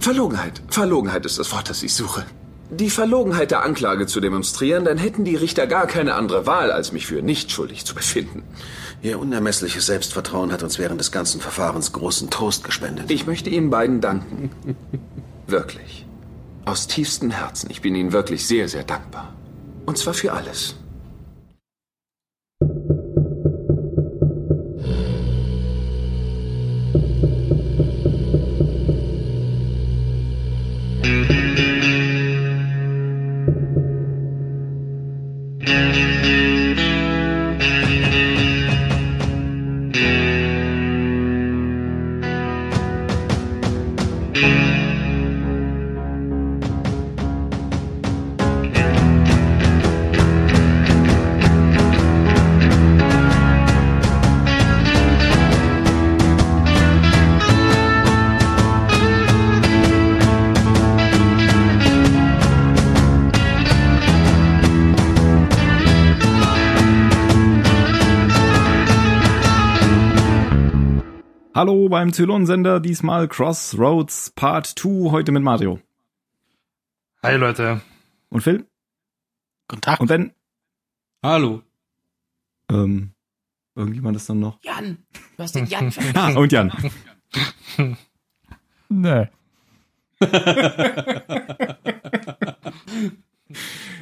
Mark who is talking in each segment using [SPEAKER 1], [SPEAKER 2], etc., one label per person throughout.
[SPEAKER 1] Verlogenheit. Verlogenheit ist das Wort, das ich suche. Die Verlogenheit der Anklage zu demonstrieren, dann hätten die Richter gar keine andere Wahl, als mich für nicht schuldig zu befinden.
[SPEAKER 2] Ihr unermessliches Selbstvertrauen hat uns während des ganzen Verfahrens großen Trost gespendet.
[SPEAKER 1] Ich möchte Ihnen beiden danken. Wirklich. Aus tiefstem Herzen. Ich bin Ihnen wirklich sehr, sehr dankbar. Und zwar für alles.
[SPEAKER 3] Hallo beim Zylon-Sender, diesmal Crossroads Part 2, heute mit Mario.
[SPEAKER 4] Hi Leute.
[SPEAKER 3] Und Phil?
[SPEAKER 5] Guten Tag.
[SPEAKER 3] Und Ben?
[SPEAKER 4] Hallo.
[SPEAKER 3] Ähm, irgendjemand ist dann noch?
[SPEAKER 5] Jan. Du hast den
[SPEAKER 4] Hm.
[SPEAKER 5] Jan vergessen.
[SPEAKER 3] Ah, und Jan.
[SPEAKER 4] Nee.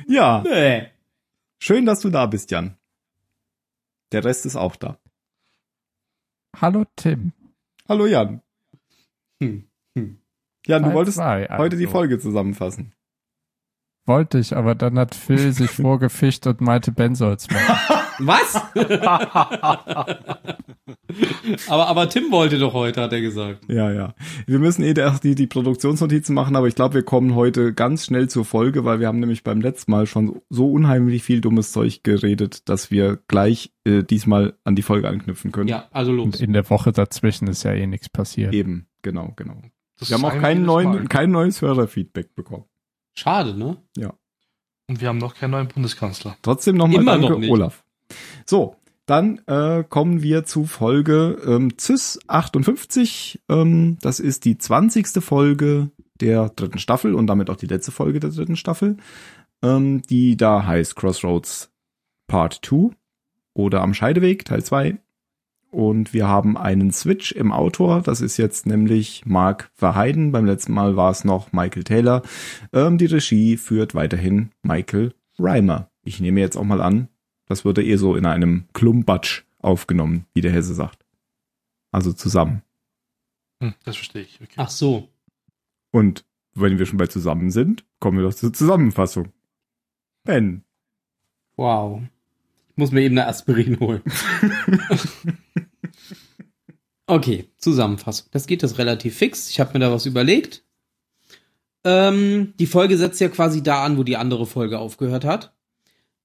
[SPEAKER 3] Ja,
[SPEAKER 4] Nee.
[SPEAKER 3] schön, dass du da bist, Jan. Der Rest ist auch da.
[SPEAKER 6] Hallo Tim.
[SPEAKER 3] Hallo Jan.
[SPEAKER 4] Hm, hm.
[SPEAKER 3] Jan, du
[SPEAKER 6] Teil
[SPEAKER 3] wolltest
[SPEAKER 6] zwei, also.
[SPEAKER 3] heute die Folge zusammenfassen.
[SPEAKER 6] Wollte ich, aber dann hat Phil sich vorgefischt und meinte, Ben soll's machen.
[SPEAKER 7] Was? aber, aber Tim wollte doch heute, hat er gesagt.
[SPEAKER 3] Ja, ja. Wir müssen eh erst die, die Produktionsnotizen machen, aber ich glaube, wir kommen heute ganz schnell zur Folge, weil wir haben nämlich beim letzten Mal schon so unheimlich viel dummes Zeug geredet, dass wir gleich äh, diesmal an die Folge anknüpfen können.
[SPEAKER 7] Ja, also
[SPEAKER 6] Und
[SPEAKER 7] los.
[SPEAKER 6] in der Woche dazwischen ist ja eh nichts passiert.
[SPEAKER 3] Eben, genau, genau.
[SPEAKER 4] Das
[SPEAKER 3] wir haben
[SPEAKER 4] ist
[SPEAKER 3] auch
[SPEAKER 4] eigentlich
[SPEAKER 3] keinen
[SPEAKER 4] jedes
[SPEAKER 3] neuen,
[SPEAKER 4] Mal.
[SPEAKER 3] kein neues Hörerfeedback bekommen.
[SPEAKER 7] Schade, ne?
[SPEAKER 4] Und wir haben noch keinen neuen Bundeskanzler.
[SPEAKER 3] Trotzdem nochmal
[SPEAKER 7] Immer
[SPEAKER 3] danke,
[SPEAKER 7] noch nicht.
[SPEAKER 3] Olaf. So, dann äh, kommen wir zu Folge ähm, CIS 58. Ähm, das ist die 20. Folge der dritten Staffel und damit auch die letzte Folge der dritten Staffel, ähm, die da heißt Crossroads Part 2 oder Am Scheideweg Teil 2. Und wir haben einen Switch im Autor. Das ist jetzt nämlich Mark Verheiden. Beim letzten Mal war es noch Michael Taylor. Ähm, die Regie führt weiterhin Michael Reimer. Ich nehme jetzt auch mal an, das wurde eher so in einem Klumbatsch aufgenommen, wie der Hesse sagt. Also zusammen.
[SPEAKER 4] Hm, das verstehe ich. Okay.
[SPEAKER 7] Ach so.
[SPEAKER 3] Und wenn wir schon bei zusammen sind, kommen wir doch zur Zusammenfassung. Ben.
[SPEAKER 7] Wow. Ich muss mir eben eine Aspirin holen. okay, Zusammenfassung. Das geht jetzt relativ fix. Ich habe mir da was überlegt. Ähm, die Folge setzt ja quasi da an, wo die andere Folge aufgehört hat.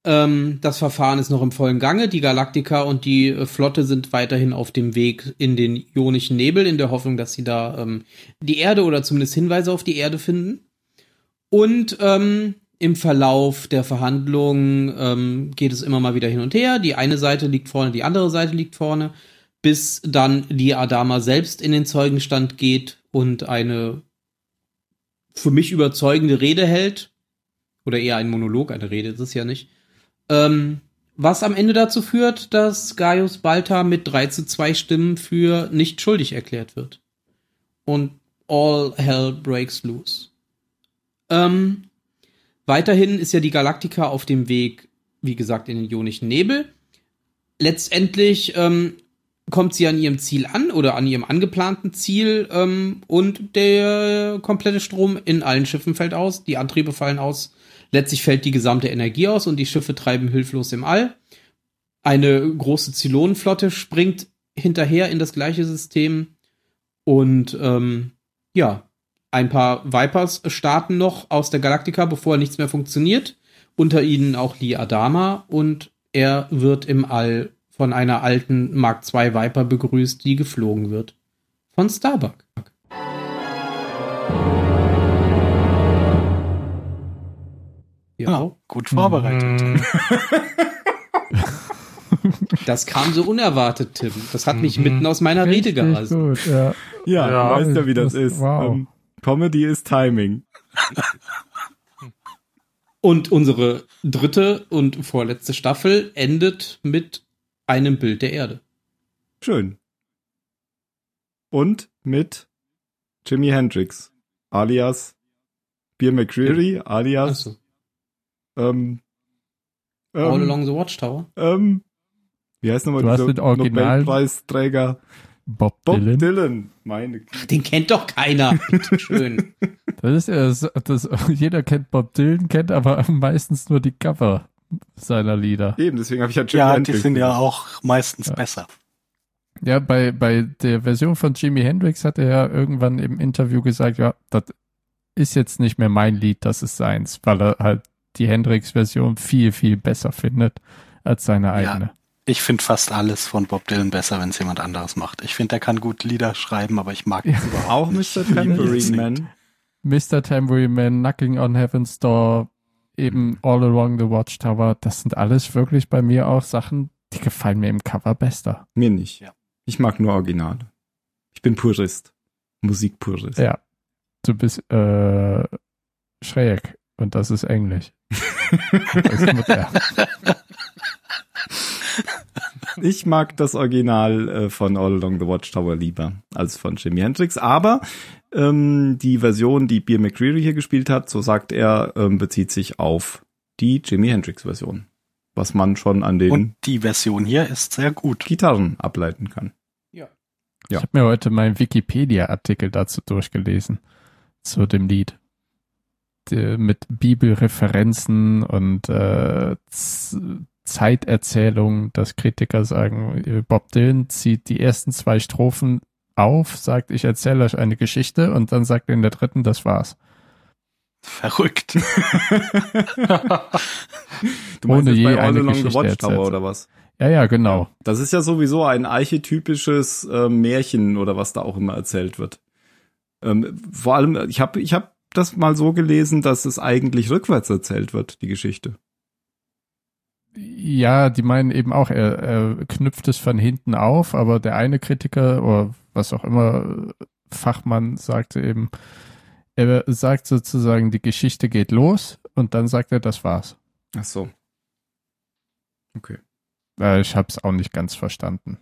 [SPEAKER 7] Ähm, das Verfahren ist noch im vollen Gange. Die Galaktika und die äh, Flotte sind weiterhin auf dem Weg in den ionischen Nebel, in der Hoffnung, dass sie da ähm, die Erde oder zumindest Hinweise auf die Erde finden. Und ähm, im Verlauf der Verhandlungen ähm, geht es immer mal wieder hin und her. Die eine Seite liegt vorne, die andere Seite liegt vorne, bis dann die Adama selbst in den Zeugenstand geht und eine für mich überzeugende Rede hält. Oder eher ein Monolog, eine Rede ist es ja nicht. Ähm, was am Ende dazu führt, dass Gaius Balta mit 3 zu 2 Stimmen für nicht schuldig erklärt wird. Und all hell breaks loose. Ähm, weiterhin ist ja die Galaktika auf dem Weg, wie gesagt, in den ionischen Nebel. Letztendlich ähm, kommt sie an ihrem Ziel an oder an ihrem angeplanten Ziel ähm, und der komplette Strom in allen Schiffen fällt aus, die Antriebe fallen aus, letztlich fällt die gesamte Energie aus und die Schiffe treiben hilflos im All. Eine große Zylonenflotte springt hinterher in das gleiche System und ähm, ja, ein paar Vipers starten noch aus der Galaktika, bevor nichts mehr funktioniert. Unter ihnen auch Lee Adama und er wird im All von einer alten Mark II Viper begrüßt, die geflogen wird. Von Starbuck. Ja,
[SPEAKER 5] Genau. Gut vorbereitet.
[SPEAKER 4] Hm,
[SPEAKER 7] das kam so unerwartet, Tim. Das hat mich
[SPEAKER 4] Mhm.
[SPEAKER 7] mitten aus meiner Rede
[SPEAKER 6] Richtig
[SPEAKER 7] gerissen.
[SPEAKER 6] gut, ja.
[SPEAKER 3] Ja,
[SPEAKER 4] Ja.
[SPEAKER 3] du weißt ja, wie das
[SPEAKER 6] Das-
[SPEAKER 3] ist. Ähm,
[SPEAKER 6] wow.
[SPEAKER 3] Comedy ist Timing.
[SPEAKER 7] Und unsere dritte und vorletzte Staffel endet mit einem Bild der Erde.
[SPEAKER 3] Schön. Und mit Jimi Hendrix, alias Beer McCreary, alias
[SPEAKER 7] Achso.
[SPEAKER 3] ähm,
[SPEAKER 7] All
[SPEAKER 3] ähm,
[SPEAKER 7] Along the Watchtower.
[SPEAKER 3] ähm, wie heißt nochmal
[SPEAKER 6] Du hast den Original-
[SPEAKER 3] Nobelpreisträger
[SPEAKER 6] Bob,
[SPEAKER 3] Bob
[SPEAKER 6] Dylan.
[SPEAKER 3] Dylan. Meine Güte.
[SPEAKER 7] Den kennt doch keiner. Schön.
[SPEAKER 6] Das ist ja das, das, jeder kennt Bob Dylan, kennt aber meistens nur die Cover seiner Lieder.
[SPEAKER 3] Eben, deswegen habe ich ja Jimi
[SPEAKER 5] Ja, die
[SPEAKER 3] Hendrix.
[SPEAKER 5] sind ja
[SPEAKER 3] gesagt.
[SPEAKER 5] auch meistens
[SPEAKER 6] Ja.
[SPEAKER 5] besser.
[SPEAKER 6] Ja, bei, bei der Version von Jimi Hendrix hat er ja irgendwann im Interview gesagt, ja, das ist jetzt nicht mehr mein Lied, das ist seins, weil er halt die Hendrix-Version viel, viel besser findet als seine eigene.
[SPEAKER 5] Ich finde fast alles von Bob Dylan besser, wenn es jemand anderes macht. Ich finde, er kann gut Lieder schreiben, aber ich mag ihn überhaupt
[SPEAKER 3] Auch
[SPEAKER 5] nicht.
[SPEAKER 3] Mr.
[SPEAKER 5] wie er
[SPEAKER 3] Tambourine
[SPEAKER 5] singt.
[SPEAKER 3] Man.
[SPEAKER 6] Mr. Tambourine Man, Knocking on Heaven's Door, eben All Along the Watchtower, das sind alles wirklich bei mir auch Sachen, die gefallen mir im Cover besser.
[SPEAKER 3] Mir nicht.
[SPEAKER 5] Ja.
[SPEAKER 3] Ich mag nur Originale. Ich bin Purist. Musikpurist.
[SPEAKER 6] Ja. Du bist äh, schräg und das ist Englisch. das ist modern.
[SPEAKER 3] Ich mag das Original äh, von All Along the Watchtower lieber als von Jimi Hendrix, aber ähm, die Version, die Beer McCreary hier gespielt hat, so sagt er, ähm, bezieht sich auf die Jimi Hendrix-Version, was man schon an den
[SPEAKER 5] Und die Version hier ist sehr gut.
[SPEAKER 3] Gitarren ableiten kann. Ja.
[SPEAKER 6] Ich habe mir heute meinen Wikipedia-Artikel dazu durchgelesen, zu dem Lied. Der- Mit Bibelreferenzen und äh, Z- Zeiterzählungen, dass Kritiker sagen, äh, Bob Dylan zieht die ersten zwei Strophen auf, sagt, ich erzähle euch eine Geschichte und dann sagt er in der dritten, das war's.
[SPEAKER 5] Verrückt.
[SPEAKER 3] Du meinst
[SPEAKER 6] Ohne
[SPEAKER 3] jetzt
[SPEAKER 6] je
[SPEAKER 3] bei All
[SPEAKER 6] eine
[SPEAKER 3] Along the
[SPEAKER 6] Geschichte
[SPEAKER 3] Watchtower
[SPEAKER 6] erzählt.
[SPEAKER 3] oder was?
[SPEAKER 6] Ja, ja, genau.
[SPEAKER 3] Das ist ja sowieso ein archetypisches äh, Märchen oder was da auch immer erzählt wird. Ähm, vor allem, ich habe ich hab das mal so gelesen, dass es eigentlich rückwärts erzählt wird, die Geschichte.
[SPEAKER 6] Ja, die meinen eben auch, er, er knüpft es von hinten auf, aber der eine Kritiker oder was auch immer äh, Fachmann sagte eben, er sagt sozusagen, die Geschichte geht los und dann sagt er, das war's.
[SPEAKER 3] Ach so.
[SPEAKER 6] Äh, ich hab's auch nicht ganz verstanden.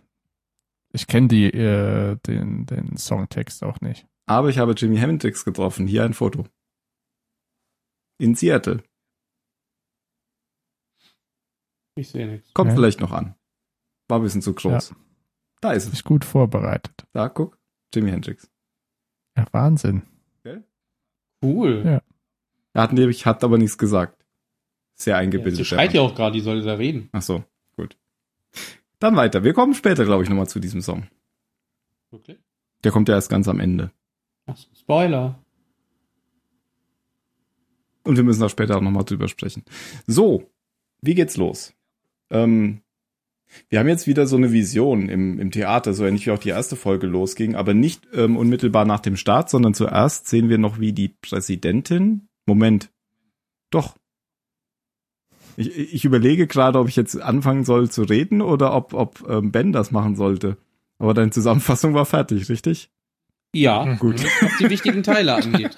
[SPEAKER 6] Ich kenne die äh, den den Songtext auch nicht.
[SPEAKER 3] Aber ich habe Jimi Hendrix getroffen. Hier ein Foto. In Seattle.
[SPEAKER 7] Ich sehe nichts.
[SPEAKER 3] Kommt
[SPEAKER 6] Ja.
[SPEAKER 3] vielleicht noch an. War ein bisschen zu groß.
[SPEAKER 6] Ja.
[SPEAKER 3] Da ist es.
[SPEAKER 6] Ist gut vorbereitet.
[SPEAKER 3] Da, guck. Jimi Hendrix.
[SPEAKER 6] Ja, Wahnsinn.
[SPEAKER 7] Cool.
[SPEAKER 6] Ja.
[SPEAKER 3] Er hat, nämlich- hat aber nichts gesagt. Sehr eingebildet.
[SPEAKER 7] Sie
[SPEAKER 3] der
[SPEAKER 7] schreit
[SPEAKER 3] Mann.
[SPEAKER 7] ja auch gerade, die soll da reden.
[SPEAKER 3] Ach so, gut. Dann weiter. Wir kommen später, glaube ich, nochmal zu diesem Song.
[SPEAKER 7] Wirklich?
[SPEAKER 3] Der kommt ja erst ganz am Ende.
[SPEAKER 7] Ach, so, Spoiler.
[SPEAKER 3] Und wir müssen da später auch nochmal drüber sprechen. So, wie geht's los? Ähm, wir haben jetzt wieder so eine Vision im, im Theater, so ähnlich wie auch die erste Folge losging, aber nicht ähm, unmittelbar nach dem Start, sondern zuerst sehen wir noch, wie die Präsidentin. Moment. Doch. Ich, ich überlege gerade, ob ich jetzt anfangen soll zu reden oder ob, ob ähm, Ben das machen sollte. Aber deine Zusammenfassung war fertig, richtig?
[SPEAKER 7] Ja,
[SPEAKER 3] Gut.
[SPEAKER 7] was die wichtigen Teile angeht.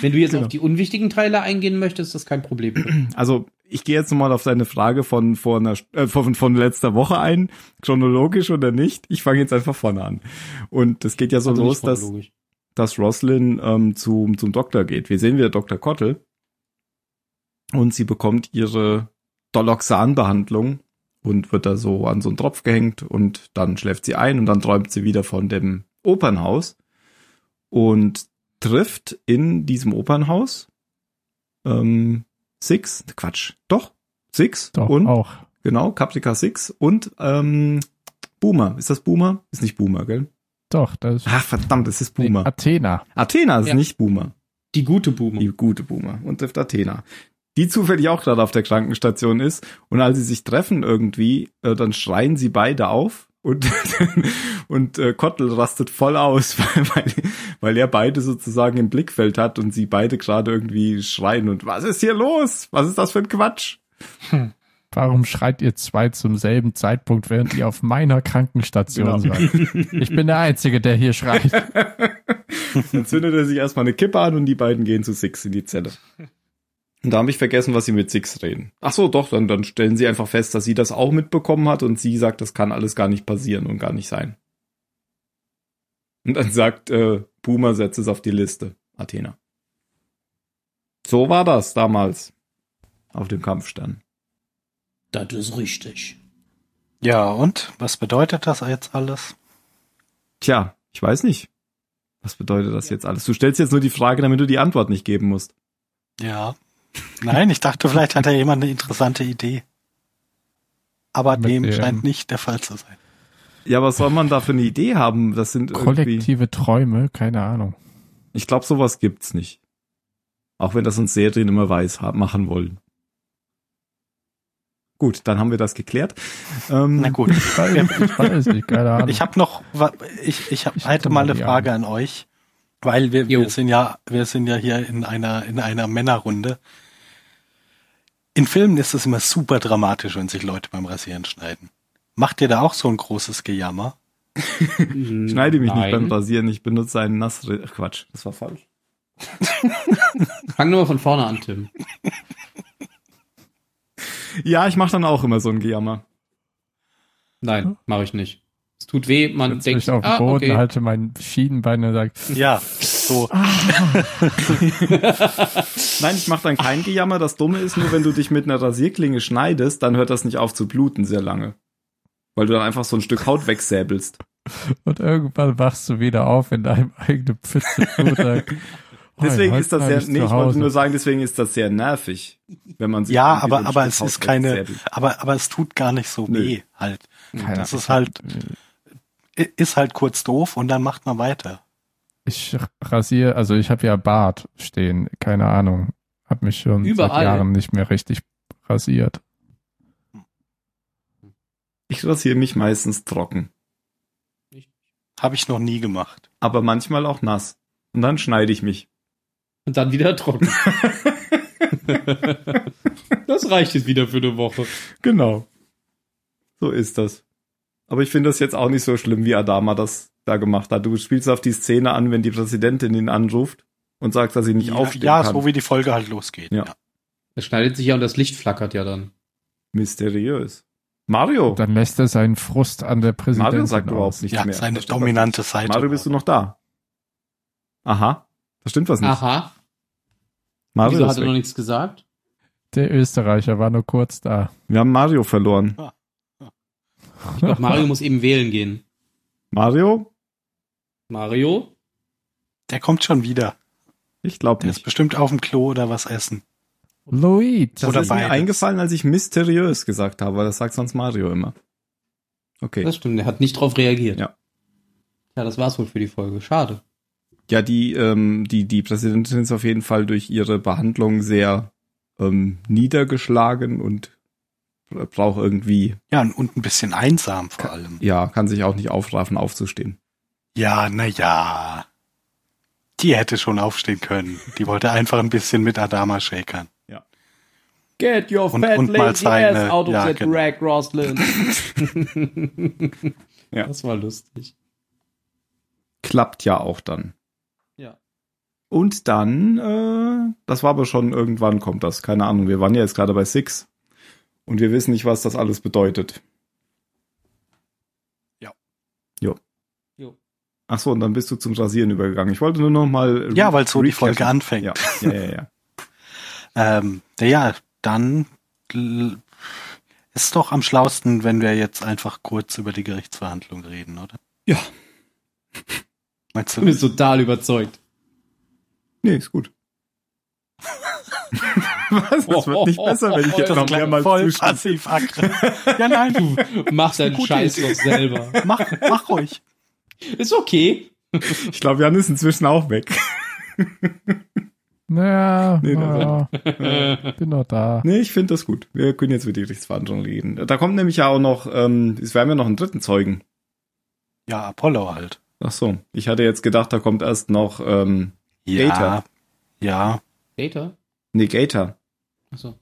[SPEAKER 7] Wenn du jetzt
[SPEAKER 3] Genau.
[SPEAKER 7] auf die unwichtigen Teile eingehen möchtest, ist das kein Problem.
[SPEAKER 3] Also ich gehe jetzt nochmal auf deine Frage von vor einer äh, von, von letzter Woche ein, chronologisch oder nicht. Ich fange jetzt einfach vorne an. Und es geht ja so
[SPEAKER 7] Also
[SPEAKER 3] los,
[SPEAKER 7] nicht
[SPEAKER 3] dass,
[SPEAKER 7] chronologisch.
[SPEAKER 3] dass Roslyn ähm, zum, zum Doktor geht. Wir sehen wieder Dr. Kottel und sie bekommt ihre Doloxan-Behandlung und wird da so an so einen Tropf gehängt und dann schläft sie ein und dann träumt sie wieder von dem Opernhaus und trifft in diesem Opernhaus ähm, Six, Quatsch, doch, Six
[SPEAKER 6] Doch
[SPEAKER 3] und
[SPEAKER 6] auch.
[SPEAKER 3] genau, Caprica Six und ähm, Boomer. Ist das Boomer? Ist nicht Boomer, gell?
[SPEAKER 6] Doch, das ist
[SPEAKER 3] Ach, verdammt, es ist
[SPEAKER 6] nee,
[SPEAKER 3] Boomer.
[SPEAKER 6] Athena.
[SPEAKER 3] Athena ist
[SPEAKER 7] Ja.
[SPEAKER 3] nicht Boomer,
[SPEAKER 7] Die gute Boomer.
[SPEAKER 3] die gute Boomer und trifft Athena, die zufällig auch gerade auf der Krankenstation ist. Und als sie sich treffen irgendwie, äh, dann schreien sie beide auf und und äh, Kottel rastet voll aus, weil, weil, weil er beide sozusagen im Blickfeld hat und sie beide gerade irgendwie schreien und was ist hier los? Was ist das für ein Quatsch?
[SPEAKER 6] Warum schreit ihr zwei zum selben Zeitpunkt, während ihr auf meiner Krankenstation
[SPEAKER 3] Genau.
[SPEAKER 6] seid? Ich bin der Einzige, der hier schreit.
[SPEAKER 3] Dann zündet er sich erstmal eine Kippe an und die beiden gehen zu Six in die Zelle. Und da habe ich vergessen, was sie mit Six reden. Ach so, doch, dann, dann stellen sie einfach fest, dass sie das auch mitbekommen hat und sie sagt, das kann alles gar nicht passieren und gar nicht sein. Und dann sagt äh, Puma, setz es auf die Liste, Athena. So war das damals auf dem Kampfstern.
[SPEAKER 7] Das ist richtig.
[SPEAKER 5] Ja, und? Was bedeutet das jetzt alles?
[SPEAKER 3] Tja, ich weiß nicht. Was bedeutet das jetzt alles? Du stellst jetzt nur die Frage, damit du die Antwort nicht geben musst.
[SPEAKER 5] Ja. Nein, ich dachte, vielleicht hat ja jemand eine interessante Idee. Aber
[SPEAKER 6] Mit
[SPEAKER 5] dem
[SPEAKER 6] dem-
[SPEAKER 5] scheint nicht der Fall zu sein.
[SPEAKER 3] Ja, was soll man da für eine Idee haben? Das sind irgendwie.
[SPEAKER 6] Kollektive Träume, keine Ahnung.
[SPEAKER 3] Ich glaube, sowas gibt's nicht. Auch wenn das uns Serien immer weiß ha- machen wollen. Gut, dann haben wir das geklärt. Ähm,
[SPEAKER 5] Na gut.
[SPEAKER 6] Ich weiß, ich weiß nicht, keine Ahnung.
[SPEAKER 5] Ich habe noch, wa- ich, ich, hab,
[SPEAKER 6] Ich
[SPEAKER 5] hätte
[SPEAKER 6] guck
[SPEAKER 5] mal
[SPEAKER 6] mal
[SPEAKER 5] eine
[SPEAKER 6] die
[SPEAKER 5] Frage an euch, weil wir,
[SPEAKER 7] Jo.
[SPEAKER 5] wir sind ja, wir sind ja hier in einer, in einer Männerrunde. In Filmen ist es immer super dramatisch, wenn sich Leute beim Rasieren schneiden. Macht ihr da auch so ein großes Gejammer?
[SPEAKER 3] Ich schneide mich nicht
[SPEAKER 7] Hm, Nein.
[SPEAKER 3] beim Rasieren, ich benutze einen Nassre. Ach, Quatsch, das war falsch.
[SPEAKER 7] Fang nur mal von vorne an, Tim.
[SPEAKER 3] Ja, ich mache dann auch immer so ein Gejammer. Hm?
[SPEAKER 7] Nein, mache ich nicht. Es tut weh, man
[SPEAKER 6] Setz
[SPEAKER 7] denkt,
[SPEAKER 6] mich auf den
[SPEAKER 7] ah,
[SPEAKER 6] Boden,
[SPEAKER 7] okay.
[SPEAKER 3] halt.
[SPEAKER 6] halte mein Schienenbein und sage,
[SPEAKER 5] Ja, so.
[SPEAKER 3] Nein, ich mache dann kein Gejammer. Das Dumme ist nur, wenn du dich mit einer Rasierklinge schneidest, dann hört das nicht auf zu bluten sehr lange. Weil du dann einfach so ein Stück Haut wegsäbelst.
[SPEAKER 6] und irgendwann wachst du wieder auf in deinem eigenen Pfütze. und sagst, oh,
[SPEAKER 3] Deswegen
[SPEAKER 6] heute
[SPEAKER 3] ist das
[SPEAKER 6] war
[SPEAKER 3] sehr,
[SPEAKER 6] ich
[SPEAKER 3] nee,
[SPEAKER 6] zu
[SPEAKER 3] ich wollte
[SPEAKER 6] Hause.
[SPEAKER 3] nur sagen, deswegen ist das sehr nervig, wenn man sich
[SPEAKER 5] Ja,
[SPEAKER 3] irgendwie
[SPEAKER 5] aber,
[SPEAKER 3] so ein
[SPEAKER 5] aber
[SPEAKER 3] Stück
[SPEAKER 5] es
[SPEAKER 3] Haut
[SPEAKER 5] ist keine,
[SPEAKER 3] wegsäbelt.
[SPEAKER 5] aber, aber es tut gar nicht so
[SPEAKER 3] Nö.
[SPEAKER 5] weh halt.
[SPEAKER 6] Keine
[SPEAKER 5] das
[SPEAKER 6] Ahnung.
[SPEAKER 5] ist halt- I- Ist halt kurz doof und dann macht man weiter.
[SPEAKER 6] Ich rasiere, also ich habe ja Bart stehen, keine Ahnung. Hab mich schon
[SPEAKER 7] Überall.
[SPEAKER 6] seit Jahren nicht mehr richtig rasiert.
[SPEAKER 3] Ich rasiere mich meistens trocken,
[SPEAKER 5] Habe ich noch nie gemacht.
[SPEAKER 3] aber manchmal auch nass. Und dann schneide ich mich.
[SPEAKER 7] Und dann wieder trocken. das reicht jetzt wieder für eine Woche.
[SPEAKER 3] Genau. So ist das. Aber ich finde das jetzt auch nicht so schlimm, wie Adama das da gemacht hat. Du spielst auf die Szene an, wenn die Präsidentin ihn anruft und sagt, dass sie nicht
[SPEAKER 5] ja,
[SPEAKER 3] aufstehen
[SPEAKER 5] ja,
[SPEAKER 3] kann.
[SPEAKER 5] so wie die Folge halt losgeht.
[SPEAKER 3] Ja.
[SPEAKER 7] Es schneidet sich ja und das Licht flackert ja dann.
[SPEAKER 3] Mysteriös. Mario.
[SPEAKER 6] Dann lässt er seinen Frust an der Präsidentin
[SPEAKER 3] Mario sagt überhaupt
[SPEAKER 6] aus.
[SPEAKER 3] nichts
[SPEAKER 5] Ja,
[SPEAKER 3] mehr.
[SPEAKER 5] seine dominante Seite.
[SPEAKER 3] Mario, bist du noch da? Aha. Da stimmt was nicht.
[SPEAKER 7] Aha.
[SPEAKER 3] Hm. Mario
[SPEAKER 7] Wieso
[SPEAKER 3] ist
[SPEAKER 7] hat er noch
[SPEAKER 3] weg.
[SPEAKER 7] nichts gesagt?
[SPEAKER 6] Der Österreicher war nur kurz da.
[SPEAKER 3] Wir haben Mario verloren.
[SPEAKER 7] Ich glaube, Mario muss eben wählen gehen.
[SPEAKER 3] Mario?
[SPEAKER 7] Mario?
[SPEAKER 5] Der kommt schon wieder.
[SPEAKER 3] Ich glaube
[SPEAKER 5] Der ist
[SPEAKER 3] nicht.
[SPEAKER 5] bestimmt auf dem Klo oder was essen.
[SPEAKER 6] Luigi.
[SPEAKER 3] Das
[SPEAKER 5] oder
[SPEAKER 3] ist mir
[SPEAKER 5] beides.
[SPEAKER 3] eingefallen, als ich mysteriös gesagt habe, weil das sagt sonst Mario immer. Okay.
[SPEAKER 7] Das stimmt, er hat nicht drauf reagiert.
[SPEAKER 3] Ja.
[SPEAKER 7] Ja, das war's wohl für die Folge. Schade.
[SPEAKER 3] Ja, die, ähm, die, die Präsidentin ist auf jeden Fall durch ihre Behandlung sehr ähm, niedergeschlagen und bra- braucht irgendwie,
[SPEAKER 5] Ja, und ein bisschen einsam vor allem.
[SPEAKER 3] ja, kann sich auch nicht aufraffen, aufzustehen.
[SPEAKER 5] Ja, na ja. Die hätte schon aufstehen können. Die wollte einfach ein bisschen mit Adama schäkern.
[SPEAKER 7] Get your
[SPEAKER 5] Und- fat und mal lazy seine- ass out of ja, that genau.
[SPEAKER 7] rack, Roslyn.
[SPEAKER 3] Ja.
[SPEAKER 7] Das war lustig.
[SPEAKER 3] Klappt ja auch dann.
[SPEAKER 7] Ja.
[SPEAKER 3] Und dann, äh, das war aber schon irgendwann kommt das, keine Ahnung. Wir waren ja jetzt gerade bei Six und wir wissen nicht, was das alles bedeutet.
[SPEAKER 5] Ja.
[SPEAKER 3] Jo.
[SPEAKER 7] Jo.
[SPEAKER 3] Ach so, und dann bist du zum Rasieren übergegangen. Ich wollte nur noch mal.
[SPEAKER 5] Ja,
[SPEAKER 3] re-
[SPEAKER 5] weil so die
[SPEAKER 3] recappen.
[SPEAKER 5] Folge anfängt.
[SPEAKER 3] Ja, ja, ja. ja.
[SPEAKER 5] Ähm, na ja, dann l- ist doch am schlausten, wenn wir jetzt einfach kurz über die Gerichtsverhandlung reden, oder?
[SPEAKER 3] Ja.
[SPEAKER 5] Meinst
[SPEAKER 7] Du
[SPEAKER 5] du?
[SPEAKER 7] bist total überzeugt.
[SPEAKER 3] Nee, ist gut. was? Das wird nicht besser, wenn ich jetzt
[SPEAKER 7] Das
[SPEAKER 3] noch
[SPEAKER 5] klang
[SPEAKER 3] mehrmals
[SPEAKER 5] voll
[SPEAKER 3] zustimme.
[SPEAKER 5] passiv aggressiv. Ja, nein, du.
[SPEAKER 7] Mach deinen
[SPEAKER 5] gute
[SPEAKER 7] Scheiß doch selber.
[SPEAKER 5] Mach, mach ruhig.
[SPEAKER 7] Ist okay.
[SPEAKER 3] Ich glaube, Jan ist inzwischen auch weg.
[SPEAKER 6] Naja,
[SPEAKER 3] Nee, der-
[SPEAKER 6] naja, bin noch da.
[SPEAKER 3] Nee, ich finde das gut. Wir können jetzt über die Gerichtsverhandlung reden. Da kommt nämlich ja auch noch, ähm, es werden ja noch einen dritten Zeugen.
[SPEAKER 5] Ja, Apollo halt.
[SPEAKER 3] Ach so, ich hatte jetzt gedacht, da kommt erst noch ähm,
[SPEAKER 5] Ja.
[SPEAKER 3] Data.
[SPEAKER 5] Ja.
[SPEAKER 7] Data?
[SPEAKER 3] Negator.
[SPEAKER 7] Achso.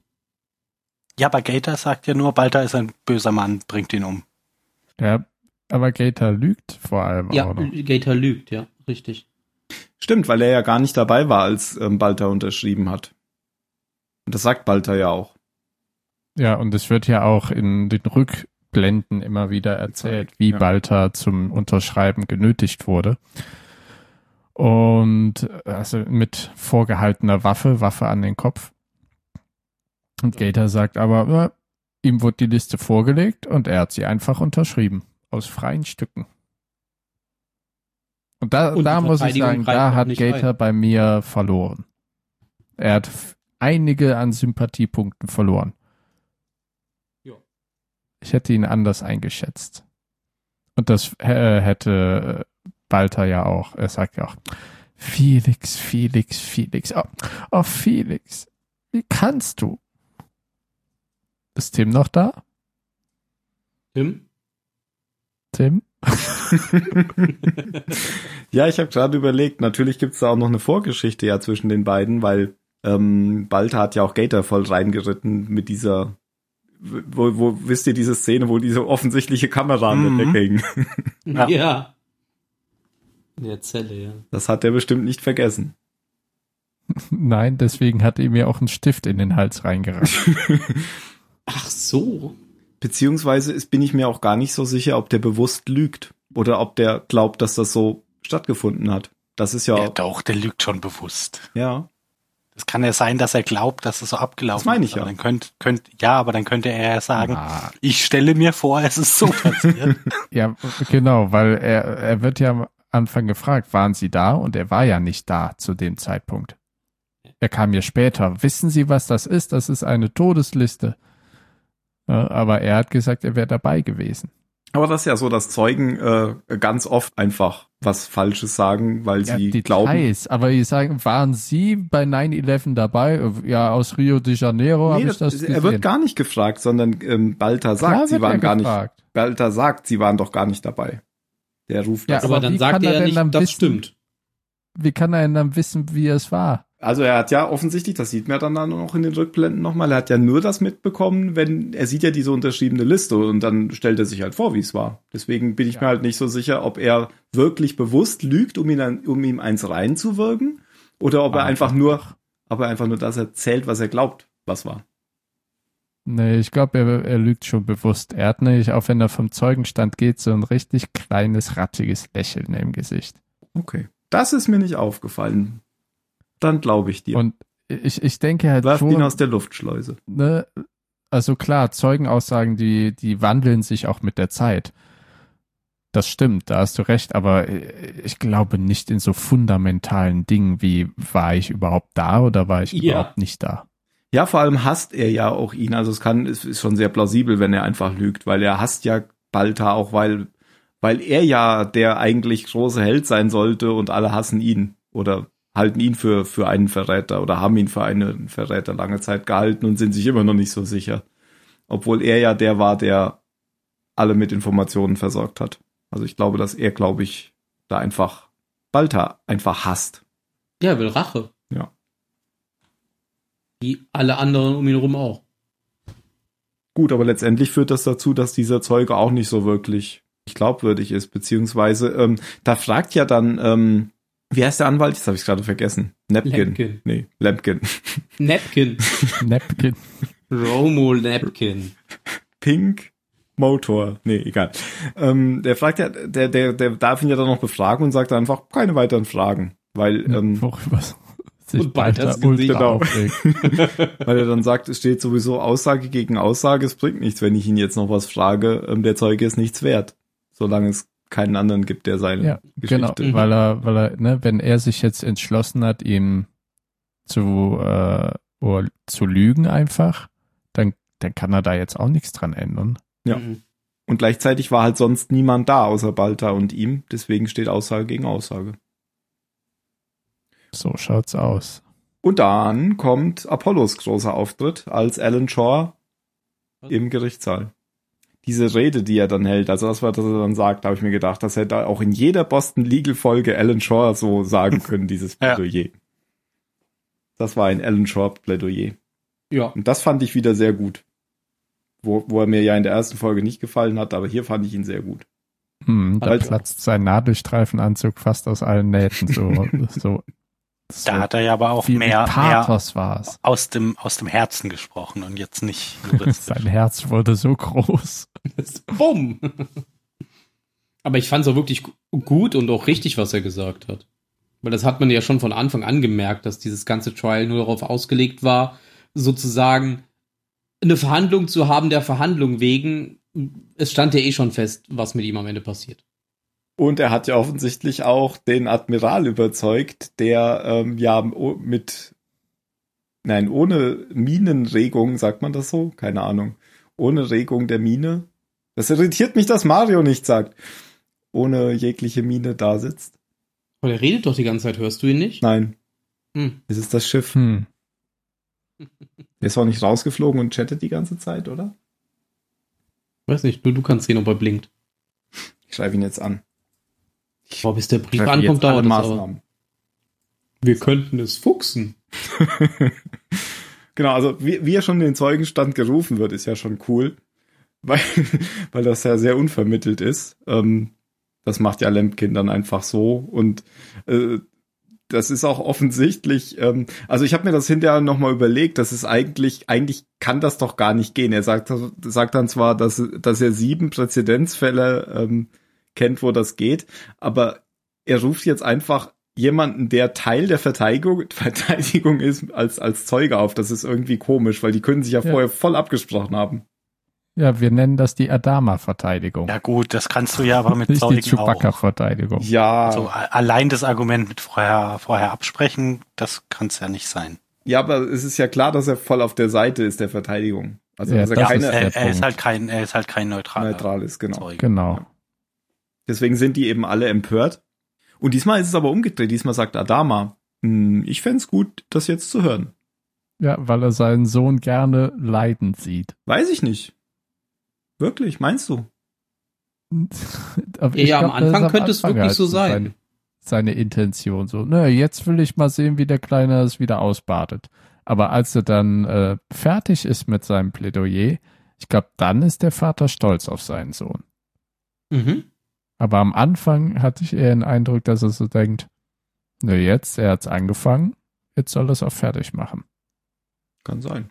[SPEAKER 5] Ja, aber Gator sagt ja nur, Balta ist ein böser Mann, bringt ihn um.
[SPEAKER 6] Ja, aber Gator lügt vor allem
[SPEAKER 7] Ja,
[SPEAKER 6] auch noch.
[SPEAKER 7] Gator lügt, ja, richtig.
[SPEAKER 3] Stimmt, weil er ja gar nicht dabei war, als ähm, Balter unterschrieben hat. Und das sagt Balter ja auch.
[SPEAKER 6] Ja, und es wird ja auch in den Rückblenden immer wieder erzählt, wie
[SPEAKER 3] ja.
[SPEAKER 6] Balta zum Unterschreiben genötigt wurde. Und also mit vorgehaltener Waffe, Waffe an den Kopf. Und Gator sagt aber, ja, ihm wurde die Liste vorgelegt und er hat sie einfach unterschrieben. Aus freien Stücken. Und da,
[SPEAKER 7] Und die
[SPEAKER 6] da muss ich
[SPEAKER 7] Verteidigung
[SPEAKER 6] sagen,
[SPEAKER 7] reicht
[SPEAKER 6] da
[SPEAKER 7] noch
[SPEAKER 6] hat
[SPEAKER 7] nicht
[SPEAKER 6] Gator bei mir verloren. Er hat f- einige an Sympathiepunkten verloren. Ich hätte ihn anders eingeschätzt. Und das äh, hätte Balter ja auch. Er sagt ja auch, Felix, Felix, Felix. Oh, oh Felix, wie kannst du? Ist Tim noch da?
[SPEAKER 7] Tim?
[SPEAKER 6] Tim?
[SPEAKER 3] Ja, ich habe gerade überlegt, natürlich gibt's da auch noch eine Vorgeschichte ja zwischen den beiden, weil ähm, Balta hat ja auch Gator voll reingeritten mit dieser, wo, wo wisst ihr diese Szene, wo diese offensichtliche Kamera an
[SPEAKER 5] Mhm.
[SPEAKER 3] der Decke hing.
[SPEAKER 7] Ja.
[SPEAKER 5] Ja.
[SPEAKER 7] In der Zelle, ja.
[SPEAKER 3] Das hat er bestimmt nicht vergessen.
[SPEAKER 6] Nein, deswegen hat er mir auch einen Stift in den Hals reingerannt.
[SPEAKER 7] Ach so.
[SPEAKER 3] Beziehungsweise ist, bin ich mir auch gar nicht so sicher, ob der bewusst lügt oder ob der glaubt, dass das so stattgefunden hat. Das ist ja,
[SPEAKER 5] Ja, doch, der lügt schon bewusst.
[SPEAKER 3] ja.
[SPEAKER 5] Das kann ja sein, dass er glaubt, dass es so abgelaufen
[SPEAKER 3] Das meine ich
[SPEAKER 5] ist. aber
[SPEAKER 3] ja.
[SPEAKER 5] Dann könnt, könnt, ja, aber dann könnte er ja sagen,
[SPEAKER 6] Ah,
[SPEAKER 5] ich stelle mir vor, es ist so passiert.
[SPEAKER 6] ja, genau, weil er, er wird ja am Anfang gefragt, waren Sie da? Und er war ja nicht da zu dem Zeitpunkt. Er kam ja später. Wissen Sie, was das ist? Das ist eine Todesliste. Ja, aber er hat gesagt, er wäre dabei gewesen.
[SPEAKER 3] Aber das ist ja so, dass Zeugen äh, ganz oft einfach was Falsches sagen, weil
[SPEAKER 6] Ja,
[SPEAKER 3] sie glauben.
[SPEAKER 6] Details, aber ich sagen, waren Sie bei 9-11 dabei? Ja, aus Rio de Janeiro habe
[SPEAKER 3] Nee,
[SPEAKER 6] ich das gesehen.
[SPEAKER 3] er wird gar nicht gefragt, sondern ähm, Balta sagt,
[SPEAKER 6] Klar
[SPEAKER 3] sie
[SPEAKER 6] wird
[SPEAKER 3] waren
[SPEAKER 6] er
[SPEAKER 3] gar nicht.
[SPEAKER 6] gefragt.
[SPEAKER 3] Balta sagt, sie waren doch gar nicht dabei. Der ruft
[SPEAKER 6] Ja,
[SPEAKER 3] das.
[SPEAKER 7] Aber,
[SPEAKER 6] Aber
[SPEAKER 7] dann
[SPEAKER 6] wie
[SPEAKER 7] sagt
[SPEAKER 6] kann
[SPEAKER 7] er
[SPEAKER 6] er
[SPEAKER 7] ja
[SPEAKER 6] denn
[SPEAKER 7] nicht,
[SPEAKER 6] dann
[SPEAKER 7] das
[SPEAKER 6] wissen-
[SPEAKER 7] stimmt.
[SPEAKER 6] Wie kann er denn dann wissen, wie es war?
[SPEAKER 3] Also er hat ja offensichtlich, das sieht man ja dann dann auch in den Rückblenden nochmal, er hat ja nur das mitbekommen, wenn er sieht ja diese unterschriebene Liste und dann stellt er sich halt vor, wie es war. Deswegen bin ich
[SPEAKER 6] Ja.
[SPEAKER 3] mir halt nicht so sicher, ob er wirklich bewusst lügt, um, ihn ein, um ihm eins reinzuwirken, oder ob er
[SPEAKER 6] Ah,
[SPEAKER 3] einfach nur, ob er einfach nur das erzählt, was er glaubt, was war.
[SPEAKER 6] Nee, ich glaube, er, er lügt schon bewusst. Er hat nämlich, auch wenn er vom Zeugenstand geht, so ein richtig kleines, ratziges Lächeln im Gesicht.
[SPEAKER 3] Okay. Das ist mir nicht aufgefallen. Dann glaube ich dir.
[SPEAKER 6] Und ich, ich denke halt
[SPEAKER 3] Werft ihn
[SPEAKER 6] schon,
[SPEAKER 3] aus der Luftschleuse.
[SPEAKER 6] ne, also klar, Zeugenaussagen, die, die wandeln sich auch mit der Zeit. Das stimmt, da hast du recht, aber äh, ich glaube nicht in so fundamentalen Dingen wie, war ich überhaupt da oder war ich
[SPEAKER 7] Ja.
[SPEAKER 6] überhaupt nicht da?
[SPEAKER 3] Ja, vor allem hasst er ja auch ihn. Also es kann, es ist schon sehr plausibel, wenn er einfach lügt, weil er hasst ja Balta auch, weil, weil er ja der eigentlich große Held sein sollte und alle hassen ihn oder halten ihn für, für einen Verräter oder haben ihn für einen Verräter lange Zeit gehalten und sind sich immer noch nicht so sicher. Obwohl er ja der war, der alle mit Informationen versorgt hat. Also ich glaube, dass er, glaube ich, da einfach Balta einfach hasst.
[SPEAKER 7] Ja, er will Rache.
[SPEAKER 3] Ja.
[SPEAKER 7] Wie alle anderen um ihn rum auch.
[SPEAKER 3] Gut, aber letztendlich führt das dazu, dass dieser Zeuge auch nicht so wirklich glaubwürdig ist, beziehungsweise ähm, da fragt ja dann, ähm, wie heißt der Anwalt? Jetzt habe ich gerade vergessen. Napkin.
[SPEAKER 7] Lampkin.
[SPEAKER 3] Nee, Lampkin.
[SPEAKER 7] Napkin.
[SPEAKER 6] Napkin.
[SPEAKER 7] Romo Napkin.
[SPEAKER 3] Pink Motor. Nee, egal. Ähm, der fragt ja, der, der, der darf ihn ja dann noch befragen und sagt einfach keine weiteren Fragen. Weil, ähm,
[SPEAKER 6] worüber sich
[SPEAKER 7] Und bald
[SPEAKER 6] Balta
[SPEAKER 7] das Gesicht.
[SPEAKER 6] ultra
[SPEAKER 3] Genau.
[SPEAKER 6] aufregt.
[SPEAKER 3] weil er dann sagt, es steht sowieso Aussage gegen Aussage, es bringt nichts, wenn ich ihn jetzt noch was frage. Ähm, der Zeuge ist nichts wert, solange es keinen anderen gibt, der seine
[SPEAKER 6] Ja,
[SPEAKER 3] Geschichte.
[SPEAKER 6] Genau, weil er, weil er, ne, wenn er sich jetzt entschlossen hat, ihm zu, äh, oder zu lügen einfach, dann, dann kann er da jetzt auch nichts dran ändern.
[SPEAKER 3] Ja.
[SPEAKER 7] Mhm.
[SPEAKER 3] Und gleichzeitig war halt sonst niemand da außer Balta und ihm. Deswegen steht Aussage gegen Aussage.
[SPEAKER 6] So schaut's aus.
[SPEAKER 3] Und dann kommt Apollos großer Auftritt als Alan Shaw im Gerichtssaal. Diese Rede, die er dann hält, also das, was er dann sagt, habe ich mir gedacht, das hätte auch in jeder Boston Legal Folge Alan Shaw so sagen können, dieses
[SPEAKER 5] Ja.
[SPEAKER 3] Plädoyer. Das war ein Alan Shaw Plädoyer.
[SPEAKER 7] Ja.
[SPEAKER 3] Und das fand ich wieder sehr gut. Wo, wo er mir ja in der ersten Folge nicht gefallen hat, aber hier fand ich ihn sehr gut.
[SPEAKER 6] Hm, da
[SPEAKER 8] Weil-
[SPEAKER 6] platzt sein Nadelstreifenanzug fast aus allen Nähten. So, so, so
[SPEAKER 5] Da hat er ja aber auch
[SPEAKER 6] viel
[SPEAKER 5] mehr, mehr
[SPEAKER 6] Pathos war es.
[SPEAKER 5] aus, dem, aus dem Herzen gesprochen und jetzt nicht juristisch.
[SPEAKER 6] Sein Herz wurde so groß.
[SPEAKER 7] Bumm. Aber ich fand es auch wirklich gu- gut und auch richtig, was er gesagt hat. Weil das hat man ja schon von Anfang an gemerkt, dass dieses ganze Trial nur darauf ausgelegt war, sozusagen eine Verhandlung zu haben der Verhandlung wegen. Es stand ja eh schon fest, was mit ihm am Ende passiert.
[SPEAKER 3] Und er hat ja offensichtlich auch den Admiral überzeugt, der ähm, ja o- mit, nein, ohne Minenregung, sagt man das so? Keine Ahnung. Ohne Regung der Mine. Das irritiert mich, dass Mario nicht sagt. Ohne jegliche Mine da sitzt.
[SPEAKER 7] Aber er redet doch die ganze Zeit, hörst du ihn nicht?
[SPEAKER 3] Nein,
[SPEAKER 7] Hm.
[SPEAKER 3] es ist das Schiff.
[SPEAKER 6] Hm.
[SPEAKER 3] Der ist auch nicht rausgeflogen und chattet die ganze Zeit, oder?
[SPEAKER 7] Weiß nicht, nur du kannst sehen, ob er blinkt.
[SPEAKER 3] Ich schreibe ihn jetzt an.
[SPEAKER 7] Boah, bis der Brief
[SPEAKER 3] Treffe
[SPEAKER 7] ankommt,
[SPEAKER 3] jetzt alle
[SPEAKER 7] dauert das aber.
[SPEAKER 3] Maßnahmen.
[SPEAKER 7] Wir könnten es fuchsen.
[SPEAKER 3] Genau, also wie, wie er schon in den Zeugenstand gerufen wird, ist ja schon cool, weil, weil das ja sehr unvermittelt ist. Ähm, das macht ja Lemkin dann einfach so und äh, das ist auch offensichtlich. Ähm, also ich habe mir das hinterher nochmal überlegt, das ist eigentlich, eigentlich kann das doch gar nicht gehen. Er sagt, sagt dann zwar, dass, dass er sieben Präzedenzfälle ähm, kennt, wo das geht, aber er ruft jetzt einfach jemanden, der Teil der Verteidigung, Verteidigung ist, als, als Zeuge auf. Das ist irgendwie komisch, weil die können sich ja,
[SPEAKER 6] Ja.
[SPEAKER 3] vorher voll abgesprochen haben.
[SPEAKER 6] Ja, wir nennen das die Adama-Verteidigung.
[SPEAKER 5] Ja gut, das kannst du ja aber mit
[SPEAKER 6] nicht die
[SPEAKER 5] Zeugen auch.
[SPEAKER 6] Chewbacca-Verteidigung.
[SPEAKER 3] Ja,
[SPEAKER 5] Also a- allein das Argument mit vorher, vorher absprechen, das kann es ja nicht sein.
[SPEAKER 3] ja, aber es ist ja klar, dass er voll auf der Seite ist der Verteidigung. Also
[SPEAKER 6] Ja,
[SPEAKER 3] dass er
[SPEAKER 6] das
[SPEAKER 3] keine
[SPEAKER 6] ist der
[SPEAKER 5] er, er ist
[SPEAKER 6] Punkt.
[SPEAKER 5] halt kein, er ist halt kein neutraler
[SPEAKER 3] neutral ist, genau.
[SPEAKER 5] Zeuge.
[SPEAKER 6] Genau.
[SPEAKER 3] Deswegen sind die eben alle empört. Und diesmal ist es aber umgedreht. Diesmal sagt Adama, "Hm, ich fänd's gut, das jetzt zu hören.
[SPEAKER 6] Ja, weil er seinen Sohn gerne leidend sieht.
[SPEAKER 3] Weiß ich nicht. Wirklich, meinst du?
[SPEAKER 6] Aber
[SPEAKER 7] Ja,
[SPEAKER 6] ich
[SPEAKER 7] ja, am
[SPEAKER 6] glaub, das ist
[SPEAKER 7] Anfang könnte es wirklich
[SPEAKER 6] halt
[SPEAKER 7] so sein.
[SPEAKER 6] Seine, seine Intention so. Na, jetzt will ich mal sehen, wie der Kleine es wieder ausbadet. Aber als er dann äh, fertig ist mit seinem Plädoyer, ich glaube, dann ist der Vater stolz auf seinen Sohn.
[SPEAKER 7] Mhm.
[SPEAKER 6] Aber am Anfang hatte ich eher den Eindruck, dass er so denkt, na jetzt, er hat's angefangen, jetzt soll er es auch fertig machen.
[SPEAKER 3] Kann sein.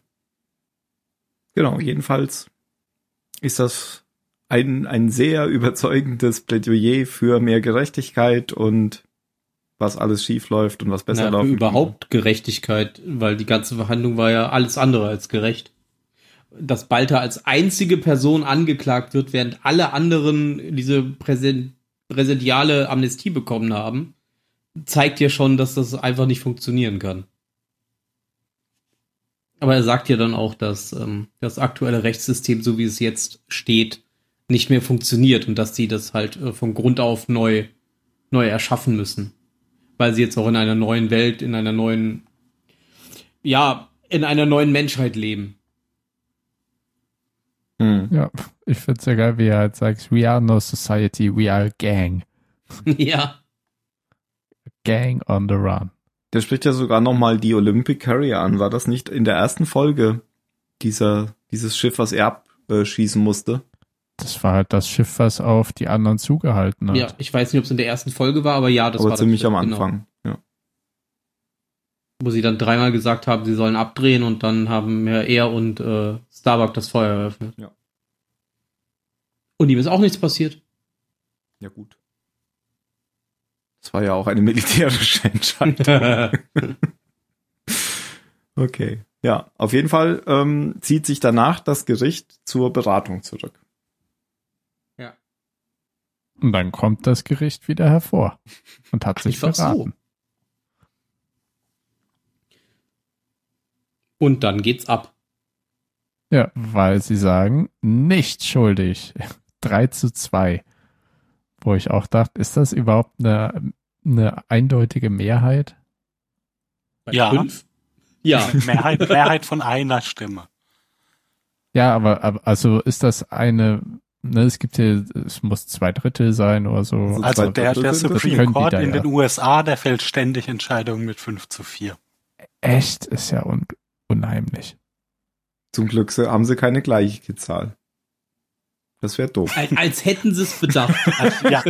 [SPEAKER 3] Genau, jedenfalls ist das ein, ein sehr überzeugendes Plädoyer für mehr Gerechtigkeit und was alles schief läuft und was besser
[SPEAKER 7] Na,
[SPEAKER 3] läuft.
[SPEAKER 7] für überhaupt Gerechtigkeit, weil die ganze Verhandlung war ja alles andere als gerecht. Dass Balta als einzige Person angeklagt wird, während alle anderen diese Präsen- präsidiale Amnestie bekommen haben, zeigt ja schon, dass das einfach nicht funktionieren kann. Aber er sagt ja dann auch, dass ähm, das aktuelle Rechtssystem, so wie es jetzt steht, nicht mehr funktioniert und dass sie das halt äh, von Grund auf neu, neu erschaffen müssen weil sie jetzt auch in einer neuen Welt, in einer neuen, ja, in einer neuen Menschheit leben.
[SPEAKER 3] Hm.
[SPEAKER 6] Ja, ich find's ja geil, wie er halt sagt, we are no society, we are a gang.
[SPEAKER 7] ja.
[SPEAKER 6] Gang on the run.
[SPEAKER 3] Der spricht ja sogar nochmal die Olympic Carrier an. War das nicht in der ersten Folge dieser, dieses Schiff, was er abschießen musste?
[SPEAKER 6] Das war halt das Schiff, was auf die anderen zugehalten hat.
[SPEAKER 7] Ja, ich weiß nicht, ob es in der ersten Folge war, aber ja, das
[SPEAKER 3] Aber
[SPEAKER 7] war
[SPEAKER 3] ziemlich
[SPEAKER 7] das,
[SPEAKER 3] am
[SPEAKER 7] genau.
[SPEAKER 3] Anfang. Ja.
[SPEAKER 7] wo sie dann dreimal gesagt haben, sie sollen abdrehen und dann haben ja er und äh, Starbuck das Feuer eröffnet.
[SPEAKER 3] Ja.
[SPEAKER 7] Und ihm ist auch nichts passiert.
[SPEAKER 3] ja, gut. Das war ja auch eine militärische Entscheidung. Okay. Ja, auf jeden Fall ähm, zieht sich danach das Gericht zur Beratung zurück.
[SPEAKER 6] Und dann kommt das Gericht wieder hervor und hat sich
[SPEAKER 7] Einfach so.
[SPEAKER 6] verraten.
[SPEAKER 7] und dann geht's ab.
[SPEAKER 6] Ja, weil sie sagen, nicht schuldig. 3 zu 2. Wo ich auch dachte, ist das überhaupt eine, eine eindeutige Mehrheit?
[SPEAKER 7] Bei
[SPEAKER 5] Ja.
[SPEAKER 7] fünf? Ja.
[SPEAKER 5] Mehrheit, Mehrheit von einer Stimme.
[SPEAKER 6] Ja, aber, aber also ist das eine, ne, es gibt hier, es muss zwei Drittel sein oder so.
[SPEAKER 3] Also
[SPEAKER 5] Also
[SPEAKER 3] Zwei
[SPEAKER 5] der,
[SPEAKER 3] Drittel
[SPEAKER 5] der
[SPEAKER 3] sind das?
[SPEAKER 5] Supreme
[SPEAKER 6] Können die
[SPEAKER 5] Court
[SPEAKER 6] da
[SPEAKER 5] in
[SPEAKER 6] ja.
[SPEAKER 5] den USA, der fällt ständig Entscheidungen mit 5 zu 4.
[SPEAKER 6] echt ist ja un, unheimlich.
[SPEAKER 3] Zum Glück se- haben sie keine gleiche Zahl. Das wäre doof.
[SPEAKER 7] Als, als hätten sie es bedacht.
[SPEAKER 5] Ja,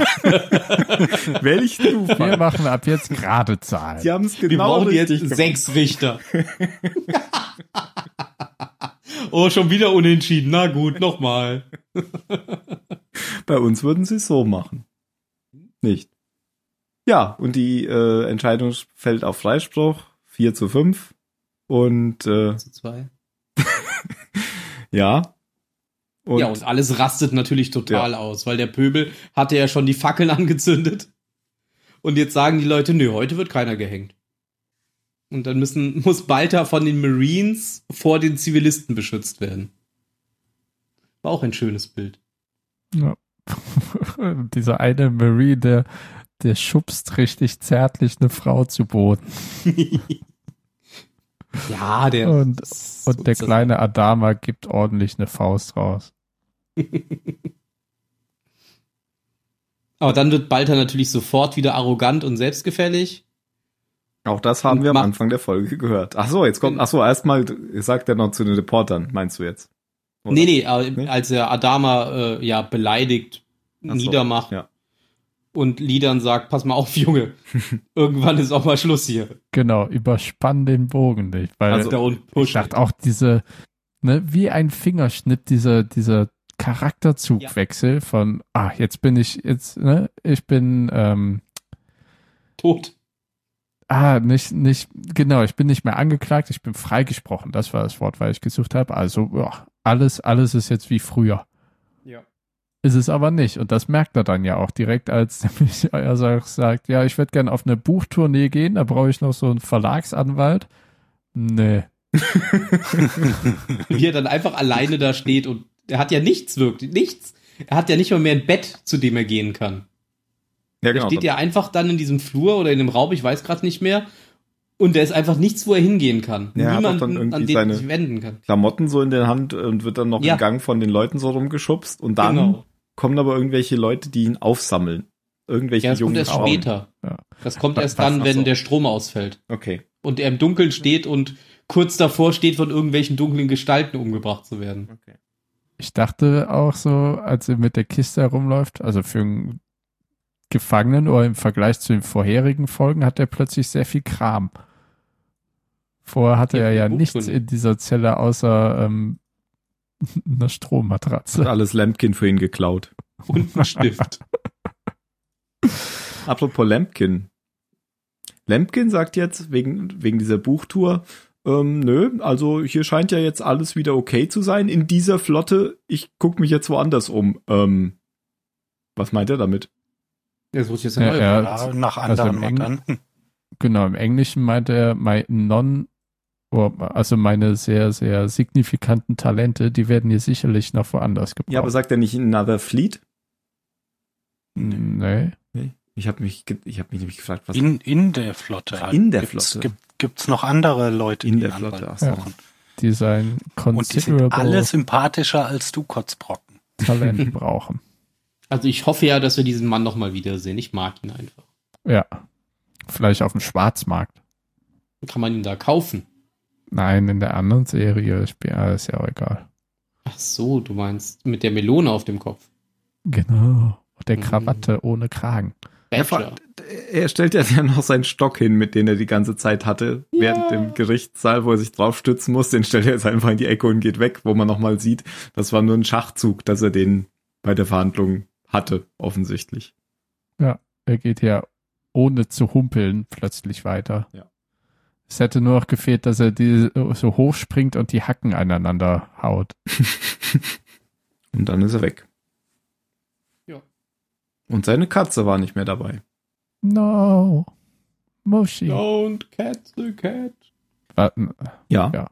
[SPEAKER 3] Welch Zufall.
[SPEAKER 6] Wir machen ab jetzt gerade Zahlen.
[SPEAKER 3] Die haben es
[SPEAKER 7] Wir
[SPEAKER 3] genau
[SPEAKER 7] brauchen jetzt
[SPEAKER 3] richtig gemacht.
[SPEAKER 7] sechs Richter. oh, schon wieder unentschieden. Na gut, nochmal.
[SPEAKER 3] Bei uns würden sie es so machen. Nicht. Ja, und die äh, Entscheidung fällt auf Freispruch. 4 zu 5. Und äh,
[SPEAKER 7] Zu zwei.
[SPEAKER 3] ja. Und,
[SPEAKER 7] ja, und alles rastet natürlich total aus, weil der Pöbel hatte ja schon die Fackeln angezündet. Und jetzt sagen die Leute, nö, heute wird keiner gehängt. Und dann müssen, muss Balta von den Marines vor den Zivilisten beschützt werden. War auch ein schönes Bild.
[SPEAKER 6] Dieser eine Marie, der, der schubst richtig zärtlich eine Frau zu Boden.
[SPEAKER 7] Ja, der.
[SPEAKER 6] Und-
[SPEAKER 7] so
[SPEAKER 6] Und der
[SPEAKER 7] ist das.
[SPEAKER 6] kleine Adama gibt ordentlich eine Faust raus.
[SPEAKER 7] Aber dann wird Balta natürlich sofort wieder arrogant und selbstgefällig.
[SPEAKER 3] Auch das haben wir am
[SPEAKER 7] Ma- Genau.
[SPEAKER 3] Anfang der Folge gehört. Ach so, jetzt kommt, ach so, erstmal sagt er noch zu den Reportern, meinst du jetzt? Oder?
[SPEAKER 7] Nee, nee, aber
[SPEAKER 3] Nee?
[SPEAKER 7] als er Adama äh, ja beleidigt,
[SPEAKER 3] Ach so,
[SPEAKER 7] niedermacht
[SPEAKER 3] ja.
[SPEAKER 7] und Lidan sagt, pass mal auf, Junge, irgendwann ist auch mal Schluss hier.
[SPEAKER 6] Genau, überspann den Bogen nicht, weil
[SPEAKER 3] Also,
[SPEAKER 7] da und
[SPEAKER 6] ich
[SPEAKER 7] pushen.
[SPEAKER 6] dachte auch diese, ne, wie ein Fingerschnitt, dieser, dieser Charakterzugwechsel von, ah, jetzt bin ich, jetzt, ne, ich bin, ähm,
[SPEAKER 7] Tot.
[SPEAKER 6] Ah, nicht, nicht, genau, ich bin nicht mehr angeklagt, ich bin freigesprochen. Das war das Wort, weil ich gesucht habe. Also, ja, alles, alles ist jetzt wie früher.
[SPEAKER 7] Ja.
[SPEAKER 6] Ist es aber nicht. Und das merkt er dann ja auch direkt, als nämlich er sa- sagt, ja, ich würde gerne auf eine Buchtournee gehen, da brauche ich noch so einen Verlagsanwalt. Nee.
[SPEAKER 7] Wie er dann einfach alleine da steht und er hat ja nichts wirklich, nichts. Er hat ja nicht mal mehr ein Bett, zu dem er gehen kann.
[SPEAKER 3] Ja,
[SPEAKER 7] Er
[SPEAKER 3] genau.
[SPEAKER 7] steht ja einfach dann in diesem Flur oder in dem Raum, ich weiß gerade nicht mehr. Und da ist einfach nichts, wo er hingehen kann.
[SPEAKER 3] Ja, er hat auch dann
[SPEAKER 7] Niemanden,
[SPEAKER 3] irgendwie
[SPEAKER 7] an den er
[SPEAKER 3] seine-
[SPEAKER 7] sich wenden kann.
[SPEAKER 3] Klamotten so in der Hand und wird dann noch
[SPEAKER 7] Ja.
[SPEAKER 3] im Gang von den Leuten so rumgeschubst und dann
[SPEAKER 7] genau.
[SPEAKER 3] kommen aber irgendwelche Leute, die ihn aufsammeln. Irgendwelche
[SPEAKER 7] Ja, das kommt
[SPEAKER 3] jungen
[SPEAKER 7] erst
[SPEAKER 3] Frauen.
[SPEAKER 7] später.
[SPEAKER 6] Ja.
[SPEAKER 7] Das kommt
[SPEAKER 6] Was-
[SPEAKER 7] erst
[SPEAKER 6] was-
[SPEAKER 7] dann,
[SPEAKER 6] ach
[SPEAKER 7] wenn
[SPEAKER 6] so.
[SPEAKER 7] der Strom ausfällt.
[SPEAKER 3] Okay.
[SPEAKER 7] Und er im Dunkeln steht und kurz davor steht, von irgendwelchen dunklen Gestalten umgebracht zu werden.
[SPEAKER 3] okay.
[SPEAKER 6] Ich dachte auch so, als er mit der Kiste herumläuft, also für einen Gefangenen oder im Vergleich zu den vorherigen Folgen hat er plötzlich sehr viel Kram. Vorher hatte
[SPEAKER 7] Ja,
[SPEAKER 6] er ja
[SPEAKER 7] gut,
[SPEAKER 6] nichts
[SPEAKER 7] schon.
[SPEAKER 6] in dieser Zelle außer ähm, einer
[SPEAKER 3] Hat
[SPEAKER 6] Strommatratze.
[SPEAKER 3] alles Lampkin für ihn geklaut.
[SPEAKER 7] Und ein Stift.
[SPEAKER 3] Apropos Lampkin. Lampkin sagt jetzt wegen, wegen dieser Buchtour, ähm, nö, also hier scheint ja jetzt alles wieder okay zu sein in dieser Flotte. Ich guck mich jetzt woanders um. Ähm, was meint er damit?
[SPEAKER 7] Das muss ich jetzt
[SPEAKER 6] Ja,
[SPEAKER 7] erneut.
[SPEAKER 6] er,
[SPEAKER 5] ja, nach
[SPEAKER 6] also
[SPEAKER 5] anderen
[SPEAKER 6] im Eng-
[SPEAKER 5] Mandanten.
[SPEAKER 6] Genau, im Englischen meinte er, my non, oh, also meine sehr, sehr signifikanten Talente, die werden hier sicherlich noch woanders gebraucht.
[SPEAKER 3] Ja, aber sagt er nicht another fleet?
[SPEAKER 6] nee.
[SPEAKER 3] Ich habe mich, ge- ich habe mich nämlich gefragt, was
[SPEAKER 5] In, in der Flotte. halt.
[SPEAKER 3] In der
[SPEAKER 5] gibt's,
[SPEAKER 3] Flotte.
[SPEAKER 5] Gibt, gibt's noch andere Leute,
[SPEAKER 3] in
[SPEAKER 5] die
[SPEAKER 3] der
[SPEAKER 5] einen Anwalt
[SPEAKER 3] Flotte. Ach so.
[SPEAKER 6] Ja. die sein
[SPEAKER 5] Und die sind alle
[SPEAKER 6] considerable
[SPEAKER 5] sympathischer als du, Kotzbrocken.
[SPEAKER 6] Talent brauchen.
[SPEAKER 7] Also ich hoffe ja, dass wir diesen Mann nochmal wiedersehen. Ich mag ihn einfach.
[SPEAKER 6] Ja. Vielleicht auf dem Schwarzmarkt.
[SPEAKER 7] Kann man ihn da kaufen?
[SPEAKER 6] Nein, in der anderen Serie ist ja, ist ja auch egal.
[SPEAKER 7] Ach so, du meinst mit der Melone auf dem Kopf.
[SPEAKER 6] Genau. Und der
[SPEAKER 7] Mhm.
[SPEAKER 6] Krawatte ohne Kragen.
[SPEAKER 3] Er,
[SPEAKER 7] Bachelor.
[SPEAKER 3] er stellt ja dann noch seinen Stock hin, mit dem er die ganze Zeit hatte, während dem Gerichtssaal, wo er sich drauf stützen muss, den stellt er jetzt einfach in die Ecke und geht weg, wo man nochmal sieht, das war nur ein Schachzug, dass er den bei der Verhandlung hatte, offensichtlich.
[SPEAKER 6] Er geht ja ohne zu humpeln plötzlich weiter.
[SPEAKER 3] Ja.
[SPEAKER 6] Es hätte nur noch gefehlt, dass er die so hoch springt und die Hacken aneinander haut.
[SPEAKER 3] Und dann ist er weg.
[SPEAKER 7] Ja.
[SPEAKER 3] Und seine Katze war nicht mehr dabei.
[SPEAKER 6] No. Muschi.
[SPEAKER 7] Don't cat the cat.
[SPEAKER 6] Warten.
[SPEAKER 3] Ja.
[SPEAKER 6] Ja.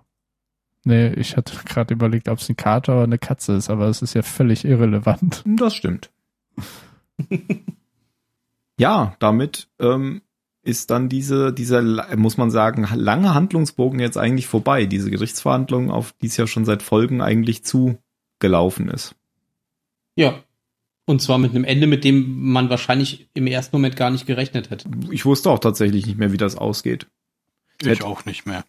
[SPEAKER 6] Nee, ich hatte gerade überlegt, ob es ein Kater oder eine Katze ist, aber es ist ja völlig irrelevant.
[SPEAKER 3] Das stimmt. ja, damit ähm, ist dann diese, dieser, la- muss man sagen, lange Handlungsbogen jetzt eigentlich vorbei. Diese Gerichtsverhandlung, auf die es ja schon seit Folgen eigentlich zugelaufen ist.
[SPEAKER 7] Ja. Und zwar mit einem Ende, mit dem man wahrscheinlich im ersten Moment gar nicht gerechnet hätte.
[SPEAKER 3] Ich wusste auch tatsächlich nicht mehr, wie das ausgeht.
[SPEAKER 5] Ich
[SPEAKER 3] Hätte-
[SPEAKER 5] auch nicht mehr.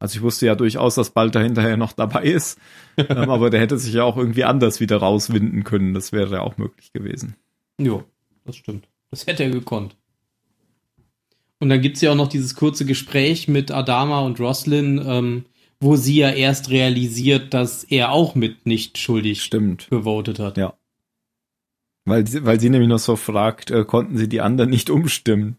[SPEAKER 3] Also ich wusste ja durchaus, dass Balter hinterher noch dabei ist, ähm, aber der hätte sich ja auch irgendwie anders wieder rauswinden können. Das wäre ja auch möglich gewesen.
[SPEAKER 7] Jo, das stimmt. Das hätte er gekonnt. Und dann gibt's ja auch noch dieses kurze Gespräch mit Adama und Roslin, ähm, wo sie ja erst realisiert, dass er auch mit nicht schuldig
[SPEAKER 3] Stimmt.
[SPEAKER 7] gewotet hat.
[SPEAKER 3] Ja. Weil, sie- weil sie nämlich noch so fragt, äh, konnten sie die anderen nicht umstimmen?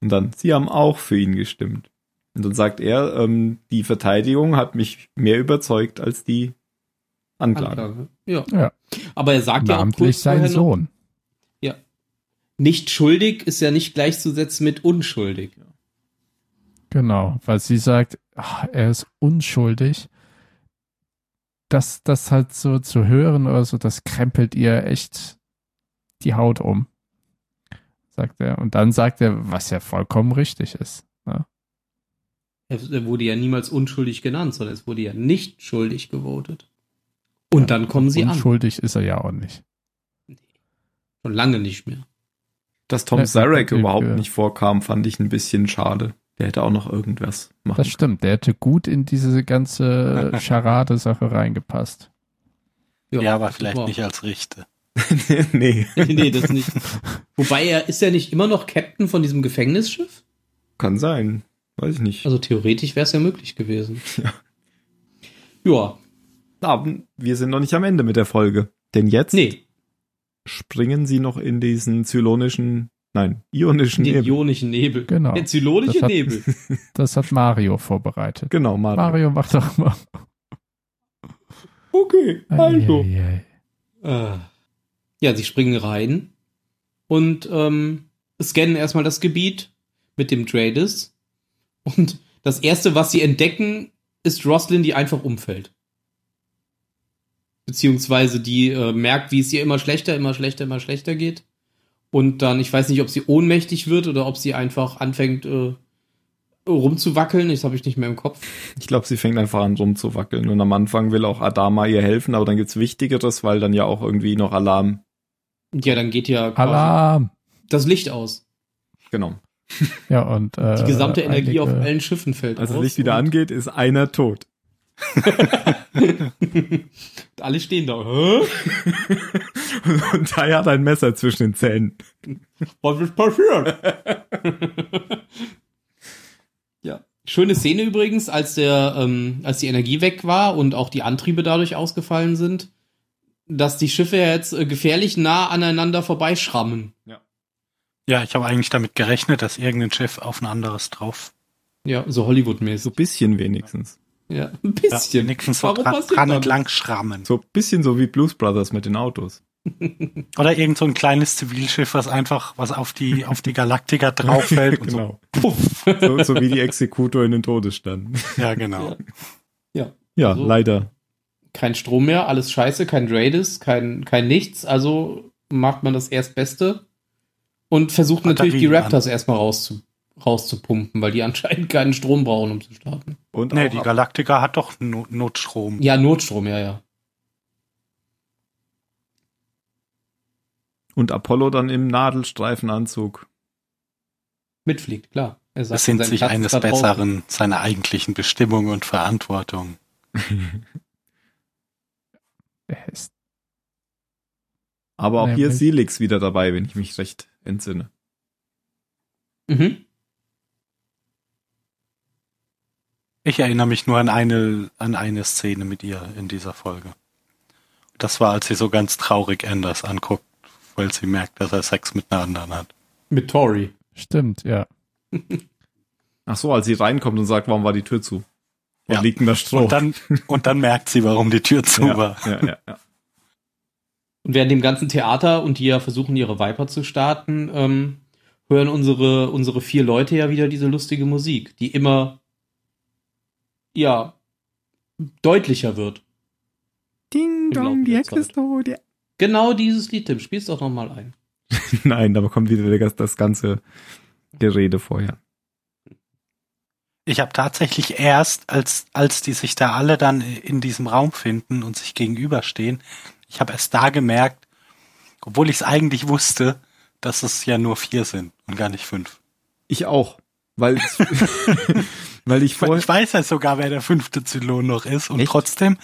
[SPEAKER 3] Und dann, sie haben auch für ihn gestimmt. Und dann sagt er, ähm, die Verteidigung hat mich mehr überzeugt als die Anklage.
[SPEAKER 7] Anklage. Ja.
[SPEAKER 6] Ja.
[SPEAKER 7] Aber er sagt ja auch
[SPEAKER 6] Namentlich
[SPEAKER 7] kurz
[SPEAKER 6] sein
[SPEAKER 7] vorher noch,
[SPEAKER 6] Sohn.
[SPEAKER 7] nicht schuldig ist ja nicht gleichzusetzen mit unschuldig.
[SPEAKER 6] Genau, weil sie sagt, ach, er ist unschuldig. Das, das halt so zu hören oder so, das krempelt ihr echt die Haut um, sagt er. Und dann sagt er, was ja vollkommen richtig ist.
[SPEAKER 7] Er- Er wurde ja niemals unschuldig genannt, sondern es wurde ja nicht schuldig gewotet. Und
[SPEAKER 6] Ja,
[SPEAKER 7] dann kommen sie an.
[SPEAKER 6] Unschuldig ist er ja auch nicht.
[SPEAKER 7] Schon lange nicht mehr.
[SPEAKER 3] Dass Tom
[SPEAKER 6] Ja,
[SPEAKER 3] Zarek
[SPEAKER 6] ja.
[SPEAKER 3] überhaupt nicht vorkam, fand ich ein bisschen schade. Der hätte auch noch irgendwas machen
[SPEAKER 6] Das stimmt, der hätte gut in diese ganze Charade-Sache reingepasst.
[SPEAKER 5] Ja, aber vielleicht nicht als Richter.
[SPEAKER 3] können. nee,
[SPEAKER 7] nee, das nicht. Wobei er ist ja nicht immer noch Captain von diesem Gefängnisschiff?
[SPEAKER 3] kann sein. Weiß ich nicht.
[SPEAKER 7] Also theoretisch wäre es ja möglich gewesen. Ja. Ja,
[SPEAKER 3] Aber wir sind noch nicht am Ende mit der Folge. Denn jetzt
[SPEAKER 7] nee,
[SPEAKER 3] springen sie noch in diesen zylonischen, nein, ionischen
[SPEAKER 7] den
[SPEAKER 3] Nebel.
[SPEAKER 7] ionischen Nebel.
[SPEAKER 6] Genau.
[SPEAKER 7] Der zylonische
[SPEAKER 6] Das hat-
[SPEAKER 7] Nebel.
[SPEAKER 6] Das hat Mario vorbereitet.
[SPEAKER 3] Genau, Mario.
[SPEAKER 6] Mario, mach doch mal.
[SPEAKER 7] Okay, also.
[SPEAKER 6] Eieiei.
[SPEAKER 7] Äh. Ja, sie springen rein und ähm, scannen erstmal das Gebiet mit dem Tradis. Und das erste, was sie entdecken, ist Roslyn, die einfach umfällt. Beziehungsweise die äh, merkt, wie es ihr immer schlechter, immer schlechter, immer schlechter geht. Und dann, ich weiß nicht, ob sie ohnmächtig wird oder ob sie einfach anfängt äh, rumzuwackeln. Das habe ich nicht mehr im Kopf.
[SPEAKER 3] Ich glaube, sie fängt einfach an rumzuwackeln. Und am Anfang will auch Adama ihr helfen, aber dann gibt's Wichtigeres, weil dann ja auch irgendwie noch Alarm.
[SPEAKER 7] Und ja, dann geht ja quasi
[SPEAKER 6] Alarm!
[SPEAKER 7] das Licht aus.
[SPEAKER 3] Genau.
[SPEAKER 6] Ja, und äh,
[SPEAKER 7] Die gesamte Energie auf
[SPEAKER 6] einige-
[SPEAKER 7] allen Schiffen fällt
[SPEAKER 3] Als Also das
[SPEAKER 7] aus
[SPEAKER 3] Licht wieder
[SPEAKER 7] und-
[SPEAKER 3] angeht, ist einer tot.
[SPEAKER 7] Alle stehen da. Hä?
[SPEAKER 3] Und Tai hat ein Messer zwischen den Zähnen.
[SPEAKER 7] Was ist passiert? ja. Schöne Szene übrigens, als der, ähm, als die Energie weg war und auch die Antriebe dadurch ausgefallen sind, dass die Schiffe ja jetzt äh, gefährlich nah aneinander vorbeischrammen.
[SPEAKER 5] Ja, ich habe eigentlich damit gerechnet, dass irgendein Chef auf ein anderes drauf.
[SPEAKER 7] Ja, so Hollywood-mäßig.
[SPEAKER 3] Bisschen wenigstens.
[SPEAKER 7] Ja, ein
[SPEAKER 5] Ja,
[SPEAKER 7] bisschen.
[SPEAKER 5] wenigstens so
[SPEAKER 7] Warum
[SPEAKER 5] dran,
[SPEAKER 7] passiert
[SPEAKER 5] dran
[SPEAKER 7] da
[SPEAKER 5] entlang schrammen.
[SPEAKER 3] So bisschen so wie Blues Brothers mit den Autos.
[SPEAKER 5] Oder irgend so ein kleines Zivilschiff, was einfach, was auf die, auf die Galaktiker drauffällt und so. Puff.
[SPEAKER 3] Genau. So, so wie die Exekutor in den Todesstand.
[SPEAKER 5] Ja, genau.
[SPEAKER 3] Ja,
[SPEAKER 7] So.
[SPEAKER 3] leider.
[SPEAKER 7] kein Strom mehr, alles scheiße, kein Dreadis, kein, kein nichts. Also macht man das Erstbeste und versucht natürlich die
[SPEAKER 5] Batterien an.
[SPEAKER 7] Raptors erstmal rauszu, rauszupumpen, weil die anscheinend keinen Strom brauchen, um zu starten.
[SPEAKER 3] Und
[SPEAKER 5] Nee,
[SPEAKER 3] auch
[SPEAKER 5] die Galaktiker hat doch No- Notstrom.
[SPEAKER 7] Ja, Notstrom, ja, ja.
[SPEAKER 3] Und Apollo dann im Nadelstreifenanzug.
[SPEAKER 7] Mitfliegt, klar. Er sagt,
[SPEAKER 5] Besinnt
[SPEAKER 7] sein
[SPEAKER 5] sich
[SPEAKER 7] Platz ist
[SPEAKER 5] eines
[SPEAKER 7] da draußen.
[SPEAKER 5] Besseren, seiner eigentlichen Bestimmung und Verantwortung.
[SPEAKER 6] Er ist-
[SPEAKER 3] Aber auch
[SPEAKER 6] Nee,
[SPEAKER 3] hier ist
[SPEAKER 6] nicht.
[SPEAKER 3] Silix wieder dabei, wenn ich mich recht entsinne.
[SPEAKER 7] Mhm.
[SPEAKER 5] Ich erinnere mich nur an eine, an eine Szene mit ihr in dieser Folge. Das war, als sie so ganz traurig Anders anguckt, weil sie merkt, dass er Sex mit einer anderen hat.
[SPEAKER 7] Mit Tori.
[SPEAKER 6] Stimmt, ja.
[SPEAKER 3] Ach so, als sie reinkommt und sagt, warum war die Tür zu? Und
[SPEAKER 5] Ja.
[SPEAKER 3] liegt denn da Stroh?
[SPEAKER 5] Und dann, und dann merkt sie, warum die Tür zu
[SPEAKER 3] ja,
[SPEAKER 5] war.
[SPEAKER 3] ja, ja, ja.
[SPEAKER 7] Und während dem ganzen Theater und die ja versuchen, ihre Viper zu starten, ähm, hören unsere, unsere vier Leute ja wieder diese lustige Musik, die immer, ja, deutlicher wird.
[SPEAKER 3] Ding
[SPEAKER 7] Im Laufe
[SPEAKER 3] dong, die
[SPEAKER 7] der
[SPEAKER 3] Hexe ist
[SPEAKER 7] Zeit.
[SPEAKER 3] tot. ja.
[SPEAKER 7] Genau dieses Lied, Tim. Spiel's doch nochmal ein.
[SPEAKER 3] Nein, da kommt wieder der- das ganze Gerede vorher.
[SPEAKER 5] Ich habe tatsächlich erst, als, als die sich da alle dann in diesem Raum finden und sich gegenüberstehen, ich habe erst da gemerkt, obwohl ich es eigentlich wusste, dass es ja nur vier sind und gar nicht fünf.
[SPEAKER 3] Ich auch. Weil, Weil ich
[SPEAKER 5] Ich, we-
[SPEAKER 3] vorher,
[SPEAKER 5] ich weiß ja sogar, wer der fünfte Zylon noch ist und
[SPEAKER 3] Echt?
[SPEAKER 5] trotzdem,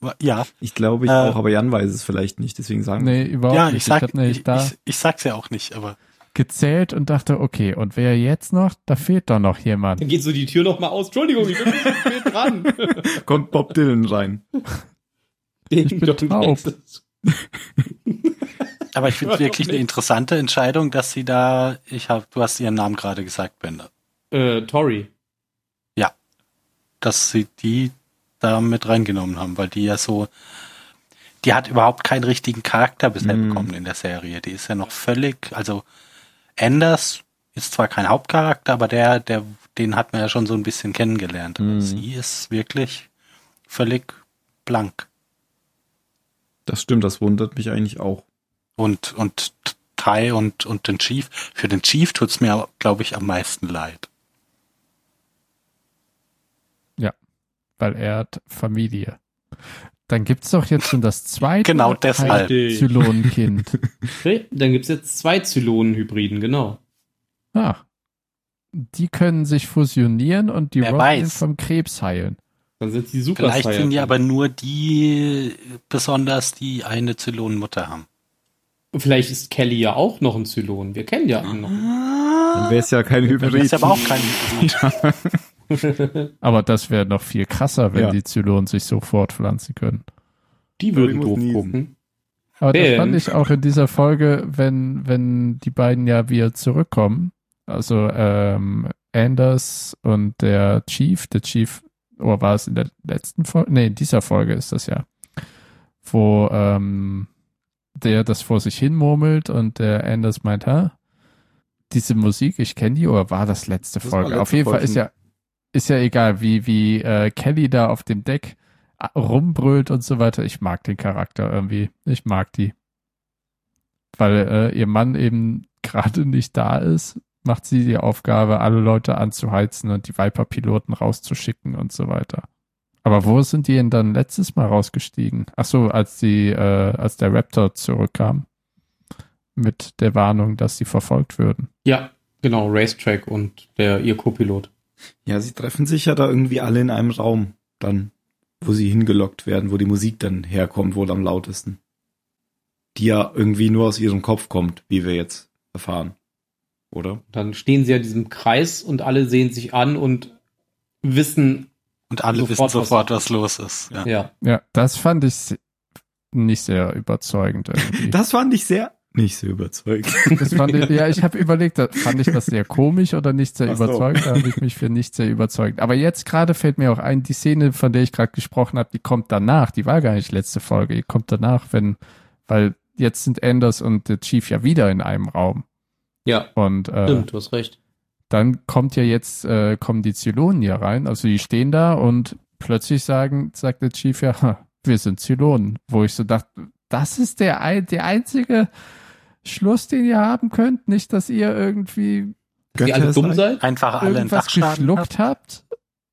[SPEAKER 5] wa- ja,
[SPEAKER 3] ich glaube ich
[SPEAKER 5] Äh,
[SPEAKER 3] auch, aber Jan weiß es vielleicht nicht, deswegen sagen wir.
[SPEAKER 6] Nee, überhaupt
[SPEAKER 5] ja,
[SPEAKER 6] nicht.
[SPEAKER 5] ich sag,
[SPEAKER 6] hab nämlich
[SPEAKER 5] ich,
[SPEAKER 6] da
[SPEAKER 5] ich, ich sag's ja auch nicht, aber
[SPEAKER 6] gezählt und dachte, okay, und wer jetzt noch? Da fehlt doch noch jemand.
[SPEAKER 7] Dann geht so die Tür nochmal aus. Entschuldigung, ich bin nicht spät dran.
[SPEAKER 3] Kommt Bob Dylan rein.
[SPEAKER 7] Ding
[SPEAKER 6] bin taub.
[SPEAKER 5] Aber ich finde es
[SPEAKER 7] Hört doch
[SPEAKER 5] wirklich eine
[SPEAKER 7] nicht.
[SPEAKER 5] interessante Entscheidung, dass sie da, ich hab, du hast ihren Namen gerade gesagt, Bender,
[SPEAKER 7] Äh, Tori.
[SPEAKER 5] dass sie die da mit reingenommen haben, weil die ja so, die hat überhaupt keinen richtigen Charakter bisher
[SPEAKER 3] Mm.
[SPEAKER 5] bekommen in der Serie. Die ist ja noch völlig, also Anders ist zwar kein Hauptcharakter, aber der, der, den hat man ja schon so ein bisschen kennengelernt. Aber
[SPEAKER 3] Mm.
[SPEAKER 5] sie ist wirklich völlig blank.
[SPEAKER 3] Das stimmt, das wundert mich eigentlich auch.
[SPEAKER 5] Und, und Tai und, und den Chief, für den Chief tut's mir, glaube ich, am meisten leid.
[SPEAKER 6] weil er hat Familie. Dann gibt's doch jetzt schon das zweite
[SPEAKER 5] Genau deshalb.
[SPEAKER 6] Zylonenkind.
[SPEAKER 7] Dann gibt's jetzt zwei Zylonen-Hybriden, genau.
[SPEAKER 6] Ah. Die können sich fusionieren und die
[SPEAKER 5] Wer
[SPEAKER 6] Roslin
[SPEAKER 5] weiß.
[SPEAKER 6] vom Krebs heilen.
[SPEAKER 7] Dann sind die super
[SPEAKER 5] Vielleicht sind ja
[SPEAKER 7] Saiyajin.
[SPEAKER 5] aber nur die äh, besonders, die eine Zylonenmutter haben.
[SPEAKER 7] Und Vielleicht ist Kelly ja auch noch ein Zylon. Wir kennen ja einen noch.
[SPEAKER 3] Dann wäre es ja kein
[SPEAKER 5] Das
[SPEAKER 3] Hybrid.
[SPEAKER 5] ist aber auch kein Hybrid.
[SPEAKER 6] Aber das wäre noch viel krasser, wenn
[SPEAKER 3] Ja.
[SPEAKER 6] die Zylonen sich so fortpflanzen können.
[SPEAKER 7] Die
[SPEAKER 9] ich
[SPEAKER 7] würden
[SPEAKER 9] muss
[SPEAKER 7] doof
[SPEAKER 9] niesen.
[SPEAKER 7] gucken.
[SPEAKER 6] Aber das
[SPEAKER 7] Ben.
[SPEAKER 6] fand ich auch in dieser Folge, wenn, wenn die beiden ja wieder zurückkommen, also ähm, Anders und der Chief, der Chief, oder war es in der letzten Folge? Nee, in dieser Folge ist das ja, wo ähm, der das vor sich hin murmelt und der Anders meint, ha, diese Musik, ich kenne die, oder war das letzte
[SPEAKER 3] Das war
[SPEAKER 6] Folge?
[SPEAKER 3] letzte
[SPEAKER 6] Auf jeden Fall
[SPEAKER 3] Folge.
[SPEAKER 6] ist ja, ist ja egal, wie, wie äh, Kelly da auf dem Deck a- rumbrüllt und so weiter. Ich mag den Charakter irgendwie. Ich mag die. Weil äh, ihr Mann eben gerade nicht da ist, macht sie die Aufgabe, alle Leute anzuheizen und die Viper-Piloten rauszuschicken und so weiter. Aber wo sind die denn dann letztes Mal rausgestiegen? Ach so, als die, äh, als der Raptor zurückkam mit der Warnung, dass sie verfolgt würden.
[SPEAKER 7] Ja, genau. Racetrack und der, ihr Co-Pilot.
[SPEAKER 9] Ja, sie treffen sich ja da irgendwie alle in einem Raum, dann, wo sie hingelockt werden, wo die Musik dann herkommt, wohl am lautesten. Die ja irgendwie nur aus ihrem Kopf kommt, wie wir jetzt erfahren. Oder?
[SPEAKER 7] Dann stehen sie ja in diesem Kreis und alle sehen sich an und wissen,
[SPEAKER 5] Und alle
[SPEAKER 7] Sofort
[SPEAKER 5] wissen
[SPEAKER 7] was-
[SPEAKER 5] sofort, was los ist. Ja.
[SPEAKER 7] ja.
[SPEAKER 6] Ja, das fand ich se- nicht sehr überzeugend irgendwie.
[SPEAKER 9] Das fand ich sehr nicht so überzeugend.
[SPEAKER 6] Das fand ich, ja, ich habe überlegt, da- fand ich das sehr komisch oder nicht sehr
[SPEAKER 9] Ach so.
[SPEAKER 6] überzeugend? Da habe ich mich für nicht sehr überzeugend. Aber jetzt gerade fällt mir auch ein, die Szene, von der ich gerade gesprochen habe, die kommt danach. Die war gar nicht letzte Folge. Die kommt danach, wenn, weil jetzt sind Anders und der Chief ja wieder in einem Raum.
[SPEAKER 7] Ja,
[SPEAKER 6] Und äh,
[SPEAKER 7] stimmt, du hast recht.
[SPEAKER 6] dann kommt ja jetzt, äh, kommen die Zylonen ja rein. Also die stehen da und plötzlich sagen, sagt der Chief ja, "Ha, wir sind Zylonen. Wo ich so dachte, das ist der, ein, der einzige Schluss, den ihr haben könnt. Nicht, dass ihr irgendwie
[SPEAKER 7] Die alle dumm seid?
[SPEAKER 5] Einfach alle einen
[SPEAKER 6] irgendwas
[SPEAKER 5] Dachschaden. haben.
[SPEAKER 6] geschluckt habt.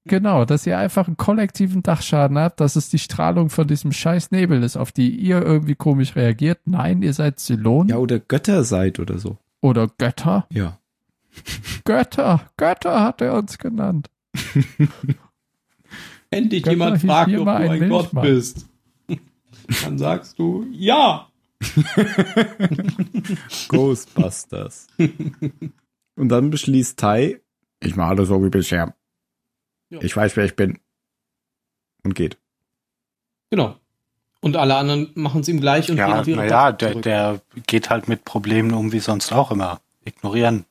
[SPEAKER 6] Genau, dass ihr einfach einen kollektiven Dachschaden habt, dass es die Strahlung von diesem scheiß Nebel ist, auf die ihr irgendwie komisch reagiert. Nein, ihr seid Zylonen
[SPEAKER 9] Ja, oder Götter seid oder so.
[SPEAKER 6] oder Götter.
[SPEAKER 9] Ja.
[SPEAKER 6] Götter, Götter hat er uns genannt.
[SPEAKER 7] Wenn dich
[SPEAKER 6] Gott
[SPEAKER 7] jemand
[SPEAKER 6] sei Dank
[SPEAKER 7] fragt,
[SPEAKER 6] hier
[SPEAKER 7] ob du
[SPEAKER 6] mal ein
[SPEAKER 7] ein Gott
[SPEAKER 6] Milchmann.
[SPEAKER 7] bist, dann sagst du ja.
[SPEAKER 9] Ghostbusters. Und dann beschließt Tai, ich mache alles so wie bisher.
[SPEAKER 7] Ja.
[SPEAKER 9] Ich weiß, wer ich bin. Und geht.
[SPEAKER 7] Genau. Und alle anderen machen es ihm gleich und gehen
[SPEAKER 5] Ja,
[SPEAKER 7] auf ihre
[SPEAKER 5] naja,
[SPEAKER 7] Dach
[SPEAKER 5] der,
[SPEAKER 7] zurück.
[SPEAKER 5] der geht halt mit Problemen um, wie sonst auch immer. Ignorieren.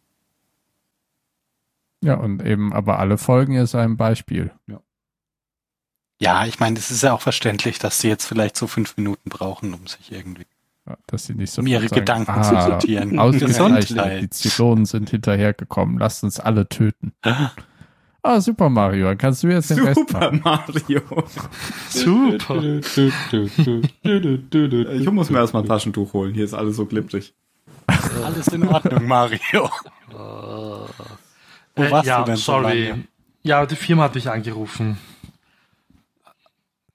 [SPEAKER 6] Ja, und eben, aber alle folgen ja seinem Beispiel.
[SPEAKER 5] Ja, ich meine, es ist ja auch verständlich, dass sie jetzt vielleicht so fünf Minuten brauchen, um sich irgendwie,
[SPEAKER 6] Ja, Dass sie nicht so
[SPEAKER 5] um ihre
[SPEAKER 6] sagen,
[SPEAKER 5] Gedanken zu
[SPEAKER 6] ah,
[SPEAKER 5] sortieren.
[SPEAKER 6] Ausgezeichnet, die Zylonen sind hinterhergekommen, lasst uns alle töten. Ah, Super Mario, dann kannst du jetzt den Rest machen.
[SPEAKER 9] Mario.
[SPEAKER 4] Super.
[SPEAKER 9] Ich muss mir erstmal ein Taschentuch holen. Hier ist alles so glitschig.
[SPEAKER 5] Alles in Ordnung, Mario. Wo warst
[SPEAKER 4] Äh, ja,
[SPEAKER 5] du denn so
[SPEAKER 4] sorry.
[SPEAKER 5] lange?
[SPEAKER 4] ja, die Firma hat mich angerufen.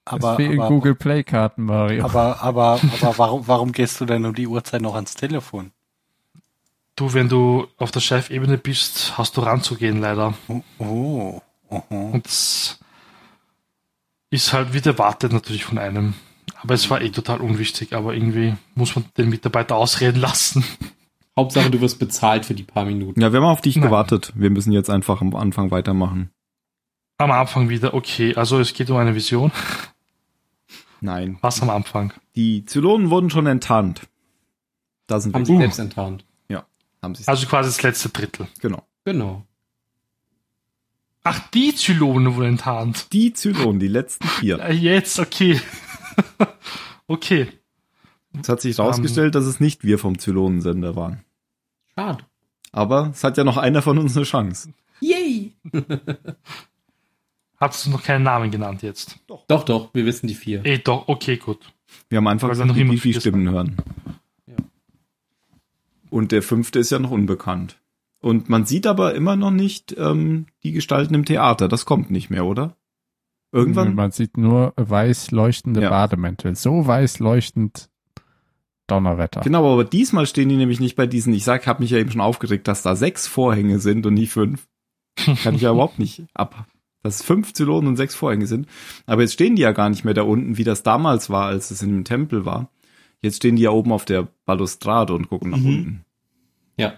[SPEAKER 5] Aber,
[SPEAKER 6] es fehlen
[SPEAKER 5] aber,
[SPEAKER 6] Google Play Karten, Mario.
[SPEAKER 5] aber, aber, aber warum, warum gehst du denn um die Uhrzeit noch ans Telefon?
[SPEAKER 4] Du, wenn du auf der Chefebene bist, hast du ranzugehen, leider.
[SPEAKER 5] Oh, oh, oho.
[SPEAKER 4] Und das ist halt wieder erwartet natürlich von einem. Aber es war eh total unwichtig, aber irgendwie muss man den Mitarbeiter ausreden lassen.
[SPEAKER 7] Hauptsache, du wirst bezahlt für die paar Minuten.
[SPEAKER 3] Ja, wir haben auf dich
[SPEAKER 4] Nein.
[SPEAKER 3] gewartet. Wir müssen jetzt einfach am Anfang weitermachen.
[SPEAKER 4] Am Anfang wieder, okay, also es geht um eine Vision.
[SPEAKER 3] Nein.
[SPEAKER 4] Was am Anfang?
[SPEAKER 3] Die Zylonen wurden schon enttarnt. Da sind
[SPEAKER 7] Haben
[SPEAKER 3] wir.
[SPEAKER 7] sie selbst enttarnt.
[SPEAKER 3] haben sie
[SPEAKER 4] Also quasi das letzte Drittel.
[SPEAKER 3] genau.
[SPEAKER 7] Genau.
[SPEAKER 4] Ach, die Zylone wurden enttarnt.
[SPEAKER 3] Die Zylonen, die letzten vier.
[SPEAKER 4] Ah, Jetzt, okay. okay.
[SPEAKER 3] Es hat sich herausgestellt, dass es nicht wir vom Zylonensender waren.
[SPEAKER 7] Schade.
[SPEAKER 3] Aber es hat ja noch einer von uns eine Chance.
[SPEAKER 7] Yay!
[SPEAKER 4] Hattest du noch keinen Namen genannt jetzt?
[SPEAKER 7] Doch, doch, wir wissen die vier.
[SPEAKER 4] Eh, doch, okay, gut.
[SPEAKER 3] Wir haben einfach
[SPEAKER 4] Weil
[SPEAKER 3] gesagt,
[SPEAKER 4] noch
[SPEAKER 3] die
[SPEAKER 4] jemand
[SPEAKER 3] Bifi-Stimmen hören.
[SPEAKER 7] Ja.
[SPEAKER 3] Und der fünfte ist ja noch unbekannt. Und man sieht aber immer noch nicht ähm, die Gestalten im Theater. Das kommt nicht mehr, oder? Irgendwann?
[SPEAKER 6] Man sieht nur weiß leuchtende
[SPEAKER 3] Ja.
[SPEAKER 6] Bademäntel. So weiß leuchtend Donnerwetter.
[SPEAKER 3] Genau, aber diesmal stehen die nämlich nicht bei diesen. Ich sag, habe mich ja eben schon aufgeregt, dass da sechs Vorhänge sind und nicht fünf. Kann ich ja überhaupt nicht ab. Dass fünf Zylonen und sechs Vorhänge sind. Aber jetzt stehen die ja gar nicht mehr da unten, wie das damals war, als es in dem Tempel war. Jetzt stehen die ja oben auf der Balustrade und gucken nach
[SPEAKER 7] Mhm.
[SPEAKER 3] unten.
[SPEAKER 7] Ja.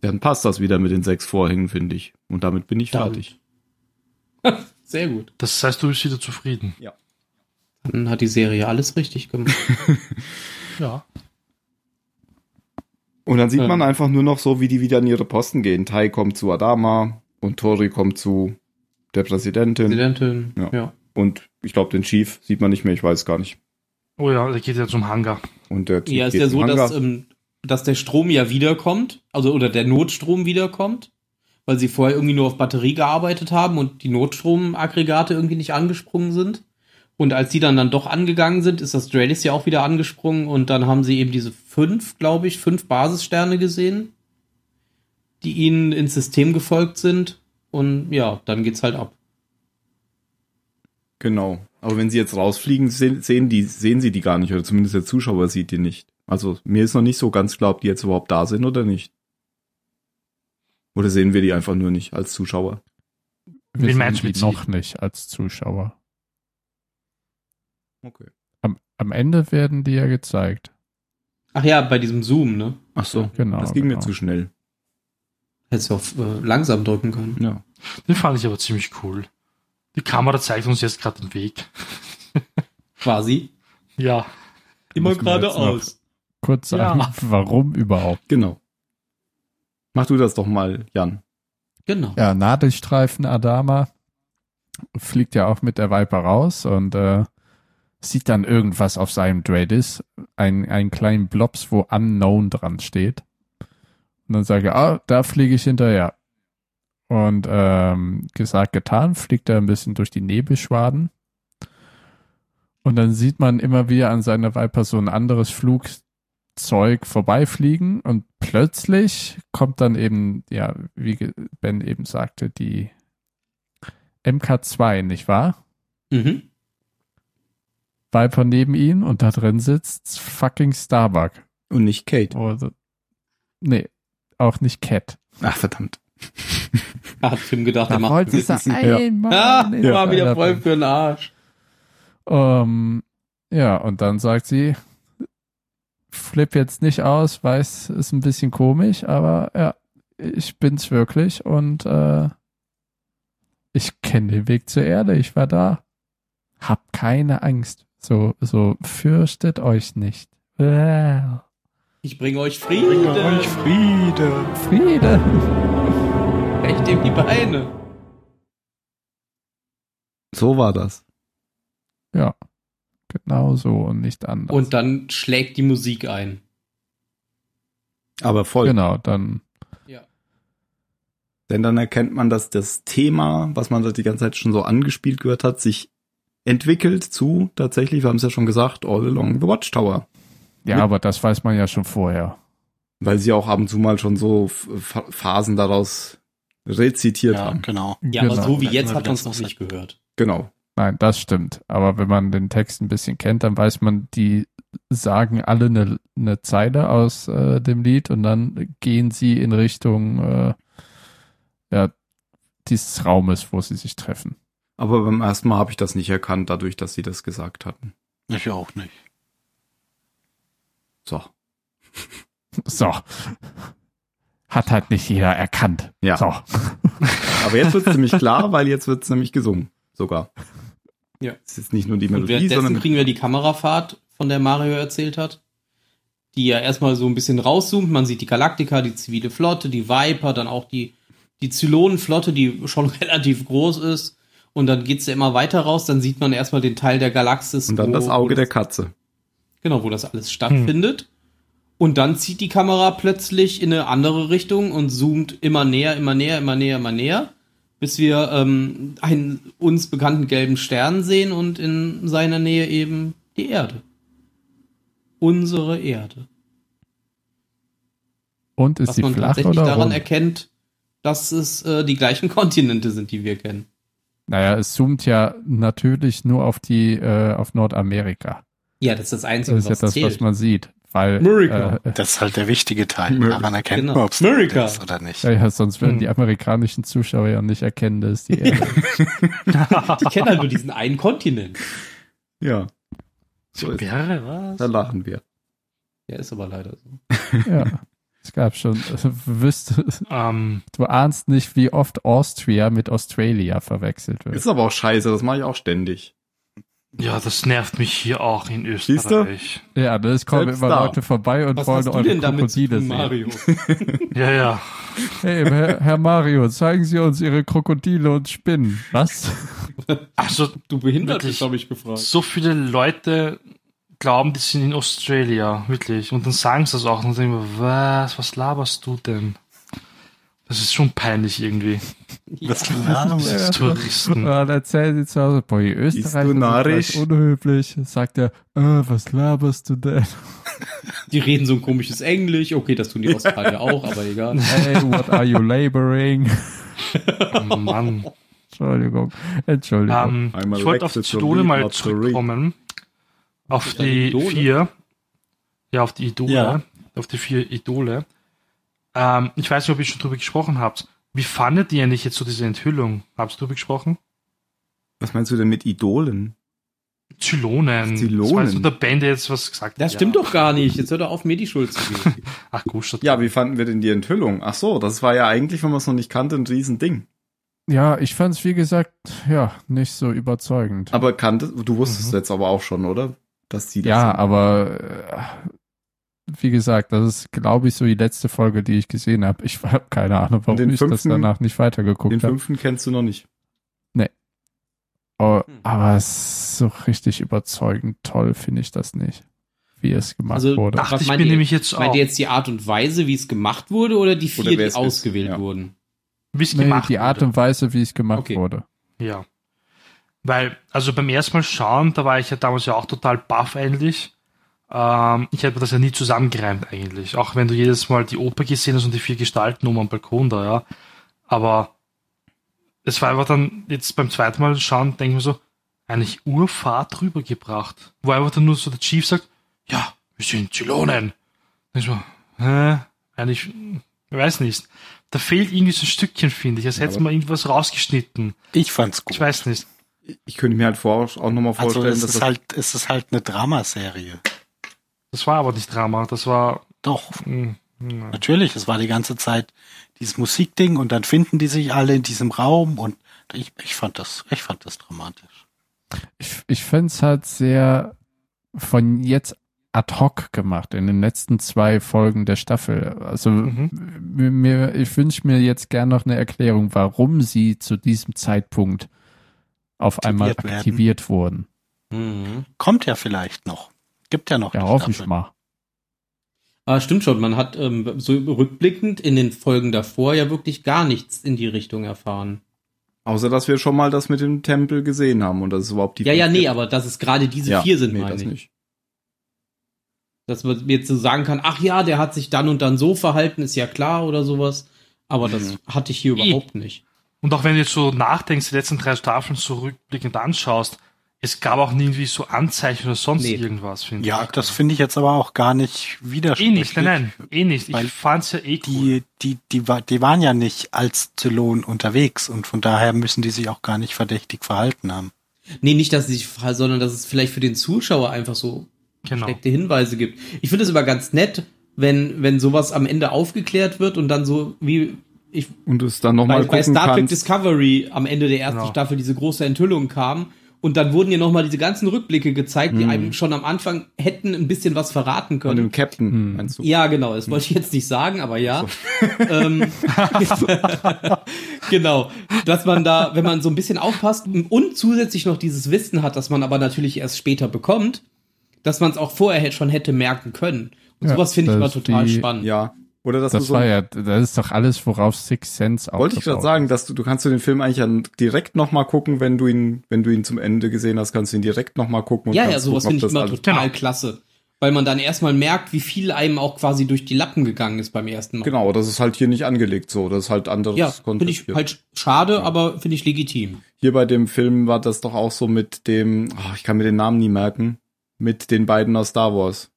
[SPEAKER 3] Dann passt das wieder mit den sechs Vorhängen, finde ich. Und damit bin ich
[SPEAKER 7] Damit.
[SPEAKER 3] fertig.
[SPEAKER 7] Sehr gut.
[SPEAKER 4] Das heißt, du bist wieder zufrieden.
[SPEAKER 7] Dann hat die Serie alles richtig gemacht.
[SPEAKER 4] Ja.
[SPEAKER 9] Und dann sieht
[SPEAKER 7] Ja.
[SPEAKER 9] man einfach nur noch so, wie die wieder an ihre Posten gehen. Tai kommt zu Adama und Tori kommt zu der Präsidentin.
[SPEAKER 7] Präsidentin.
[SPEAKER 9] Ja.
[SPEAKER 7] ja.
[SPEAKER 9] Und ich glaube, den Chief sieht man nicht mehr, ich weiß gar nicht.
[SPEAKER 4] Oh ja, der geht ja zum Hangar.
[SPEAKER 9] Und der Chief
[SPEAKER 7] Ja, ist
[SPEAKER 9] geht
[SPEAKER 7] ja
[SPEAKER 9] zum
[SPEAKER 7] so,
[SPEAKER 9] Hangar.
[SPEAKER 7] dass, ähm, dass der Strom ja wiederkommt, also oder der Notstrom wiederkommt, weil sie vorher irgendwie nur auf Batterie gearbeitet haben und die Notstromaggregate irgendwie nicht angesprungen sind. Und als die dann dann doch angegangen sind, ist das Dreadis ja auch wieder angesprungen und dann haben sie eben diese fünf, glaube ich, fünf Basissterne gesehen, die ihnen ins System gefolgt sind. Und ja, dann geht's halt ab.
[SPEAKER 3] Genau. Aber wenn sie jetzt rausfliegen, sehen, sehen, die, sehen sie die gar nicht. Oder zumindest der Zuschauer sieht die nicht. Also mir ist noch nicht so ganz klar, ob die jetzt überhaupt da sind oder nicht. Oder sehen wir die einfach nur nicht als Zuschauer?
[SPEAKER 6] Wir
[SPEAKER 4] Wen
[SPEAKER 6] sehen
[SPEAKER 4] meinst du
[SPEAKER 6] die
[SPEAKER 4] mit sie?
[SPEAKER 6] noch nicht als Zuschauer.
[SPEAKER 3] Okay.
[SPEAKER 6] Am, am Ende werden die ja gezeigt.
[SPEAKER 7] Ach ja, bei diesem Zoom, ne?
[SPEAKER 3] Ach so.
[SPEAKER 6] Genau.
[SPEAKER 3] Das ging
[SPEAKER 6] genau.
[SPEAKER 3] mir zu schnell.
[SPEAKER 7] Hättest du auf äh, langsam drücken können.
[SPEAKER 3] Ja.
[SPEAKER 4] Den fand ich aber ziemlich cool. Die Kamera zeigt uns jetzt gerade den Weg.
[SPEAKER 7] Quasi.
[SPEAKER 4] Ja.
[SPEAKER 7] Immer
[SPEAKER 6] Müssen wir jetzt
[SPEAKER 7] geradeaus.
[SPEAKER 6] Kurz sagen,
[SPEAKER 4] Ja.
[SPEAKER 6] warum überhaupt?
[SPEAKER 3] Genau. Mach du das doch mal, Jan.
[SPEAKER 7] Genau.
[SPEAKER 6] Ja, Nadelstreifen Adama fliegt ja auch mit der Viper raus und äh, sieht dann irgendwas auf seinem Dreadis, ein, einen kleinen Blobs, wo Unknown dran steht. Und dann sage ich, ah, da fliege ich hinterher. Und ähm, gesagt, getan, fliegt er ein bisschen durch die Nebelschwaden. Und dann sieht man immer wieder an seiner Viper so ein anderes Flugzeug vorbeifliegen und plötzlich kommt dann eben, ja, wie ge- Ben eben sagte, die MK2, nicht wahr?
[SPEAKER 7] Mhm.
[SPEAKER 6] Viper neben ihn und da drin sitzt fucking Starbuck.
[SPEAKER 3] Und nicht Kate.
[SPEAKER 6] Oder, nee, auch nicht Cat.
[SPEAKER 3] Ach, verdammt.
[SPEAKER 7] Hat Tim gedacht, er
[SPEAKER 6] Da
[SPEAKER 7] macht
[SPEAKER 6] wollte ich
[SPEAKER 7] wenigstens-
[SPEAKER 6] sagen, einmal.
[SPEAKER 7] Ah,
[SPEAKER 6] in
[SPEAKER 7] war wieder
[SPEAKER 6] seiner-
[SPEAKER 7] voll für den Arsch.
[SPEAKER 6] Ähm, ja, und dann sagt sie, flip jetzt nicht aus, weiß, ist ein bisschen komisch, aber ja, ich bin's wirklich und äh, ich kenne den Weg zur Erde, ich war da. Hab keine Angst. So, so fürchtet euch nicht. Äh,
[SPEAKER 7] Ich bringe euch Frieden.
[SPEAKER 9] Friede.
[SPEAKER 6] Friede.
[SPEAKER 7] Recht ihm die Beine.
[SPEAKER 3] So war das.
[SPEAKER 6] Ja, genau so und nicht anders.
[SPEAKER 7] Und dann schlägt die Musik ein.
[SPEAKER 3] Aber voll.
[SPEAKER 6] genau, dann
[SPEAKER 3] Denn dann erkennt man, dass das Thema, was man da die ganze Zeit schon so angespielt gehört hat, sich entwickelt zu, tatsächlich, wir haben es ja schon gesagt, All Along the Watchtower.
[SPEAKER 6] ja,
[SPEAKER 3] Mit-
[SPEAKER 6] aber das weiß man ja schon vorher.
[SPEAKER 3] Weil sie auch ab und zu mal schon so F- F- Phasen daraus rezitiert
[SPEAKER 5] Ja,
[SPEAKER 3] haben.
[SPEAKER 5] genau.
[SPEAKER 7] Ja, aber
[SPEAKER 6] Genau.
[SPEAKER 7] so wie
[SPEAKER 5] Hatten wir
[SPEAKER 7] jetzt hat man es noch
[SPEAKER 5] letztens.
[SPEAKER 7] nicht gehört.
[SPEAKER 3] Genau.
[SPEAKER 6] Nein, das stimmt. Aber wenn man den Text ein bisschen kennt, dann weiß man, die sagen alle eine, eine Zeile aus äh, dem Lied und dann gehen sie in Richtung äh, ja, dieses Raumes, wo sie sich treffen.
[SPEAKER 9] Aber beim ersten Mal habe ich das nicht erkannt, dadurch, dass sie das gesagt hatten.
[SPEAKER 5] Ich auch nicht.
[SPEAKER 9] So.
[SPEAKER 6] So. Hat halt nicht jeder erkannt.
[SPEAKER 9] Ja.
[SPEAKER 6] So.
[SPEAKER 9] Aber jetzt wird es nämlich klar, weil jetzt wird es nämlich gesungen. Sogar.
[SPEAKER 7] Ja.
[SPEAKER 9] Es ist nicht nur die
[SPEAKER 7] Und
[SPEAKER 9] Melodie,
[SPEAKER 7] währenddessen
[SPEAKER 9] sondern.
[SPEAKER 7] kriegen wir die Kamerafahrt, von der Mario erzählt hat, die ja erstmal so ein bisschen rauszoomt. Man sieht die Galaktika, die zivile Flotte, die Viper, dann auch die, die Zylonenflotte, die schon relativ groß ist. Und dann geht's ja immer weiter raus. Dann sieht man erstmal den Teil der Galaxis.
[SPEAKER 9] Und dann
[SPEAKER 7] wo-
[SPEAKER 9] das
[SPEAKER 7] wo
[SPEAKER 9] Auge der
[SPEAKER 7] das-
[SPEAKER 9] Katze.
[SPEAKER 7] Genau, wo das
[SPEAKER 6] Hm.
[SPEAKER 7] alles stattfindet. Und dann zieht die Kamera plötzlich in eine andere Richtung und zoomt immer näher, immer näher, immer näher, immer näher, bis wir ähm, einen uns bekannten gelben Stern sehen und in seiner Nähe eben die Erde. Unsere Erde.
[SPEAKER 6] Und ist
[SPEAKER 7] Was
[SPEAKER 6] sie
[SPEAKER 7] man
[SPEAKER 6] flach
[SPEAKER 7] tatsächlich
[SPEAKER 6] oder
[SPEAKER 7] daran
[SPEAKER 6] rund?
[SPEAKER 7] erkennt, dass es äh, die gleichen Kontinente sind, die wir kennen.
[SPEAKER 6] Naja, es zoomt ja natürlich nur auf die, äh, auf Nordamerika.
[SPEAKER 7] Ja, das ist das
[SPEAKER 6] Das
[SPEAKER 7] Einzige,
[SPEAKER 6] ist ja
[SPEAKER 7] was
[SPEAKER 6] das,
[SPEAKER 7] zählt.
[SPEAKER 6] was man sieht. Weil,
[SPEAKER 7] Miracle.
[SPEAKER 6] äh,
[SPEAKER 5] Das ist halt der wichtige Teil.
[SPEAKER 9] Mö-
[SPEAKER 5] Daran erkennt
[SPEAKER 7] Genau.
[SPEAKER 5] man, ob es
[SPEAKER 7] America.
[SPEAKER 5] ist oder nicht.
[SPEAKER 6] ja, ja, sonst würden
[SPEAKER 4] Hm.
[SPEAKER 6] die amerikanischen Zuschauer ja nicht erkennen, dass die Erde.
[SPEAKER 7] Die kennen halt nur diesen einen Kontinent.
[SPEAKER 9] Ja. So ist,
[SPEAKER 4] Wäre
[SPEAKER 9] da
[SPEAKER 4] was?
[SPEAKER 9] lachen wir.
[SPEAKER 7] Der ist aber leider so.
[SPEAKER 6] ja. Es gab schon, wüsste,
[SPEAKER 4] Ähm,
[SPEAKER 6] du ahnst nicht, wie oft Austria mit Australia verwechselt wird.
[SPEAKER 9] Ist aber auch scheiße, das mache ich auch ständig.
[SPEAKER 4] ja, das nervt mich hier auch in
[SPEAKER 9] du?
[SPEAKER 4] Österreich.
[SPEAKER 6] Ja, aber es kommen
[SPEAKER 9] Selbst
[SPEAKER 6] immer
[SPEAKER 9] da.
[SPEAKER 6] Leute vorbei und
[SPEAKER 7] Was
[SPEAKER 6] wollen
[SPEAKER 7] hast du
[SPEAKER 6] eure
[SPEAKER 7] denn damit zu
[SPEAKER 6] Krokodile
[SPEAKER 7] tun,
[SPEAKER 6] sehen.
[SPEAKER 7] Mario?
[SPEAKER 4] Ja, ja.
[SPEAKER 6] Hey, Herr, Herr Mario, zeigen Sie uns Ihre Krokodile und Spinnen. Was?
[SPEAKER 4] Also
[SPEAKER 7] Du behindert
[SPEAKER 4] Wirklich?
[SPEAKER 7] bist, habe ich gefragt.
[SPEAKER 4] so viele Leute glauben, die sind in Australia, wirklich. Und dann sagen sie das auch und dann denken wir, was, was laberst du denn? Das ist schon peinlich irgendwie.
[SPEAKER 5] Das klar,
[SPEAKER 4] Diese
[SPEAKER 6] Ja,
[SPEAKER 4] Touristen.
[SPEAKER 6] dann erzählen Sie zu Hause, boah, die Österreicher
[SPEAKER 9] du
[SPEAKER 6] sind
[SPEAKER 9] narrisch?
[SPEAKER 6] ganz unhöflich. Sagt er, äh, was laberst du denn?
[SPEAKER 7] Die reden so ein komisches Englisch. Okay, das tun die Australier auch, aber egal.
[SPEAKER 6] Hey, what are you laboring?
[SPEAKER 4] Oh Mann.
[SPEAKER 6] Entschuldigung, Entschuldigung.
[SPEAKER 4] Ähm,
[SPEAKER 9] Einmal
[SPEAKER 4] ich wollte auf die
[SPEAKER 9] wechselt zur
[SPEAKER 4] Idole mal
[SPEAKER 9] Read Lottery.
[SPEAKER 4] zurückkommen. Auf die
[SPEAKER 7] Idole?
[SPEAKER 4] vier. Ja, auf die Idole.
[SPEAKER 5] Ja.
[SPEAKER 4] Auf die vier Idole. Ähm, ich weiß nicht, ob ihr schon drüber gesprochen habt. Wie fandet ihr eigentlich jetzt so diese Enthüllung? Habt ihr drüber gesprochen?
[SPEAKER 9] Was meinst du denn mit Idolen?
[SPEAKER 4] Zylonen.
[SPEAKER 9] Ach, Zylonen.
[SPEAKER 4] Das war jetzt so der Band, der jetzt was gesagt
[SPEAKER 7] Das
[SPEAKER 4] hat.
[SPEAKER 7] stimmt doch gar nicht. Jetzt hört er auf, mir die Schuld zu geben.
[SPEAKER 4] Ach, Gustav.
[SPEAKER 9] Ja, wie fanden wir denn die Enthüllung? Ach so, das war ja eigentlich, wenn man es noch nicht kannte, ein Riesending.
[SPEAKER 6] ja, ich fand es, wie gesagt, ja, nicht so überzeugend.
[SPEAKER 9] Aber kannte, du wusstest
[SPEAKER 6] Mhm.
[SPEAKER 9] jetzt aber auch schon, oder? Dass die das
[SPEAKER 6] Ja,
[SPEAKER 9] sind.
[SPEAKER 6] aber äh, wie gesagt, das ist, glaube ich, so die letzte Folge, die ich gesehen habe. Ich habe keine Ahnung, warum
[SPEAKER 9] den
[SPEAKER 6] ich das
[SPEAKER 9] fünften-
[SPEAKER 6] danach nicht
[SPEAKER 9] Den
[SPEAKER 6] weitergeguckt habe.
[SPEAKER 9] fünften kennst du noch nicht.
[SPEAKER 6] Oh, aber es ist so richtig überzeugend toll finde ich das nicht, wie es gemacht
[SPEAKER 7] Also,
[SPEAKER 6] wurde.
[SPEAKER 7] ach,
[SPEAKER 4] Dachte
[SPEAKER 7] was
[SPEAKER 4] ich mir
[SPEAKER 7] meint ihr?
[SPEAKER 4] nämlich jetzt auch.
[SPEAKER 7] Meint ihr jetzt die Art und Weise, wie es gemacht wurde, oder die vier,
[SPEAKER 9] Oder wer
[SPEAKER 7] die
[SPEAKER 9] es ist,
[SPEAKER 7] ausgewählt
[SPEAKER 9] ja.
[SPEAKER 7] wurden?
[SPEAKER 4] wie es
[SPEAKER 6] nee,
[SPEAKER 4] gemacht
[SPEAKER 6] die Art
[SPEAKER 4] wurde.
[SPEAKER 6] und Weise, wie es gemacht
[SPEAKER 7] Okay.
[SPEAKER 6] wurde.
[SPEAKER 4] Ja. Weil, also beim ersten Mal schauen, da war ich ja damals ja auch total baff eigentlich. Ähm, ich hätte mir das ja nie zusammengereimt eigentlich. Auch wenn du jedes Mal die Oper gesehen hast und die vier Gestalten um am Balkon da, ja. Aber es war einfach dann, jetzt beim zweiten Mal schauen, denke ich mir so, eigentlich Urfahrt rübergebracht. Wo einfach dann nur so der Chief sagt, ja, wir sind Zylonen. Denk ich mir, hä? Eigentlich, ich weiß nicht. Da fehlt irgendwie so ein Stückchen, finde ich. Als hätte
[SPEAKER 9] Aber-
[SPEAKER 4] man irgendwas rausgeschnitten.
[SPEAKER 5] Ich fand's gut.
[SPEAKER 4] Ich weiß nicht.
[SPEAKER 9] Ich könnte mir halt vor, auch nochmal
[SPEAKER 5] also
[SPEAKER 9] vorstellen,
[SPEAKER 5] es
[SPEAKER 9] dass
[SPEAKER 5] ist
[SPEAKER 9] das
[SPEAKER 5] halt, es ist halt eine Dramaserie.
[SPEAKER 4] Das war aber nicht Drama. Das war.
[SPEAKER 5] Doch,
[SPEAKER 4] mm, mm.
[SPEAKER 5] natürlich. Es war die ganze Zeit dieses Musikding und dann finden die sich alle in diesem Raum und ich, ich fand das, ich fand das dramatisch.
[SPEAKER 6] Ich, ich finde es halt sehr von jetzt ad hoc gemacht in den letzten zwei Folgen der Staffel. Also
[SPEAKER 4] Mhm.
[SPEAKER 6] mir- mir, ich wünsche mir jetzt gern noch eine Erklärung, warum sie zu diesem Zeitpunkt auf einmal
[SPEAKER 5] Aktiviert werden.
[SPEAKER 6] aktiviert wurden.
[SPEAKER 7] Mhm.
[SPEAKER 5] Kommt ja vielleicht noch. Gibt ja noch.
[SPEAKER 6] Ja,
[SPEAKER 5] die
[SPEAKER 6] hoffe ich
[SPEAKER 5] Staffel.
[SPEAKER 6] mal.
[SPEAKER 7] Aber Ah, stimmt schon, man hat ähm, so rückblickend in den Folgen davor ja wirklich gar nichts in die Richtung erfahren.
[SPEAKER 9] Außer, dass wir schon mal das mit dem Tempel gesehen haben und das ist überhaupt die.
[SPEAKER 7] Ja, ja, nee,
[SPEAKER 9] Ja,
[SPEAKER 7] aber dass es gerade diese vier sind, meine
[SPEAKER 9] das
[SPEAKER 7] ich.
[SPEAKER 9] nicht.
[SPEAKER 7] Dass man jetzt so sagen kann, ach ja, der hat sich dann und dann so verhalten, ist ja klar oder sowas. Aber
[SPEAKER 9] Mhm.
[SPEAKER 7] das hatte ich hier
[SPEAKER 4] I.
[SPEAKER 7] überhaupt nicht.
[SPEAKER 4] Und auch wenn du jetzt so nachdenkst, die letzten drei Staffeln zurückblickend anschaust, Es gab auch nie irgendwie so Anzeichen oder sonst
[SPEAKER 7] Nee.
[SPEAKER 4] irgendwas, finde
[SPEAKER 5] Ja,
[SPEAKER 4] ich.
[SPEAKER 5] das finde ich jetzt aber auch gar nicht
[SPEAKER 4] Eh
[SPEAKER 5] widersprüchlich.
[SPEAKER 4] nicht, nein, nein, eh nicht.
[SPEAKER 5] Weil
[SPEAKER 4] Ich fand's ja eh cool.
[SPEAKER 5] Die, die, die, wa- die waren ja nicht als Zylon unterwegs und von daher müssen die sich auch gar nicht verdächtig verhalten haben.
[SPEAKER 7] Nee, nicht, dass sie sich verhalten, sondern dass es vielleicht für den Zuschauer einfach so
[SPEAKER 4] Genau.
[SPEAKER 7] versteckte Hinweise gibt. Ich finde es immer ganz nett, wenn, wenn sowas am Ende aufgeklärt wird und dann so wie ich
[SPEAKER 3] Und es dann nochmal
[SPEAKER 7] bei, bei
[SPEAKER 3] gucken
[SPEAKER 7] Star Trek
[SPEAKER 3] kannst.
[SPEAKER 7] Discovery am Ende der ersten
[SPEAKER 4] Genau.
[SPEAKER 7] Staffel diese große Enthüllung kam und dann wurden ja nochmal diese ganzen Rückblicke gezeigt, die einem schon am Anfang hätten ein bisschen was verraten
[SPEAKER 3] Von
[SPEAKER 7] können.
[SPEAKER 3] dem Captain, meinst du?
[SPEAKER 7] Ja, genau, das wollte ich jetzt nicht sagen, aber ja. ähm, genau, dass man da, wenn man so ein bisschen aufpasst und zusätzlich noch dieses Wissen hat, das man aber natürlich erst später bekommt, dass man es auch vorher hätte- schon hätte merken können. Und
[SPEAKER 6] Ja,
[SPEAKER 7] sowas finde ich
[SPEAKER 6] das
[SPEAKER 7] mal
[SPEAKER 6] ist
[SPEAKER 7] total
[SPEAKER 6] die-
[SPEAKER 7] spannend.
[SPEAKER 9] Ja. Oder dass du
[SPEAKER 6] Das
[SPEAKER 9] so
[SPEAKER 6] war ja, das ist doch alles, worauf Six Sense
[SPEAKER 3] Wollte ich gerade
[SPEAKER 6] aufgebaut
[SPEAKER 3] sagen, dass du, du kannst du den Film eigentlich dann direkt nochmal gucken, wenn du ihn, wenn du ihn zum Ende gesehen hast, kannst du ihn direkt nochmal gucken.
[SPEAKER 7] Ja, ja,
[SPEAKER 3] kannst
[SPEAKER 7] sowas
[SPEAKER 3] gucken,
[SPEAKER 7] finde
[SPEAKER 3] ob das
[SPEAKER 7] ich immer
[SPEAKER 3] alles-
[SPEAKER 7] total
[SPEAKER 4] Genau.
[SPEAKER 7] klasse. Weil man dann erstmal merkt, wie viel einem auch quasi durch die Lappen gegangen ist beim ersten Mal.
[SPEAKER 3] Genau, das ist halt hier nicht angelegt so. Das ist halt anderes
[SPEAKER 7] Ja,
[SPEAKER 3] Content
[SPEAKER 7] finde ich
[SPEAKER 3] hier.
[SPEAKER 7] halt schade, aber finde ich legitim.
[SPEAKER 3] Hier bei dem Film war das doch auch so mit dem, ah, ich kann mir den Namen nie merken, mit den beiden aus Star Wars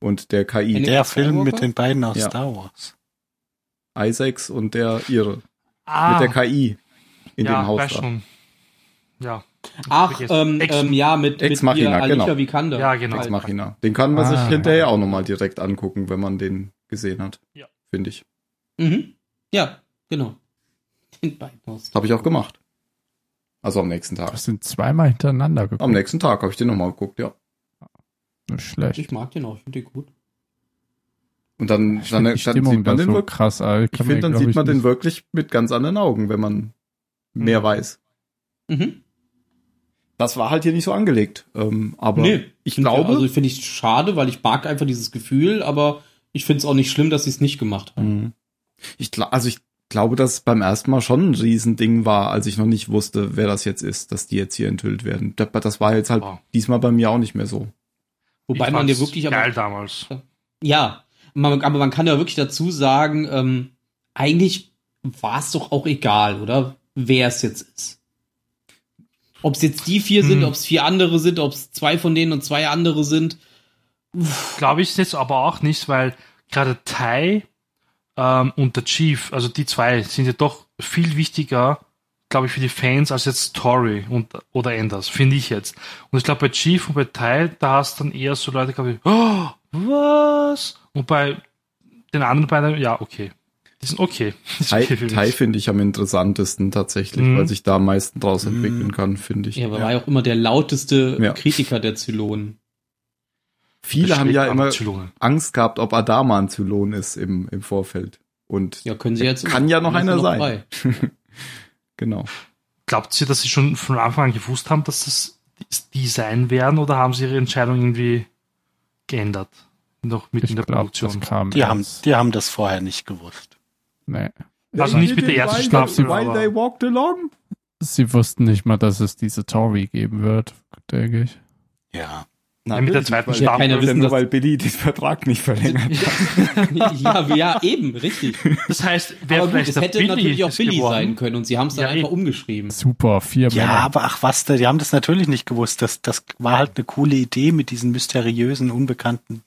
[SPEAKER 3] und der KI,
[SPEAKER 7] Eine-
[SPEAKER 3] der
[SPEAKER 5] Der Film mit den beiden aus
[SPEAKER 3] Ja.
[SPEAKER 5] Star Wars.
[SPEAKER 3] Isaacs und der ihre,
[SPEAKER 4] Ah,
[SPEAKER 3] mit der KI in
[SPEAKER 4] ja,
[SPEAKER 3] dem Haus.
[SPEAKER 4] weiß
[SPEAKER 3] da.
[SPEAKER 4] schon. Ja,
[SPEAKER 7] Ach,
[SPEAKER 4] Vergiss.
[SPEAKER 7] ähm,
[SPEAKER 4] Ex-
[SPEAKER 7] ähm, ja, mit,
[SPEAKER 3] Ex
[SPEAKER 7] mit hier
[SPEAKER 3] Machina, genau.
[SPEAKER 7] Alicia Vikander.
[SPEAKER 4] Ja, genau.
[SPEAKER 3] Ex
[SPEAKER 7] Halt.
[SPEAKER 3] Machina. Den kann man sich
[SPEAKER 6] Ah.
[SPEAKER 3] hinterher auch nochmal direkt angucken, wenn man den gesehen hat.
[SPEAKER 4] Ja.
[SPEAKER 3] Finde ich.
[SPEAKER 7] Mhm. Ja, genau. Den beiden aus.
[SPEAKER 3] Das habe ich auch gemacht. Also am nächsten Tag.
[SPEAKER 6] Das sind zweimal hintereinander geguckt.
[SPEAKER 3] Am nächsten Tag habe ich den nochmal geguckt, ja.
[SPEAKER 6] Nicht schlecht.
[SPEAKER 7] Ich mag den auch, ich finde den gut.
[SPEAKER 3] Und dann, dann, dann
[SPEAKER 6] die
[SPEAKER 3] sieht
[SPEAKER 6] Stimmung
[SPEAKER 3] man
[SPEAKER 6] da
[SPEAKER 3] den
[SPEAKER 6] so
[SPEAKER 3] wirklich.
[SPEAKER 6] krass. Alter.
[SPEAKER 3] Ich
[SPEAKER 6] Kann
[SPEAKER 3] finde, dann
[SPEAKER 6] glaub
[SPEAKER 3] sieht
[SPEAKER 6] ich,
[SPEAKER 3] man den
[SPEAKER 6] nicht-
[SPEAKER 3] wirklich mit ganz anderen Augen, wenn man mehr weiß.
[SPEAKER 7] Mhm.
[SPEAKER 3] Das war halt hier nicht so angelegt. Ähm, aber
[SPEAKER 7] Nee,
[SPEAKER 3] ich
[SPEAKER 7] find-
[SPEAKER 3] glaube,
[SPEAKER 7] Also finde ich schade, weil ich mag einfach dieses Gefühl, aber ich finde es auch nicht schlimm, dass sie es nicht gemacht haben.
[SPEAKER 3] Mhm. Ich, gla- also ich glaube, dass es beim ersten Mal schon ein Riesending war, als ich noch nicht wusste, wer das jetzt ist, dass die jetzt hier enthüllt werden. Da- Das war jetzt halt
[SPEAKER 4] Wow.
[SPEAKER 3] diesmal bei mir auch nicht mehr so.
[SPEAKER 7] Wobei
[SPEAKER 4] ich
[SPEAKER 7] man ja
[SPEAKER 4] fand's
[SPEAKER 7] wirklich
[SPEAKER 4] geil
[SPEAKER 7] aber
[SPEAKER 4] damals.
[SPEAKER 7] Ja, man, aber man kann ja wirklich dazu sagen, ähm, eigentlich war es doch auch egal, oder? Wer es jetzt ist. Ob es jetzt die vier sind,
[SPEAKER 4] Hm.
[SPEAKER 7] ob es vier andere sind, ob es zwei von denen und zwei andere sind.
[SPEAKER 4] Glaube ich jetzt aber auch nicht, weil gerade Tai ähm, und der Chief, also die zwei, sind ja doch viel wichtiger, glaube ich, für die Fans als jetzt Tory und oder Anders, finde ich jetzt. Und ich glaube, bei Chief und bei Tai, da hast du dann eher so Leute, glaube ich, oh, was? Und bei den anderen beiden, ja, okay. Die sind okay. Die sind
[SPEAKER 3] Tai,
[SPEAKER 4] okay für mich.
[SPEAKER 3] Tai finde ich am interessantesten tatsächlich,
[SPEAKER 4] Mhm.
[SPEAKER 3] weil sich da am meisten draus entwickeln kann, finde ich.
[SPEAKER 7] Mhm. Ja, aber war ja auch immer der lauteste
[SPEAKER 3] Ja.
[SPEAKER 7] Kritiker der Zylonen.
[SPEAKER 3] Viele haben
[SPEAKER 4] Schlägt
[SPEAKER 3] ja
[SPEAKER 4] aber
[SPEAKER 3] immer
[SPEAKER 4] zu Lungen.
[SPEAKER 3] Angst gehabt, ob Adama ein Zylon ist im, im Vorfeld. Und
[SPEAKER 7] Ja, können sie jetzt.
[SPEAKER 3] kann ja noch
[SPEAKER 7] ist
[SPEAKER 3] einer sein.
[SPEAKER 7] frei.
[SPEAKER 3] genau.
[SPEAKER 4] Glaubt ihr, dass sie schon von Anfang an gewusst haben, dass das die sein werden oder haben sie ihre Entscheidung irgendwie geändert? Noch mit
[SPEAKER 6] Ich
[SPEAKER 4] in der
[SPEAKER 6] glaube, das
[SPEAKER 4] Produktion.
[SPEAKER 6] kam
[SPEAKER 5] Die haben,
[SPEAKER 6] erst.
[SPEAKER 5] die haben das vorher nicht gewusst.
[SPEAKER 6] Nee.
[SPEAKER 4] Also nicht mit der ersten Staffel,
[SPEAKER 3] While
[SPEAKER 4] aber-
[SPEAKER 3] they walked along.
[SPEAKER 6] Sie wussten nicht mal, dass es diese Tory geben wird, denke ich.
[SPEAKER 5] Ja.
[SPEAKER 4] Ja, mit der zweiten
[SPEAKER 7] weil- Ja,
[SPEAKER 4] Staffel.
[SPEAKER 7] keiner Wir
[SPEAKER 3] Ist ja
[SPEAKER 7] wissen,
[SPEAKER 3] nur,
[SPEAKER 7] dass-
[SPEAKER 3] weil Billy den Vertrag nicht verlängert.
[SPEAKER 7] ja, ja, eben, richtig.
[SPEAKER 4] Das heißt, wer
[SPEAKER 7] Aber gut,
[SPEAKER 4] vielleicht
[SPEAKER 7] es
[SPEAKER 4] der
[SPEAKER 7] hätte natürlich auch
[SPEAKER 4] ist
[SPEAKER 7] Billy
[SPEAKER 4] geworden,
[SPEAKER 7] sein können und sie haben es dann
[SPEAKER 4] Ja,
[SPEAKER 7] einfach
[SPEAKER 4] eben.
[SPEAKER 7] umgeschrieben.
[SPEAKER 6] Super, vier
[SPEAKER 5] Ja,
[SPEAKER 6] Männer.
[SPEAKER 5] aber ach was, die haben das natürlich nicht gewusst. Das, das war halt eine coole Idee mit diesen mysteriösen, unbekannten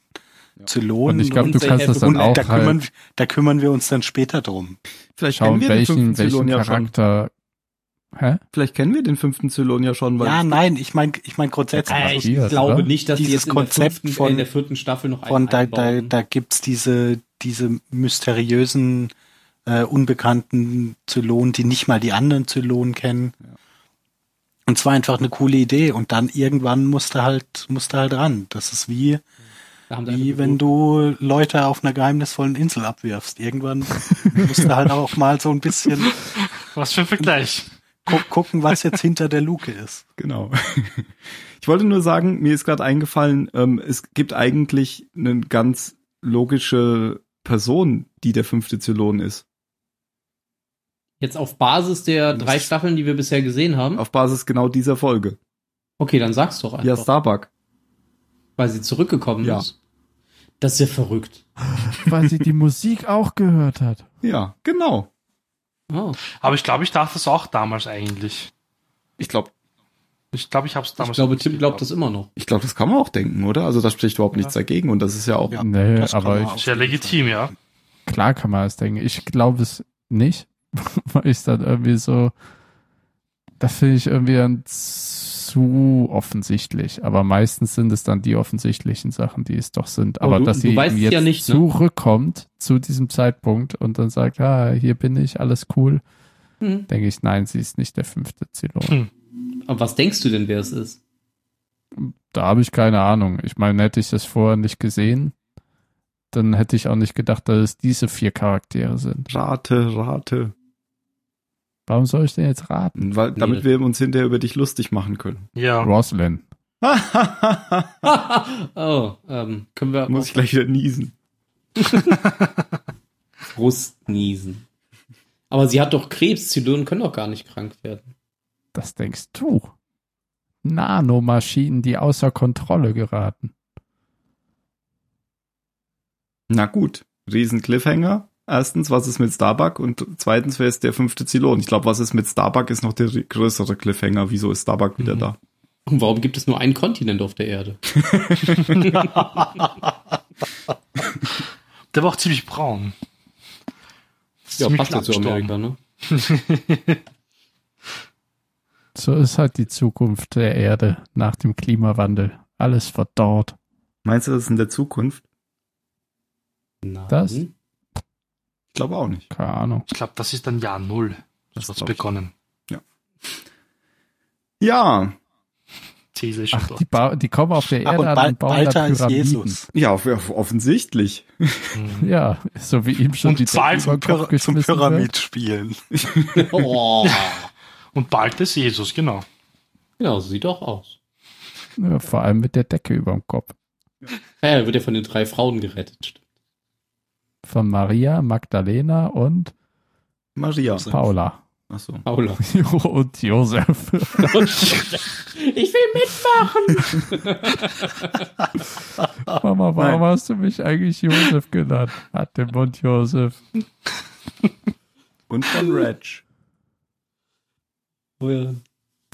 [SPEAKER 5] Zylonen.
[SPEAKER 6] Und ich glaube,
[SPEAKER 7] und
[SPEAKER 6] du
[SPEAKER 7] sie
[SPEAKER 6] kannst das
[SPEAKER 7] helfen-
[SPEAKER 6] dann
[SPEAKER 5] und
[SPEAKER 6] auch
[SPEAKER 5] da, kümmern,
[SPEAKER 6] halt
[SPEAKER 5] da kümmern wir uns dann später drum.
[SPEAKER 3] Vielleicht
[SPEAKER 6] schauen,
[SPEAKER 3] kennen wir den fünften
[SPEAKER 6] welchen,
[SPEAKER 3] Zylon
[SPEAKER 6] welchen
[SPEAKER 3] ja schon.
[SPEAKER 6] Charakter. Hä?
[SPEAKER 3] Vielleicht kennen wir den fünften Zylon ja schon, weil
[SPEAKER 5] Ja, nein, ich meine ich mein grundsätzlich
[SPEAKER 6] Ja,
[SPEAKER 7] Äh,
[SPEAKER 6] passiert,
[SPEAKER 7] ich glaube
[SPEAKER 3] ne?
[SPEAKER 6] oder?
[SPEAKER 7] nicht, dass die
[SPEAKER 5] Dieses
[SPEAKER 7] jetzt in der,
[SPEAKER 5] Konzept
[SPEAKER 7] fünften,
[SPEAKER 5] von-
[SPEAKER 7] in der vierten Staffel noch
[SPEAKER 5] von da, da,
[SPEAKER 7] einbauen.
[SPEAKER 5] da gibt's diese, diese mysteriösen, äh, unbekannten Zylonen, die nicht mal die anderen Zylonen kennen. Und zwar einfach eine coole Idee. Und dann irgendwann musst du halt, musst du halt ran. Das ist wie,
[SPEAKER 7] Da haben sie
[SPEAKER 5] wie
[SPEAKER 7] einfach
[SPEAKER 5] wenn
[SPEAKER 7] geguckt.
[SPEAKER 5] du Leute auf einer geheimnisvollen Insel abwirfst. Irgendwann musst du halt auch mal so ein bisschen
[SPEAKER 4] Was für ein Vergleich.
[SPEAKER 5] gu gucken, was jetzt hinter der Luke ist.
[SPEAKER 3] Genau. Ich wollte nur sagen, mir ist gerade eingefallen, ähm, es gibt eigentlich eine ganz logische Person, die der fünfte Zylon ist.
[SPEAKER 7] Jetzt auf Basis der drei Staffeln, die wir bisher gesehen haben.
[SPEAKER 3] Auf Basis genau dieser Folge.
[SPEAKER 7] Okay, dann sag's doch einfach,
[SPEAKER 3] Ja, Starbuck.
[SPEAKER 7] weil sie zurückgekommen
[SPEAKER 3] Ja.
[SPEAKER 7] ist. Das ist ja verrückt.
[SPEAKER 6] Weil sie die Musik auch gehört hat.
[SPEAKER 3] Ja, genau.
[SPEAKER 7] Oh.
[SPEAKER 4] Aber ich glaube, ich dachte das auch damals eigentlich.
[SPEAKER 3] Ich glaube,
[SPEAKER 4] Ich glaube, ich habe es
[SPEAKER 7] Ich
[SPEAKER 4] damals.
[SPEAKER 7] glaube,
[SPEAKER 4] nicht
[SPEAKER 7] Tim glaubt
[SPEAKER 4] geglaubt.
[SPEAKER 7] das immer noch.
[SPEAKER 9] Ich glaube, das kann man auch denken, oder? Also da spricht überhaupt
[SPEAKER 4] Ja.
[SPEAKER 9] nichts dagegen und das ist ja auch.
[SPEAKER 5] Ja,
[SPEAKER 6] Nee,
[SPEAKER 5] das kann
[SPEAKER 6] aber
[SPEAKER 5] man
[SPEAKER 6] ich-
[SPEAKER 5] auf
[SPEAKER 4] Ist ja
[SPEAKER 5] jeden
[SPEAKER 4] legitim,
[SPEAKER 5] Fall.
[SPEAKER 4] ja.
[SPEAKER 6] Klar kann man es denken. Ich glaube es nicht, weil ich dann irgendwie so, das finde ich irgendwie dann zu offensichtlich. Aber meistens sind es dann die offensichtlichen Sachen, die es doch sind. Aber
[SPEAKER 7] du-
[SPEAKER 6] dass
[SPEAKER 7] du
[SPEAKER 6] sie
[SPEAKER 7] weißt
[SPEAKER 6] eben jetzt
[SPEAKER 7] ja nicht, ne?
[SPEAKER 6] zurückkommt zu diesem Zeitpunkt und dann sagt, ah, hier bin ich, alles cool,
[SPEAKER 7] Hm.
[SPEAKER 6] denke ich, nein, sie ist nicht der fünfte Zylon.
[SPEAKER 4] Hm.
[SPEAKER 7] Aber was denkst du denn, wer es ist?
[SPEAKER 6] Da habe ich keine Ahnung. Ich meine, hätte ich das vorher nicht gesehen, dann hätte ich auch nicht gedacht, dass es diese vier Charaktere sind.
[SPEAKER 9] Rate, rate.
[SPEAKER 6] Warum soll ich denn jetzt raten?
[SPEAKER 9] Weil, damit
[SPEAKER 7] das-
[SPEAKER 9] wir uns hinterher über dich lustig machen können.
[SPEAKER 4] Ja.
[SPEAKER 6] Roslyn.
[SPEAKER 7] oh, ähm, können wir
[SPEAKER 9] Muss ich gleich wieder niesen.
[SPEAKER 7] Brust niesen. Aber sie hat doch Krebs. Zylonen können doch gar nicht krank werden.
[SPEAKER 6] Das denkst du. Nanomaschinen, die außer Kontrolle geraten.
[SPEAKER 9] Na gut, riesen Cliffhanger. Erstens, was ist mit Starbuck? Und zweitens, wer ist der fünfte Zylon? Ich glaube, was ist mit Starbuck ist noch der ri- größere Cliffhanger. Wieso ist Starbuck wieder
[SPEAKER 4] Mhm.
[SPEAKER 9] da?
[SPEAKER 7] Und warum gibt es nur einen Kontinent auf der Erde?
[SPEAKER 4] Der war auch ziemlich braun.
[SPEAKER 7] Ja,
[SPEAKER 4] Ziemlich
[SPEAKER 7] passt ja zu
[SPEAKER 4] abgestorben.
[SPEAKER 7] Amerika, ne?
[SPEAKER 6] So ist halt die Zukunft der Erde nach dem Klimawandel. Alles verdorrt.
[SPEAKER 9] Meinst du, das ist in der Zukunft?
[SPEAKER 7] ne? Nein.
[SPEAKER 6] Das?
[SPEAKER 9] Ich glaube auch nicht.
[SPEAKER 6] Keine Ahnung.
[SPEAKER 4] Ich glaube, das ist dann Jahr Null. Das wird's
[SPEAKER 9] glaub ich.
[SPEAKER 4] begonnen.
[SPEAKER 9] Ja,
[SPEAKER 4] These ist schon
[SPEAKER 6] Ach,
[SPEAKER 4] dort.
[SPEAKER 6] die, ba die kommen auf der
[SPEAKER 5] Ach,
[SPEAKER 6] Erde
[SPEAKER 5] und
[SPEAKER 6] an und
[SPEAKER 5] bald,
[SPEAKER 6] bauen da
[SPEAKER 5] weiter als
[SPEAKER 6] Pyramiden.
[SPEAKER 5] Jesus.
[SPEAKER 9] ja, off- off- offensichtlich.
[SPEAKER 4] Mhm.
[SPEAKER 6] Ja, so wie ihm schon
[SPEAKER 4] Und
[SPEAKER 6] die
[SPEAKER 4] bald
[SPEAKER 6] Decke
[SPEAKER 4] zum
[SPEAKER 6] über
[SPEAKER 5] Zum,
[SPEAKER 6] den
[SPEAKER 5] Pyra
[SPEAKER 6] Kopf
[SPEAKER 5] zum
[SPEAKER 6] geschmissen wird.
[SPEAKER 5] Pyramidspielen.
[SPEAKER 7] Oh.
[SPEAKER 4] Und bald ist Jesus, genau.
[SPEAKER 7] Genau, so sieht auch aus.
[SPEAKER 6] Ja, vor allem mit der Decke über dem Kopf.
[SPEAKER 7] Naja, er wird ja von den drei Frauen gerettet.
[SPEAKER 6] Von Maria, Magdalena und
[SPEAKER 9] Maria.
[SPEAKER 6] Paula.
[SPEAKER 9] Ach so.
[SPEAKER 7] Paula.
[SPEAKER 6] und Josef.
[SPEAKER 7] Ich will mitmachen.
[SPEAKER 6] Mama, warum
[SPEAKER 9] Nein.
[SPEAKER 6] hast du mich eigentlich Josef genannt? Hat den Mund Josef.
[SPEAKER 9] Und von Reg.
[SPEAKER 7] Oh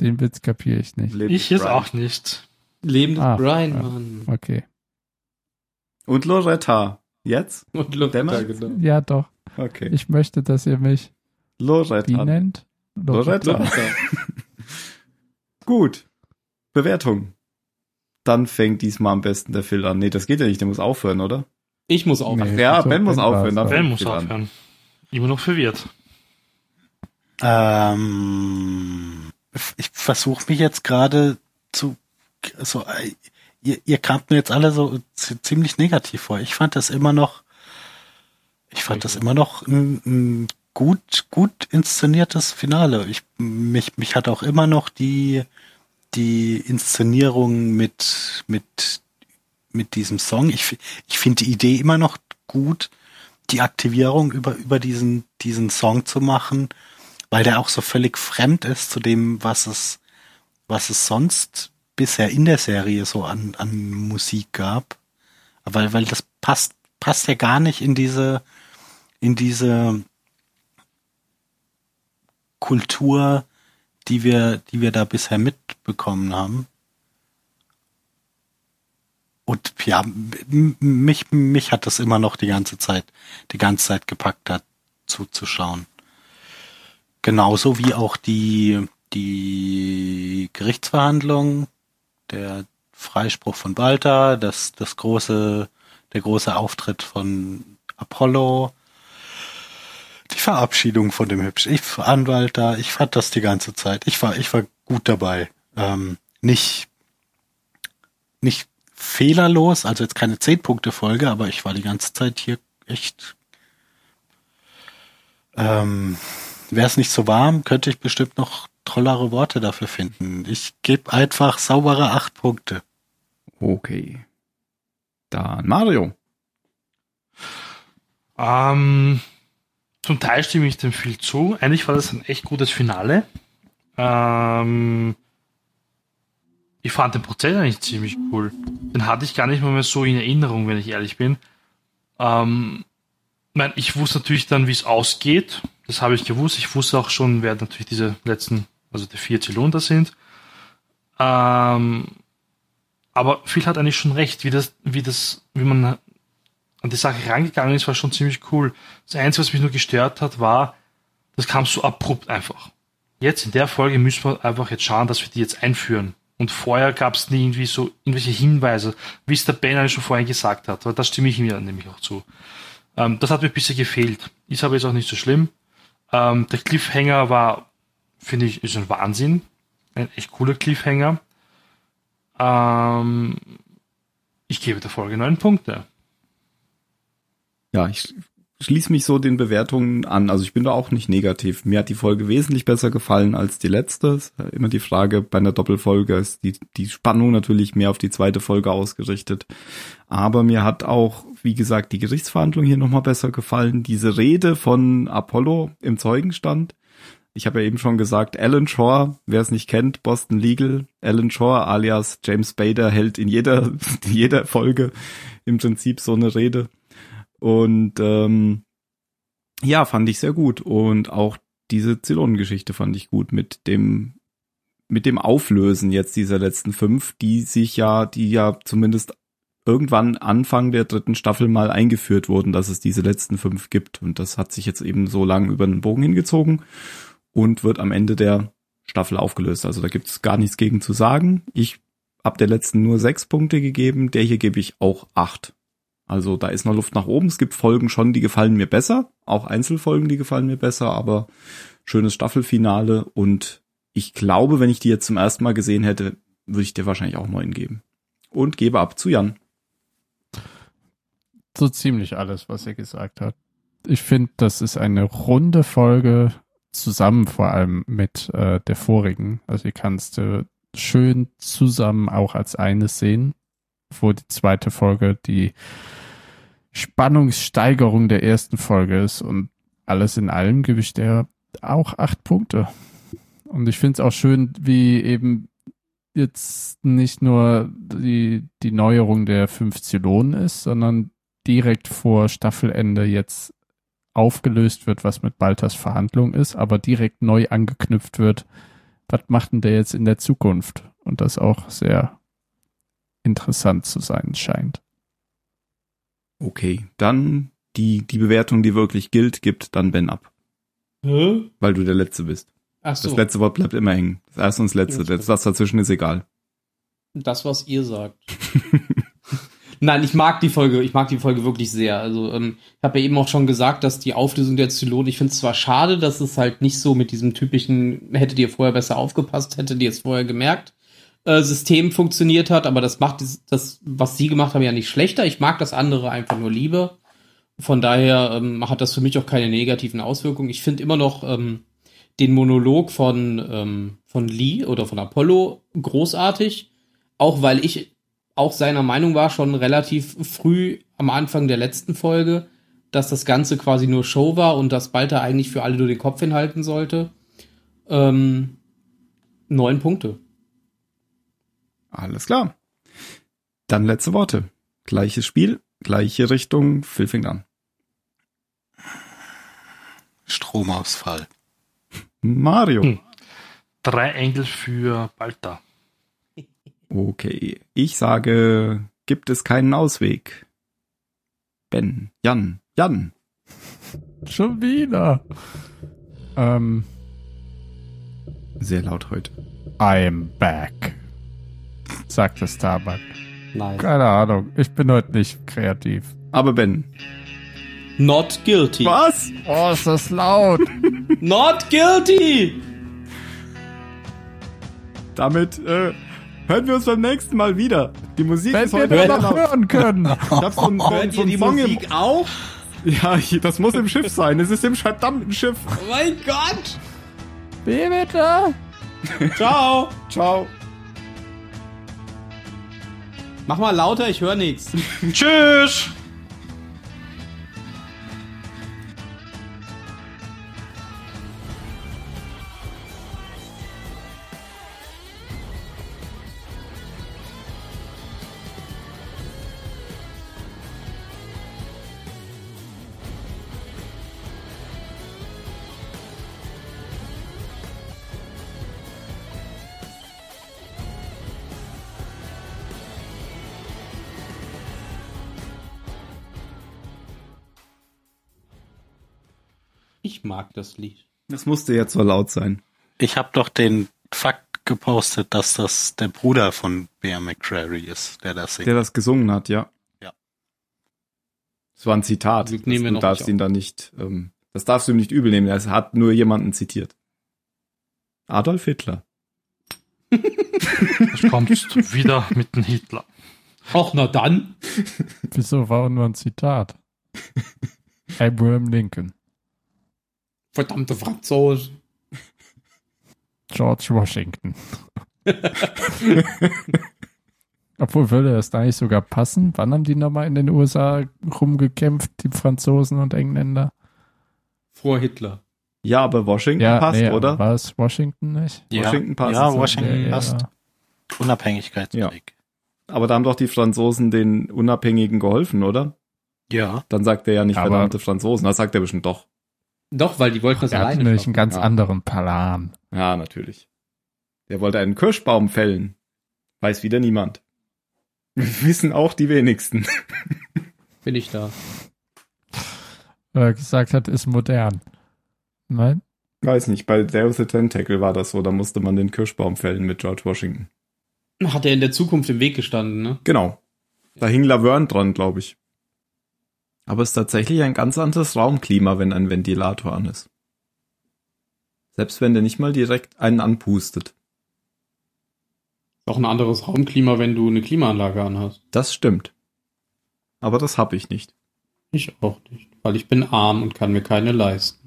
[SPEAKER 6] Den Witz kapiere ich nicht.
[SPEAKER 9] Lebt
[SPEAKER 4] Ich jetzt
[SPEAKER 9] Brian.
[SPEAKER 4] auch nicht.
[SPEAKER 7] Lebendes
[SPEAKER 6] Ah,
[SPEAKER 7] Brian,
[SPEAKER 6] ja.
[SPEAKER 7] Mann.
[SPEAKER 6] Okay.
[SPEAKER 9] Und Loretta. Jetzt?
[SPEAKER 7] Und Loretta,
[SPEAKER 9] Dämmer?
[SPEAKER 7] genau.
[SPEAKER 6] Ja, doch.
[SPEAKER 9] Okay.
[SPEAKER 6] Ich möchte, dass ihr mich wie
[SPEAKER 9] Loretta.
[SPEAKER 6] nennt.
[SPEAKER 9] Loretta. Gut. Bewertung. Dann fängt diesmal am besten der Phil an. Nee, das geht ja nicht, der muss aufhören, oder?
[SPEAKER 7] Ich muss auch.
[SPEAKER 6] Nee,
[SPEAKER 9] ja,
[SPEAKER 6] so
[SPEAKER 9] Ben muss aufhören,
[SPEAKER 6] war's.
[SPEAKER 9] dann-
[SPEAKER 4] Ben muss
[SPEAKER 9] Geht an.
[SPEAKER 4] aufhören. Immer noch verwirrt.
[SPEAKER 5] Ähm, ich versuche mich jetzt gerade zu, so, äh, ihr, ihr kamt mir jetzt alle so zi- ziemlich negativ vor. Ich fand das immer noch, ich fand das immer noch ein, ein gut, gut inszeniertes Finale. Ich, mich, mich hat auch immer noch die, die Inszenierung mit, mit, mit diesem Song. Ich, fi- ich finde die Idee immer noch gut, die Aktivierung über, über diesen, diesen Song zu machen weil der auch so völlig fremd ist zu dem, was es, was es sonst bisher in der Serie so an, an Musik gab. Weil, weil das passt, passt ja gar nicht in diese, in diese Kultur, die wir, die wir da bisher mitbekommen haben. Und ja, m- m- mich, mich hat das immer noch die ganze Zeit, die ganze Zeit gepackt, da zuzuschauen. Genauso wie auch die, die Gerichtsverhandlung, der Freispruch von Balta, das, das große, der große Auftritt von Apollo, die Verabschiedung von dem hübschen ich, Anwalt da. Ich fand das die ganze Zeit. Ich war, ich war gut dabei. Ähm, nicht, nicht fehlerlos, also jetzt keine 10-Punkte-Folge, aber ich war die ganze Zeit hier echt, ähm, Wäre es nicht so warm, könnte ich bestimmt noch tollere Worte dafür finden. Ich gebe einfach saubere acht Punkte.
[SPEAKER 9] Okay. Dann Mario.
[SPEAKER 4] Ähm, zum Teil stimme ich dem viel zu. Eigentlich war das ein echt gutes Finale. Ähm, ich fand den Prozess eigentlich ziemlich cool. Den hatte ich gar nicht mal mehr so in Erinnerung, wenn ich ehrlich bin. Ähm, nein, ich wusste natürlich dann, wie es ausgeht. Das habe ich gewusst. Ich wusste auch schon, wer natürlich diese letzten, also die vier Zylonen da sind. Ähm, aber Phil hat eigentlich schon recht, wie das, wie das, wie man an die Sache rangegangen ist, war schon ziemlich cool. Das Einzige, was mich nur gestört hat, war, das kam so abrupt einfach. Jetzt in der Folge müssen wir einfach jetzt schauen, dass wir die jetzt einführen. Und vorher gab es nie irgendwie so irgendwelche Hinweise, wie es der Ben eigentlich schon vorhin gesagt hat. Weil da stimme ich mir nämlich auch zu. Ähm, das hat mir ein bisschen gefehlt. Ist aber jetzt auch nicht so schlimm. Ähm, der Cliffhanger war, finde ich, ist ein Wahnsinn. Ein echt cooler Cliffhanger. Ähm, ich gebe der Folge neun Punkte.
[SPEAKER 3] Ja, ich schließe mich so den Bewertungen an. Also ich bin da auch nicht negativ. Mir hat die Folge wesentlich besser gefallen als die letzte. Ist ja Immer die Frage bei einer Doppelfolge ist die, die Spannung natürlich mehr auf die zweite Folge ausgerichtet. Aber mir hat auch, wie gesagt, die Gerichtsverhandlung hier nochmal besser gefallen. Diese Rede von Apollo im Zeugenstand. Ich habe ja eben schon gesagt, Alan Shore, wer es nicht kennt, Boston Legal, Alan Shore alias James Bader hält in jeder, in jeder Folge im Prinzip so eine Rede. Und ähm, ja, fand ich sehr gut. Und auch diese Zylonengeschichte fand ich gut mit dem mit dem Auflösen jetzt dieser letzten fünf, die sich ja, die ja zumindest irgendwann Anfang der dritten Staffel mal eingeführt wurden, dass es diese letzten fünf gibt. Und das hat sich jetzt eben so lang über den Bogen hingezogen und wird am Ende der Staffel aufgelöst. Also da gibt es gar nichts gegen zu sagen. Ich hab der letzten nur sechs Punkte gegeben, der hier gebe ich auch acht. Also da ist noch Luft nach oben. Es gibt Folgen schon, die gefallen mir besser, auch Einzelfolgen, die gefallen mir besser, aber schönes Staffelfinale und ich glaube, wenn ich die jetzt zum ersten Mal gesehen hätte, würde ich dir wahrscheinlich auch neun geben. Und gebe ab zu Jan.
[SPEAKER 6] So ziemlich alles, was er gesagt hat. Ich finde, das ist eine runde Folge, zusammen vor allem mit äh, der vorigen. Also die kannst du schön zusammen auch als eines sehen wo die zweite Folge die Spannungssteigerung der ersten Folge ist und alles in allem gebe ich der auch acht Punkte. Und ich finde es auch schön, wie eben jetzt nicht nur die, die Neuerung der fünf Zylonen ist, sondern direkt vor Staffelende jetzt aufgelöst wird, was mit Baltas Verhandlung ist, aber direkt neu angeknüpft wird. Was macht denn der jetzt in der Zukunft? Und das auch sehr interessant zu sein scheint.
[SPEAKER 3] Okay, dann die, die Bewertung, die wirklich gilt, gibt dann Ben ab,
[SPEAKER 7] Hä?
[SPEAKER 3] weil du der Letzte bist.
[SPEAKER 7] Ach so,
[SPEAKER 3] Das
[SPEAKER 7] das,
[SPEAKER 3] letzte Wort bleibt immer hängen. Das erste und das letzte.
[SPEAKER 7] Ja,
[SPEAKER 3] Das, das dazwischen ist egal.
[SPEAKER 7] was ihr sagt. Nein, ich mag die Folge, ich mag die Folge wirklich sehr. Also, ähm, ich habe ja eben auch schon gesagt, dass die Auflösung der Zylonen, ich finde es zwar schade, dass es halt nicht so mit diesem typischen, hättet ihr vorher besser aufgepasst, hättet ihr es vorher gemerkt, äh, System funktioniert hat, aber das macht dies- das, was sie gemacht haben, ja nicht schlechter. Ich mag das andere einfach nur lieber. Von daher ähm, hat das für mich auch keine negativen Auswirkungen. Ich finde immer noch ähm, den Monolog von, ähm, von Lee oder von Apollo großartig, auch weil ich auch seiner Meinung war, schon relativ früh am Anfang der letzten Folge, dass das Ganze quasi nur Show war und dass Balta eigentlich für alle nur den Kopf hinhalten sollte. Ähm, neun Punkte.
[SPEAKER 3] Alles klar. Dann letzte Worte. Gleiches Spiel, gleiche Richtung. Phil fängt an.
[SPEAKER 5] Stromausfall.
[SPEAKER 3] Mario.
[SPEAKER 4] Hm. Drei Engel für Balta.
[SPEAKER 3] Okay. Ich sage, gibt es keinen Ausweg? Ben, Jan, Jan.
[SPEAKER 6] Schon wieder. Ähm,
[SPEAKER 3] Sehr laut heute.
[SPEAKER 6] I'm back. Sagt das Tabak.
[SPEAKER 7] Nein.
[SPEAKER 6] Keine Ahnung. Ich bin heute nicht kreativ.
[SPEAKER 3] Aber Ben.
[SPEAKER 7] Not guilty.
[SPEAKER 3] Was?
[SPEAKER 6] Oh, ist das laut.
[SPEAKER 7] Not guilty!
[SPEAKER 3] Damit äh, hören wir uns beim nächsten Mal wieder. Die Musik
[SPEAKER 6] Wenn
[SPEAKER 3] ist
[SPEAKER 6] wir
[SPEAKER 3] heute
[SPEAKER 6] nur
[SPEAKER 3] wieder
[SPEAKER 6] noch
[SPEAKER 3] laut.
[SPEAKER 6] hören können.
[SPEAKER 3] Ich hab so einen, so einen
[SPEAKER 7] Hört ihr die
[SPEAKER 3] Song im-
[SPEAKER 7] Musik auch?
[SPEAKER 3] Ja, ich- das muss im Schiff sein. Es ist im verdammten Schiff.
[SPEAKER 7] Oh mein Gott!
[SPEAKER 6] Wie bitte?
[SPEAKER 7] Ciao!
[SPEAKER 3] Ciao.
[SPEAKER 7] Mach mal lauter, ich höre nichts.
[SPEAKER 4] Tschüss!
[SPEAKER 7] Ich mag das Lied.
[SPEAKER 3] Das musste jetzt so laut sein.
[SPEAKER 5] Ich habe doch den Fakt gepostet, dass das der Bruder von Bear McCrary ist, der das singt.
[SPEAKER 3] Der das gesungen hat, ja.
[SPEAKER 5] Ja.
[SPEAKER 3] Das war ein Zitat.
[SPEAKER 7] Glück nehmen wir
[SPEAKER 3] das, du
[SPEAKER 7] noch
[SPEAKER 3] darfst
[SPEAKER 7] nicht
[SPEAKER 3] ihn da nicht, ähm, das darfst du ihm nicht übel nehmen. Er hat nur jemanden zitiert. Adolf Hitler.
[SPEAKER 4] Du kommst wieder mit dem Hitler.
[SPEAKER 7] Ach, na dann.
[SPEAKER 6] Wieso war nur ein Zitat? Abraham Lincoln,
[SPEAKER 7] Verdammte Franzosen.
[SPEAKER 6] George Washington. Obwohl würde das da nicht sogar passen? Wann haben die nochmal in den USA rumgekämpft, die Franzosen und Engländer?
[SPEAKER 7] Vor Hitler.
[SPEAKER 3] Ja, aber Washington passt,
[SPEAKER 6] nee, aber
[SPEAKER 3] oder?
[SPEAKER 6] War es Washington nicht?
[SPEAKER 3] Washington passt.
[SPEAKER 5] Ja,
[SPEAKER 3] So.
[SPEAKER 5] Ah, Washington
[SPEAKER 6] Ja,
[SPEAKER 5] passt.
[SPEAKER 6] ja.
[SPEAKER 5] Unabhängigkeitskrieg.
[SPEAKER 3] Aber da haben doch die Franzosen den Unabhängigen geholfen, oder?
[SPEAKER 5] Ja.
[SPEAKER 3] Dann sagt er ja nicht
[SPEAKER 6] Aber-
[SPEAKER 3] verdammte Franzosen. Das sagt er bestimmt doch.
[SPEAKER 7] Doch, weil die wollten das
[SPEAKER 6] Er hatte
[SPEAKER 7] alleine
[SPEAKER 6] nämlich einen
[SPEAKER 7] schaffen.
[SPEAKER 6] ganz
[SPEAKER 3] Ja.
[SPEAKER 6] anderen Plan.
[SPEAKER 3] Ja, natürlich. Der wollte einen Kirschbaum fällen. Weiß wieder niemand. Wissen auch die wenigsten.
[SPEAKER 7] Bin ich da.
[SPEAKER 6] Weil er gesagt hat, ist modern. Nein?
[SPEAKER 3] Weiß nicht, bei Day of the Tentacle war das so, da musste man den Kirschbaum fällen mit George Washington.
[SPEAKER 7] Hat er in der Zukunft im Weg gestanden, ne?
[SPEAKER 3] Genau. Da hing Laverne dran, glaube ich. Aber es ist tatsächlich ein ganz anderes Raumklima, wenn ein Ventilator an ist. Selbst wenn der nicht mal direkt einen anpustet.
[SPEAKER 7] Ist Auch ein anderes Raumklima, wenn du eine Klimaanlage anhast.
[SPEAKER 3] Das stimmt. Aber das hab ich nicht.
[SPEAKER 7] Ich auch nicht. Weil ich bin arm und kann mir keine leisten.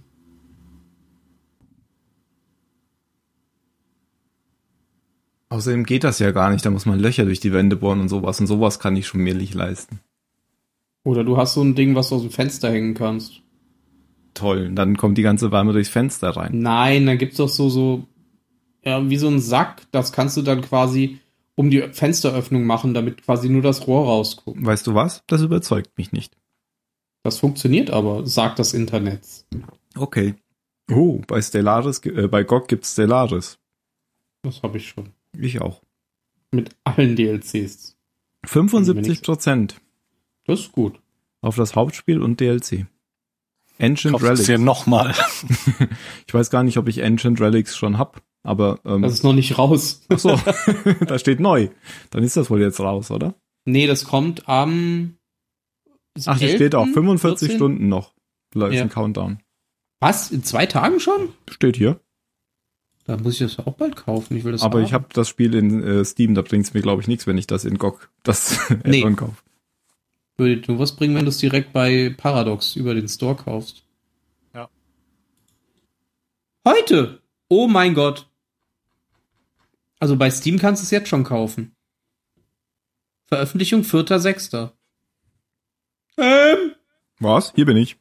[SPEAKER 3] Außerdem geht das ja gar nicht, da muss man Löcher durch die Wände bohren und sowas. Und sowas kann ich schon mir nicht leisten.
[SPEAKER 7] Oder du hast so ein Ding, was du aus dem Fenster hängen kannst.
[SPEAKER 3] Toll, und dann kommt die ganze Wärme durchs Fenster rein.
[SPEAKER 7] Nein, dann gibt's doch so, so, ja, wie so ein Sack. Das kannst du dann quasi um die Fensteröffnung machen, damit quasi nur das Rohr rausguckt.
[SPEAKER 3] Weißt du was? Das überzeugt mich nicht.
[SPEAKER 7] Das funktioniert aber, sagt das Internet.
[SPEAKER 3] Okay. Oh, bei Stellaris, äh, bei GOG gibt's Stellaris.
[SPEAKER 7] Das habe ich schon.
[SPEAKER 3] Ich auch.
[SPEAKER 7] Mit allen DLCs.
[SPEAKER 3] 75 Prozent
[SPEAKER 7] Das ist gut.
[SPEAKER 3] auf das Hauptspiel und DLC. Ancient
[SPEAKER 5] Kauft es
[SPEAKER 3] Relics.
[SPEAKER 5] hier nochmal.
[SPEAKER 3] Ich weiß gar nicht, ob ich Ancient Relics schon hab, aber ähm,
[SPEAKER 7] Das ist noch nicht raus.
[SPEAKER 3] ach so, da steht neu. Dann ist das wohl jetzt raus, oder?
[SPEAKER 7] Nee, das kommt am.
[SPEAKER 3] Ach, hier
[SPEAKER 7] 11.,
[SPEAKER 3] steht auch 45
[SPEAKER 7] 14.
[SPEAKER 3] Stunden noch. Da ist
[SPEAKER 7] Ja.
[SPEAKER 3] ein Countdown.
[SPEAKER 7] Was? In zwei Tagen schon?
[SPEAKER 3] Steht hier.
[SPEAKER 7] Da muss ich das ja auch bald kaufen. Ich will das
[SPEAKER 3] aber ich
[SPEAKER 7] haben.
[SPEAKER 3] habe das Spiel in äh, Steam, da bringt's mir glaube ich nichts, wenn ich das in GOG das
[SPEAKER 7] Nee.
[SPEAKER 3] Add-on kaufe.
[SPEAKER 7] Würde dir nur was bringen, wenn du es direkt bei Paradox über den Store kaufst.
[SPEAKER 5] Ja.
[SPEAKER 7] Heute! Oh mein Gott. Also bei Steam kannst du es jetzt schon kaufen. Veröffentlichung 4.6. Ähm.
[SPEAKER 3] Was? Hier bin ich.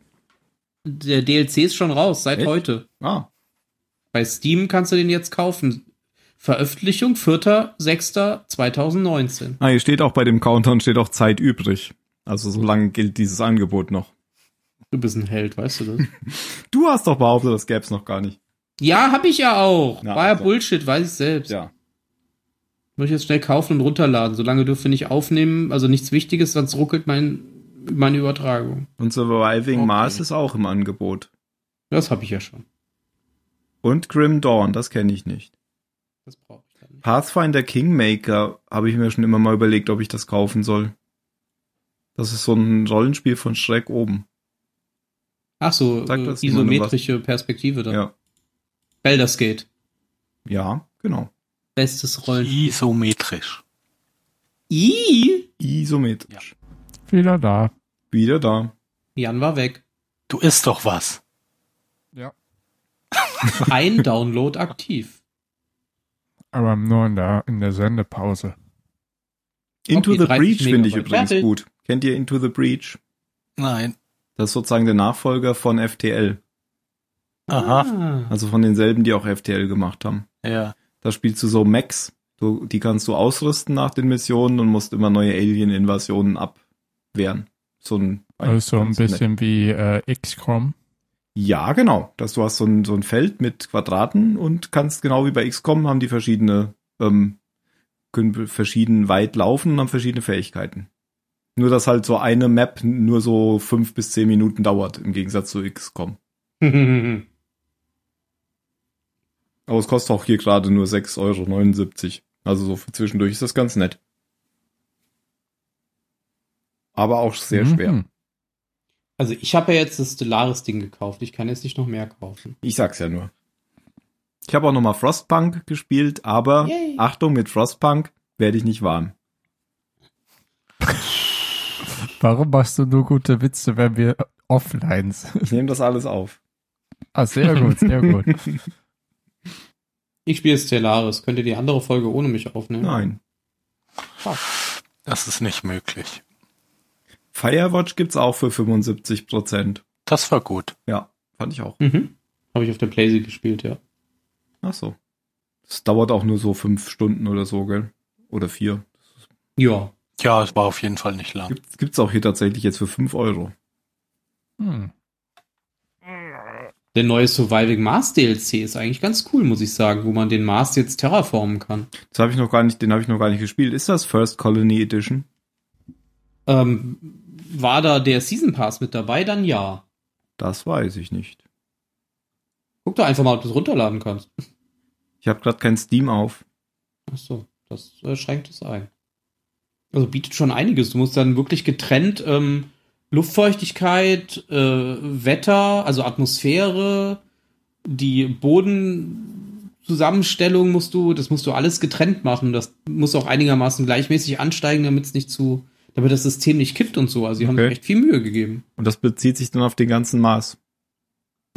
[SPEAKER 7] Der DLC ist schon raus, seit
[SPEAKER 3] Echt?
[SPEAKER 7] heute.
[SPEAKER 3] Ah,
[SPEAKER 7] Bei Steam kannst du den jetzt kaufen. Veröffentlichung 4.6.2019.
[SPEAKER 3] Ah, hier steht auch bei dem Countdown steht auch Zeit übrig. Also so lange gilt dieses Angebot noch.
[SPEAKER 7] Du bist ein Held, weißt du das?
[SPEAKER 3] Du hast doch behauptet, das gäb's noch gar nicht.
[SPEAKER 7] ja, hab ich ja auch.
[SPEAKER 3] Na,
[SPEAKER 7] War ja
[SPEAKER 3] also.
[SPEAKER 7] Bullshit, weiß ich selbst.
[SPEAKER 3] Ja.
[SPEAKER 7] Muss ich jetzt schnell kaufen und runterladen. Solange dürfen wir nicht aufnehmen, also nichts Wichtiges, sonst ruckelt mein, meine Übertragung.
[SPEAKER 3] Und Surviving
[SPEAKER 5] Okay.
[SPEAKER 3] Mars ist auch im Angebot.
[SPEAKER 7] Das habe ich ja schon.
[SPEAKER 3] Und Grim Dawn, das kenne ich nicht.
[SPEAKER 7] Das brauche ich dann nicht.
[SPEAKER 3] Pathfinder Kingmaker habe ich mir schon immer mal überlegt, ob ich das kaufen soll. Das ist so ein Rollenspiel von Schreck oben.
[SPEAKER 7] Ach so,
[SPEAKER 3] Sagt
[SPEAKER 7] äh,
[SPEAKER 3] das jemandem
[SPEAKER 7] isometrische Perspektive dann.
[SPEAKER 3] Ja.
[SPEAKER 7] Baldur's Gate.
[SPEAKER 3] Ja, genau.
[SPEAKER 7] Bestes Rollen.
[SPEAKER 5] Isometrisch.
[SPEAKER 7] I?
[SPEAKER 3] Isometrisch.
[SPEAKER 6] Wieder da.
[SPEAKER 3] Wieder da.
[SPEAKER 7] Jan war weg.
[SPEAKER 5] Du isst doch was.
[SPEAKER 7] Ein Download aktiv.
[SPEAKER 6] Aber nur in der, in der Sendepause.
[SPEAKER 3] Into
[SPEAKER 7] Okay,
[SPEAKER 3] the Breach
[SPEAKER 7] 30
[SPEAKER 3] finde ich
[SPEAKER 7] Megabyte.
[SPEAKER 3] übrigens
[SPEAKER 7] Fertig.
[SPEAKER 3] gut. Kennt ihr Into the Breach?
[SPEAKER 5] Nein.
[SPEAKER 3] Das ist sozusagen der Nachfolger von FTL.
[SPEAKER 5] Aha.
[SPEAKER 7] Ah.
[SPEAKER 3] Also von denselben, die auch FTL gemacht haben.
[SPEAKER 5] Ja.
[SPEAKER 3] Da spielst du so Mechs. Du, die kannst du ausrüsten nach den Missionen und musst immer neue Alien-Invasionen abwehren. So ein,
[SPEAKER 6] Also so ein
[SPEAKER 3] ganz nett.
[SPEAKER 6] bisschen wie äh, XCOM.
[SPEAKER 3] Ja, genau. Dass du hast so ein, so ein Feld mit Quadraten und kannst genau wie bei XCOM haben die verschiedene, ähm, können verschieden weit laufen und haben verschiedene Fähigkeiten. Nur, dass halt so eine Map nur so fünf bis zehn Minuten dauert, im Gegensatz zu XCOM. Aber es kostet auch hier gerade nur 6,79 Euro. Also so für zwischendurch ist das ganz nett. Aber auch sehr schwer.
[SPEAKER 6] Mhm.
[SPEAKER 7] Also ich habe ja jetzt das Stellaris-Ding gekauft. Ich kann jetzt nicht noch mehr kaufen.
[SPEAKER 3] Ich sag's ja nur.
[SPEAKER 10] Ich habe auch nochmal Frostpunk gespielt, aber
[SPEAKER 7] Yay.
[SPEAKER 10] Achtung, mit Frostpunk werde ich nicht warm.
[SPEAKER 6] Warum machst du nur gute Witze, wenn wir offline sind?
[SPEAKER 3] Ich nehme das alles auf.
[SPEAKER 6] Ah, sehr gut, sehr gut.
[SPEAKER 7] Ich spiele Stellaris. Könnt ihr die andere Folge ohne mich aufnehmen?
[SPEAKER 3] Nein.
[SPEAKER 5] Das ist nicht möglich.
[SPEAKER 3] Firewatch gibt's auch für 75 Prozent.
[SPEAKER 5] Das war gut.
[SPEAKER 3] Ja, fand ich auch.
[SPEAKER 7] Mhm. Habe ich auf der Playsee gespielt, ja.
[SPEAKER 3] Ach so. Das dauert auch nur so fünf Stunden oder so, gell? Oder vier.
[SPEAKER 7] Ja.
[SPEAKER 5] Ja, es war auf jeden Fall nicht lang.
[SPEAKER 3] Gibt, gibt's auch hier tatsächlich jetzt für fünf Euro.
[SPEAKER 6] Hm.
[SPEAKER 7] Der neue Surviving Mars DLC ist eigentlich ganz cool, muss ich sagen, wo man den Mars jetzt terraformen kann.
[SPEAKER 3] Das habe ich noch gar nicht, den habe ich noch gar nicht gespielt. Ist das First Colony Edition?
[SPEAKER 7] Ähm, war da der Season Pass mit dabei? Dann ja.
[SPEAKER 3] Das weiß ich nicht.
[SPEAKER 7] Guck doch einfach mal, ob du es runterladen kannst.
[SPEAKER 3] Ich habe gerade kein Steam auf.
[SPEAKER 7] Ach so, das äh, schränkt es ein. Also bietet schon einiges. Du musst dann wirklich getrennt ähm, Luftfeuchtigkeit, äh, Wetter, also Atmosphäre, die Bodenzusammenstellung musst du, das musst du alles getrennt machen. Das muss auch einigermaßen gleichmäßig ansteigen, damit es nicht zu, damit das System nicht kippt und so. Also die haben
[SPEAKER 3] Okay.
[SPEAKER 7] sich echt viel Mühe gegeben.
[SPEAKER 3] Und das bezieht sich dann auf den ganzen Mars.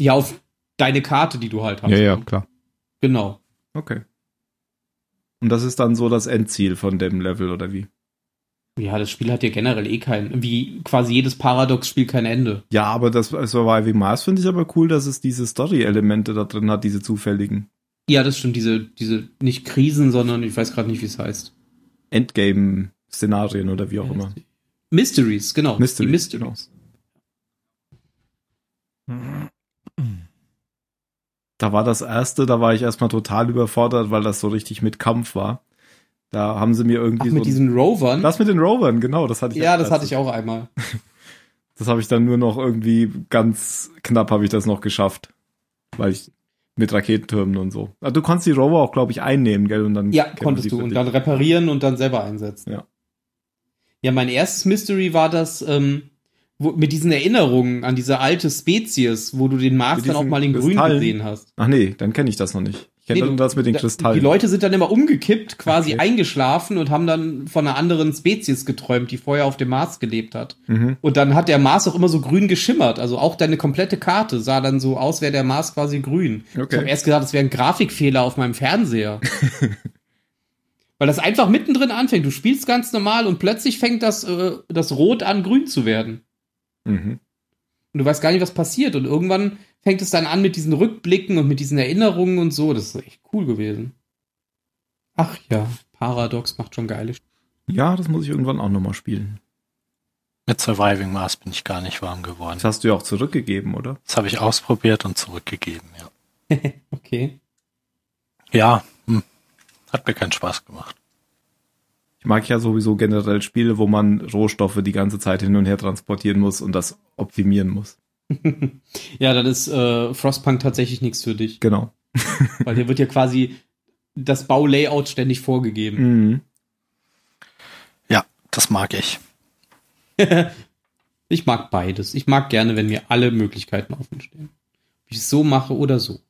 [SPEAKER 7] Ja, auf deine Karte, die du halt hast.
[SPEAKER 3] klar.
[SPEAKER 7] Genau.
[SPEAKER 3] Okay. Und das ist dann so das Endziel von dem Level, oder wie?
[SPEAKER 7] Ja, das Spiel hat ja generell eh kein, wie quasi jedes Paradox-Spiel kein Ende.
[SPEAKER 3] Ja, aber das äh, Surviving Mars finde ich aber cool, dass es diese Story-Elemente da drin hat, diese zufälligen
[SPEAKER 7] Ja, das stimmt, diese, diese, nicht Krisen, sondern ich weiß gerade nicht, wie es heißt.
[SPEAKER 3] Endgame-Szenarien oder wie auch immer.
[SPEAKER 7] Mysteries, genau.
[SPEAKER 3] Mysteries,
[SPEAKER 7] die Mysteries.
[SPEAKER 3] Da war das erste, da war ich erstmal total überfordert, weil das so richtig mit Kampf war. Da haben sie mir irgendwie
[SPEAKER 7] Ach,
[SPEAKER 3] so.
[SPEAKER 7] mit diesen Rovern?
[SPEAKER 3] das mit den Rovern, genau, das hatte ich.
[SPEAKER 7] ja,
[SPEAKER 3] als
[SPEAKER 7] das hatte
[SPEAKER 3] erstes.
[SPEAKER 7] ich auch einmal.
[SPEAKER 3] Das habe ich dann nur noch irgendwie ganz knapp habe ich das noch geschafft, weil ich mit Raketentürmen und so. Ah, Du konntest die Rover auch, glaube ich, einnehmen, gell? Und dann
[SPEAKER 7] Ja,
[SPEAKER 3] kämpfen die
[SPEAKER 7] konntest du.
[SPEAKER 3] für
[SPEAKER 7] Und
[SPEAKER 3] dich.
[SPEAKER 7] dann reparieren und dann selber einsetzen.
[SPEAKER 3] Ja.
[SPEAKER 7] Ja, mein erstes Mystery war das, ähm, wo, mit diesen Erinnerungen an diese alte Spezies, wo du den Mars
[SPEAKER 3] Mit
[SPEAKER 7] dann auch
[SPEAKER 3] diesen
[SPEAKER 7] mal in grün
[SPEAKER 3] Kristallen.
[SPEAKER 7] gesehen hast.
[SPEAKER 3] Ach nee, dann kenne ich das noch nicht. Ich kenne
[SPEAKER 7] Nee,
[SPEAKER 3] nur das mit den
[SPEAKER 7] da-
[SPEAKER 3] Kristallen.
[SPEAKER 7] Die Leute sind dann immer umgekippt, quasi
[SPEAKER 3] Okay.
[SPEAKER 7] eingeschlafen und haben dann von einer anderen Spezies geträumt, die vorher auf dem Mars gelebt hat.
[SPEAKER 3] Mhm.
[SPEAKER 7] Und dann hat der Mars auch immer so grün geschimmert. Also auch deine komplette Karte sah dann so aus, wäre der Mars quasi grün. Ich
[SPEAKER 3] Okay.
[SPEAKER 7] habe erst gedacht, es wäre ein Grafikfehler auf meinem Fernseher. Weil das einfach mittendrin anfängt. Du spielst ganz normal und plötzlich fängt das, äh, das Rot an, grün zu werden.
[SPEAKER 3] Mhm.
[SPEAKER 7] Und du weißt gar nicht, was passiert. Und irgendwann fängt es dann an mit diesen Rückblicken und mit diesen Erinnerungen und so. Das ist echt cool gewesen. Ach ja, Paradox macht schon geile Sch
[SPEAKER 3] Ja, das muss ich irgendwann auch nochmal spielen.
[SPEAKER 5] Mit Surviving Mars bin ich gar nicht warm geworden.
[SPEAKER 3] Das hast du ja auch zurückgegeben, oder?
[SPEAKER 5] Das habe ich ausprobiert und zurückgegeben, ja.
[SPEAKER 7] Okay.
[SPEAKER 5] Ja, hm. hat mir keinen Spaß gemacht.
[SPEAKER 3] Ich mag ja sowieso generell Spiele, wo man Rohstoffe die ganze Zeit hin und her transportieren muss und das optimieren muss.
[SPEAKER 7] ja, dann ist äh, Frostpunk tatsächlich nichts für dich.
[SPEAKER 3] Genau.
[SPEAKER 7] Weil hier wird ja quasi das Baulayout ständig vorgegeben.
[SPEAKER 3] Mhm.
[SPEAKER 5] Ja, das mag ich.
[SPEAKER 7] Ich mag beides. Ich mag gerne, wenn mir alle Möglichkeiten offen stehen. Ob ich es so mache oder so.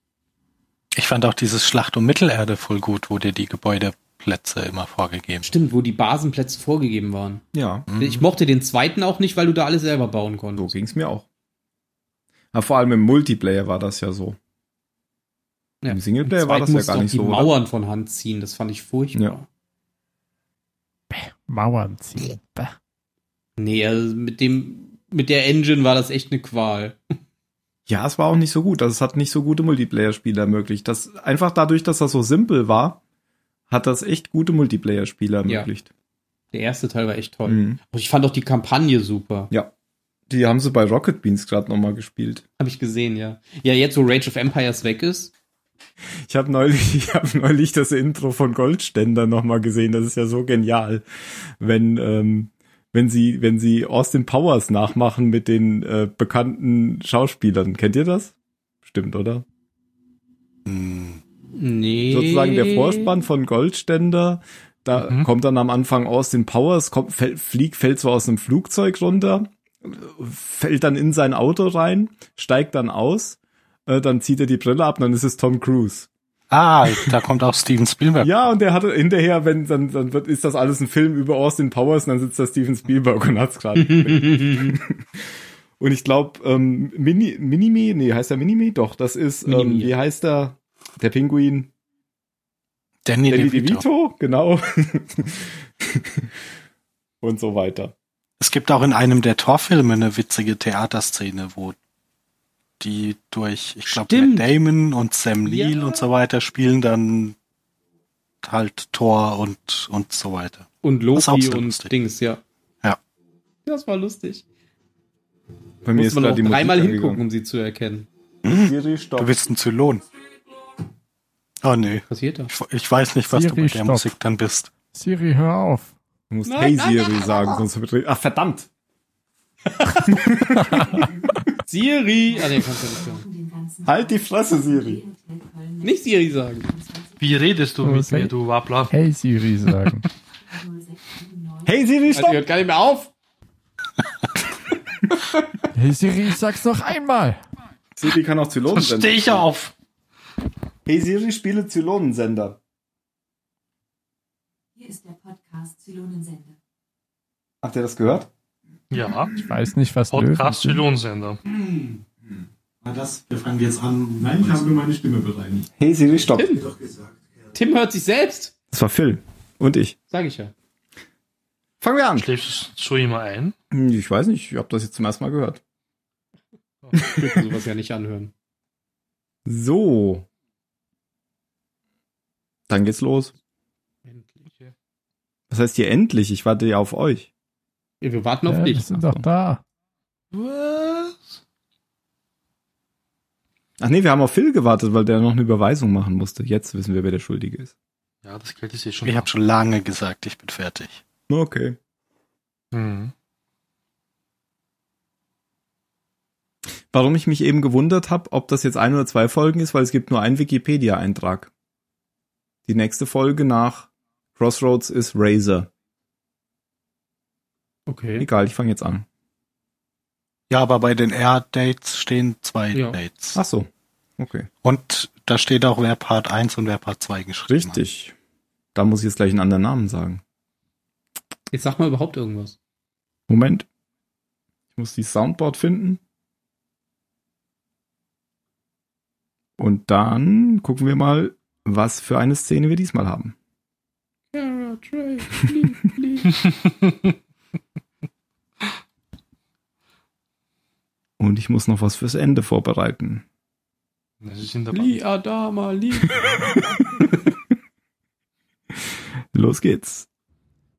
[SPEAKER 5] Ich fand auch dieses Schlacht um Mittelerde voll gut, wo dir die Gebäudeplätze immer vorgegeben
[SPEAKER 7] Stimmt, wo die Basenplätze vorgegeben waren.
[SPEAKER 3] Ja,
[SPEAKER 5] Mhm.
[SPEAKER 7] Ich mochte den zweiten auch nicht, weil du da alles selber bauen
[SPEAKER 3] so
[SPEAKER 7] konntest.
[SPEAKER 3] ging's mir auch. Aber vor allem im Multiplayer war das ja so. Im Singleplayer
[SPEAKER 7] Im
[SPEAKER 3] war das ja
[SPEAKER 7] zweiten musst
[SPEAKER 3] gar
[SPEAKER 7] du auch
[SPEAKER 3] nicht
[SPEAKER 7] die
[SPEAKER 3] so, oder?
[SPEAKER 7] Mauern von Hand ziehen, das fand ich furchtbar.
[SPEAKER 3] Ja.
[SPEAKER 6] Mauern ziehen. Bäh.
[SPEAKER 7] Nee, also mit dem, mit der Engine war das echt eine Qual.
[SPEAKER 3] Ja, es war auch nicht so gut. Also es hat nicht so gute Multiplayer-Spiele ermöglicht. Das, einfach dadurch, dass das so simpel war, hat das echt gute Multiplayer-Spiele
[SPEAKER 7] Ja.
[SPEAKER 3] ermöglicht.
[SPEAKER 7] Der erste Teil war echt toll.
[SPEAKER 3] Mhm.
[SPEAKER 7] Und ich fand auch die Kampagne super.
[SPEAKER 3] Die haben sie bei Rocket Beans gerade nochmal gespielt.
[SPEAKER 7] Habe ich gesehen, ja. Ja, jetzt, wo Rage of Empires weg ist.
[SPEAKER 3] Ich habe neulich, ich hab neulich das Intro von Goldständer nochmal gesehen. Das ist ja so genial, wenn ähm, wenn sie wenn sie Austin Powers nachmachen mit den äh, bekannten Schauspielern. Kennt ihr das? Stimmt, oder?
[SPEAKER 7] Nee.
[SPEAKER 3] Sozusagen
[SPEAKER 7] Äh.
[SPEAKER 3] der Vorspann von Goldständer. Da
[SPEAKER 4] Mhm.
[SPEAKER 3] kommt dann am Anfang Austin Powers, kommt, fäll, fliegt, fällt so aus einem Flugzeug runter, fällt dann in sein Auto rein, steigt dann aus, äh, dann zieht er die Brille ab, und dann ist es Tom Cruise.
[SPEAKER 5] Ah, da kommt auch Steven Spielberg.
[SPEAKER 3] Ja, und der hatte hinterher, wenn dann, dann wird, ist das alles ein Film über Austin Powers und dann sitzt da Steven Spielberg und hat's gerade. und ich glaube, ähm, Mini, Minimi, nee, heißt der Minimi? Doch, das ist, ähm,
[SPEAKER 7] Minimi.
[SPEAKER 3] wie heißt der? Der Pinguin.
[SPEAKER 5] Danny,
[SPEAKER 3] Danny
[SPEAKER 5] DeVito.
[SPEAKER 3] DeVito, genau. und so weiter.
[SPEAKER 5] Es gibt auch in einem der Torfilme eine witzige Theaterszene, wo die durch, ich glaube,
[SPEAKER 7] Stimmt.
[SPEAKER 5] Matt Damon und Sam
[SPEAKER 7] Ja.
[SPEAKER 5] Neill und so weiter spielen dann halt Thor und, und so weiter.
[SPEAKER 7] Und
[SPEAKER 5] Das ist auch
[SPEAKER 7] Loki
[SPEAKER 5] sehr
[SPEAKER 7] und
[SPEAKER 5] lustig.
[SPEAKER 7] Dings, ja.
[SPEAKER 5] Ja.
[SPEAKER 7] Das war lustig.
[SPEAKER 3] Bei
[SPEAKER 7] Muss man
[SPEAKER 3] grad
[SPEAKER 7] auch dreimal
[SPEAKER 3] Musik
[SPEAKER 7] hingucken, um sie zu erkennen.
[SPEAKER 3] angegangen. Siri,
[SPEAKER 5] Du
[SPEAKER 3] stopp.
[SPEAKER 5] bist ein Zylon. Oh nee,
[SPEAKER 7] Passiert da?
[SPEAKER 5] ich, ich weiß nicht, was du
[SPEAKER 6] Siri,
[SPEAKER 5] mit der
[SPEAKER 6] stopp.
[SPEAKER 5] Musik dann bist.
[SPEAKER 6] Siri, hör auf.
[SPEAKER 3] Du musst
[SPEAKER 7] Nein,
[SPEAKER 3] Hey
[SPEAKER 7] nein,
[SPEAKER 3] Siri sagen, sonst verdreht. Ach, verdammt.
[SPEAKER 7] Siri! Ah, nee, kannst du nicht sagen.
[SPEAKER 3] Halt die Fresse, Siri.
[SPEAKER 7] Nicht Siri sagen.
[SPEAKER 4] Wie redest du mit
[SPEAKER 6] Okay.
[SPEAKER 4] mir, du Wappler?
[SPEAKER 6] Hey Siri sagen.
[SPEAKER 3] Hey Siri,
[SPEAKER 7] Also, die
[SPEAKER 3] stopp.
[SPEAKER 7] hört gar nicht mehr auf.
[SPEAKER 6] hey Siri, ich sag's noch einmal.
[SPEAKER 3] Siri kann auch
[SPEAKER 4] Sonst
[SPEAKER 3] Zylonensender.
[SPEAKER 4] steh ich auf.
[SPEAKER 3] Hey Siri, spiele Zylonensender.
[SPEAKER 11] Hier ist der Podcast Zylonensender.
[SPEAKER 3] Habt ihr das gehört?
[SPEAKER 4] Ja,
[SPEAKER 6] Ich weiß nicht, was Löwen
[SPEAKER 4] Podcast
[SPEAKER 6] sind.
[SPEAKER 4] Zylonsender.
[SPEAKER 5] Das, wir fangen jetzt an.
[SPEAKER 12] Nein, ich habe nur meine Stimme bereinigt.
[SPEAKER 3] Hey Siri, stopp.
[SPEAKER 7] Tim hört sich selbst.
[SPEAKER 3] Das war Phil. Und ich.
[SPEAKER 7] Sag ich ja.
[SPEAKER 3] Fangen wir an.
[SPEAKER 4] Schläfst du so immer ein?
[SPEAKER 3] Hm, Ich weiß nicht, ich habe das jetzt zum ersten Mal gehört.
[SPEAKER 7] Oh, Ich dürfte sowas ja nicht anhören.
[SPEAKER 3] So. Dann geht's los. Was heißt hier endlich? Ich warte ja auf euch.
[SPEAKER 7] Ey, Wir warten auf
[SPEAKER 6] Ja, die
[SPEAKER 7] dich.
[SPEAKER 6] sind doch da.
[SPEAKER 4] Was?
[SPEAKER 3] Ach nee, wir haben auf Phil gewartet, weil der noch eine Überweisung machen musste. Jetzt wissen wir, wer der Schuldige ist.
[SPEAKER 4] Ja, das Geld ist eh schon.
[SPEAKER 5] Ich
[SPEAKER 4] da.
[SPEAKER 5] habe schon lange gesagt, ich bin fertig.
[SPEAKER 3] Okay.
[SPEAKER 4] Mhm.
[SPEAKER 3] Warum ich mich eben gewundert habe, ob das jetzt ein oder zwei Folgen ist, weil es gibt nur einen Wikipedia-Eintrag. Die nächste Folge nach Crossroads ist Razor.
[SPEAKER 7] Okay.
[SPEAKER 3] Egal, ich fange jetzt an.
[SPEAKER 5] Ja, aber bei den Air-Dates stehen zwei
[SPEAKER 7] Ja.
[SPEAKER 5] Dates.
[SPEAKER 3] Ach so. Okay.
[SPEAKER 5] Und da steht auch, wer Part 1 und wer Part 2 geschrieben hat.
[SPEAKER 3] Richtig. Da muss ich jetzt gleich einen anderen Namen sagen.
[SPEAKER 7] Jetzt sag mal überhaupt irgendwas.
[SPEAKER 3] Moment. Ich muss die Soundboard finden. Und dann gucken wir mal, was für eine Szene wir diesmal haben.
[SPEAKER 7] Cara, Trey, please, please.
[SPEAKER 3] Und ich muss noch was fürs Ende vorbereiten.
[SPEAKER 4] Das ist in der Bank.
[SPEAKER 7] Lee Adama, Lee.
[SPEAKER 3] Los geht's.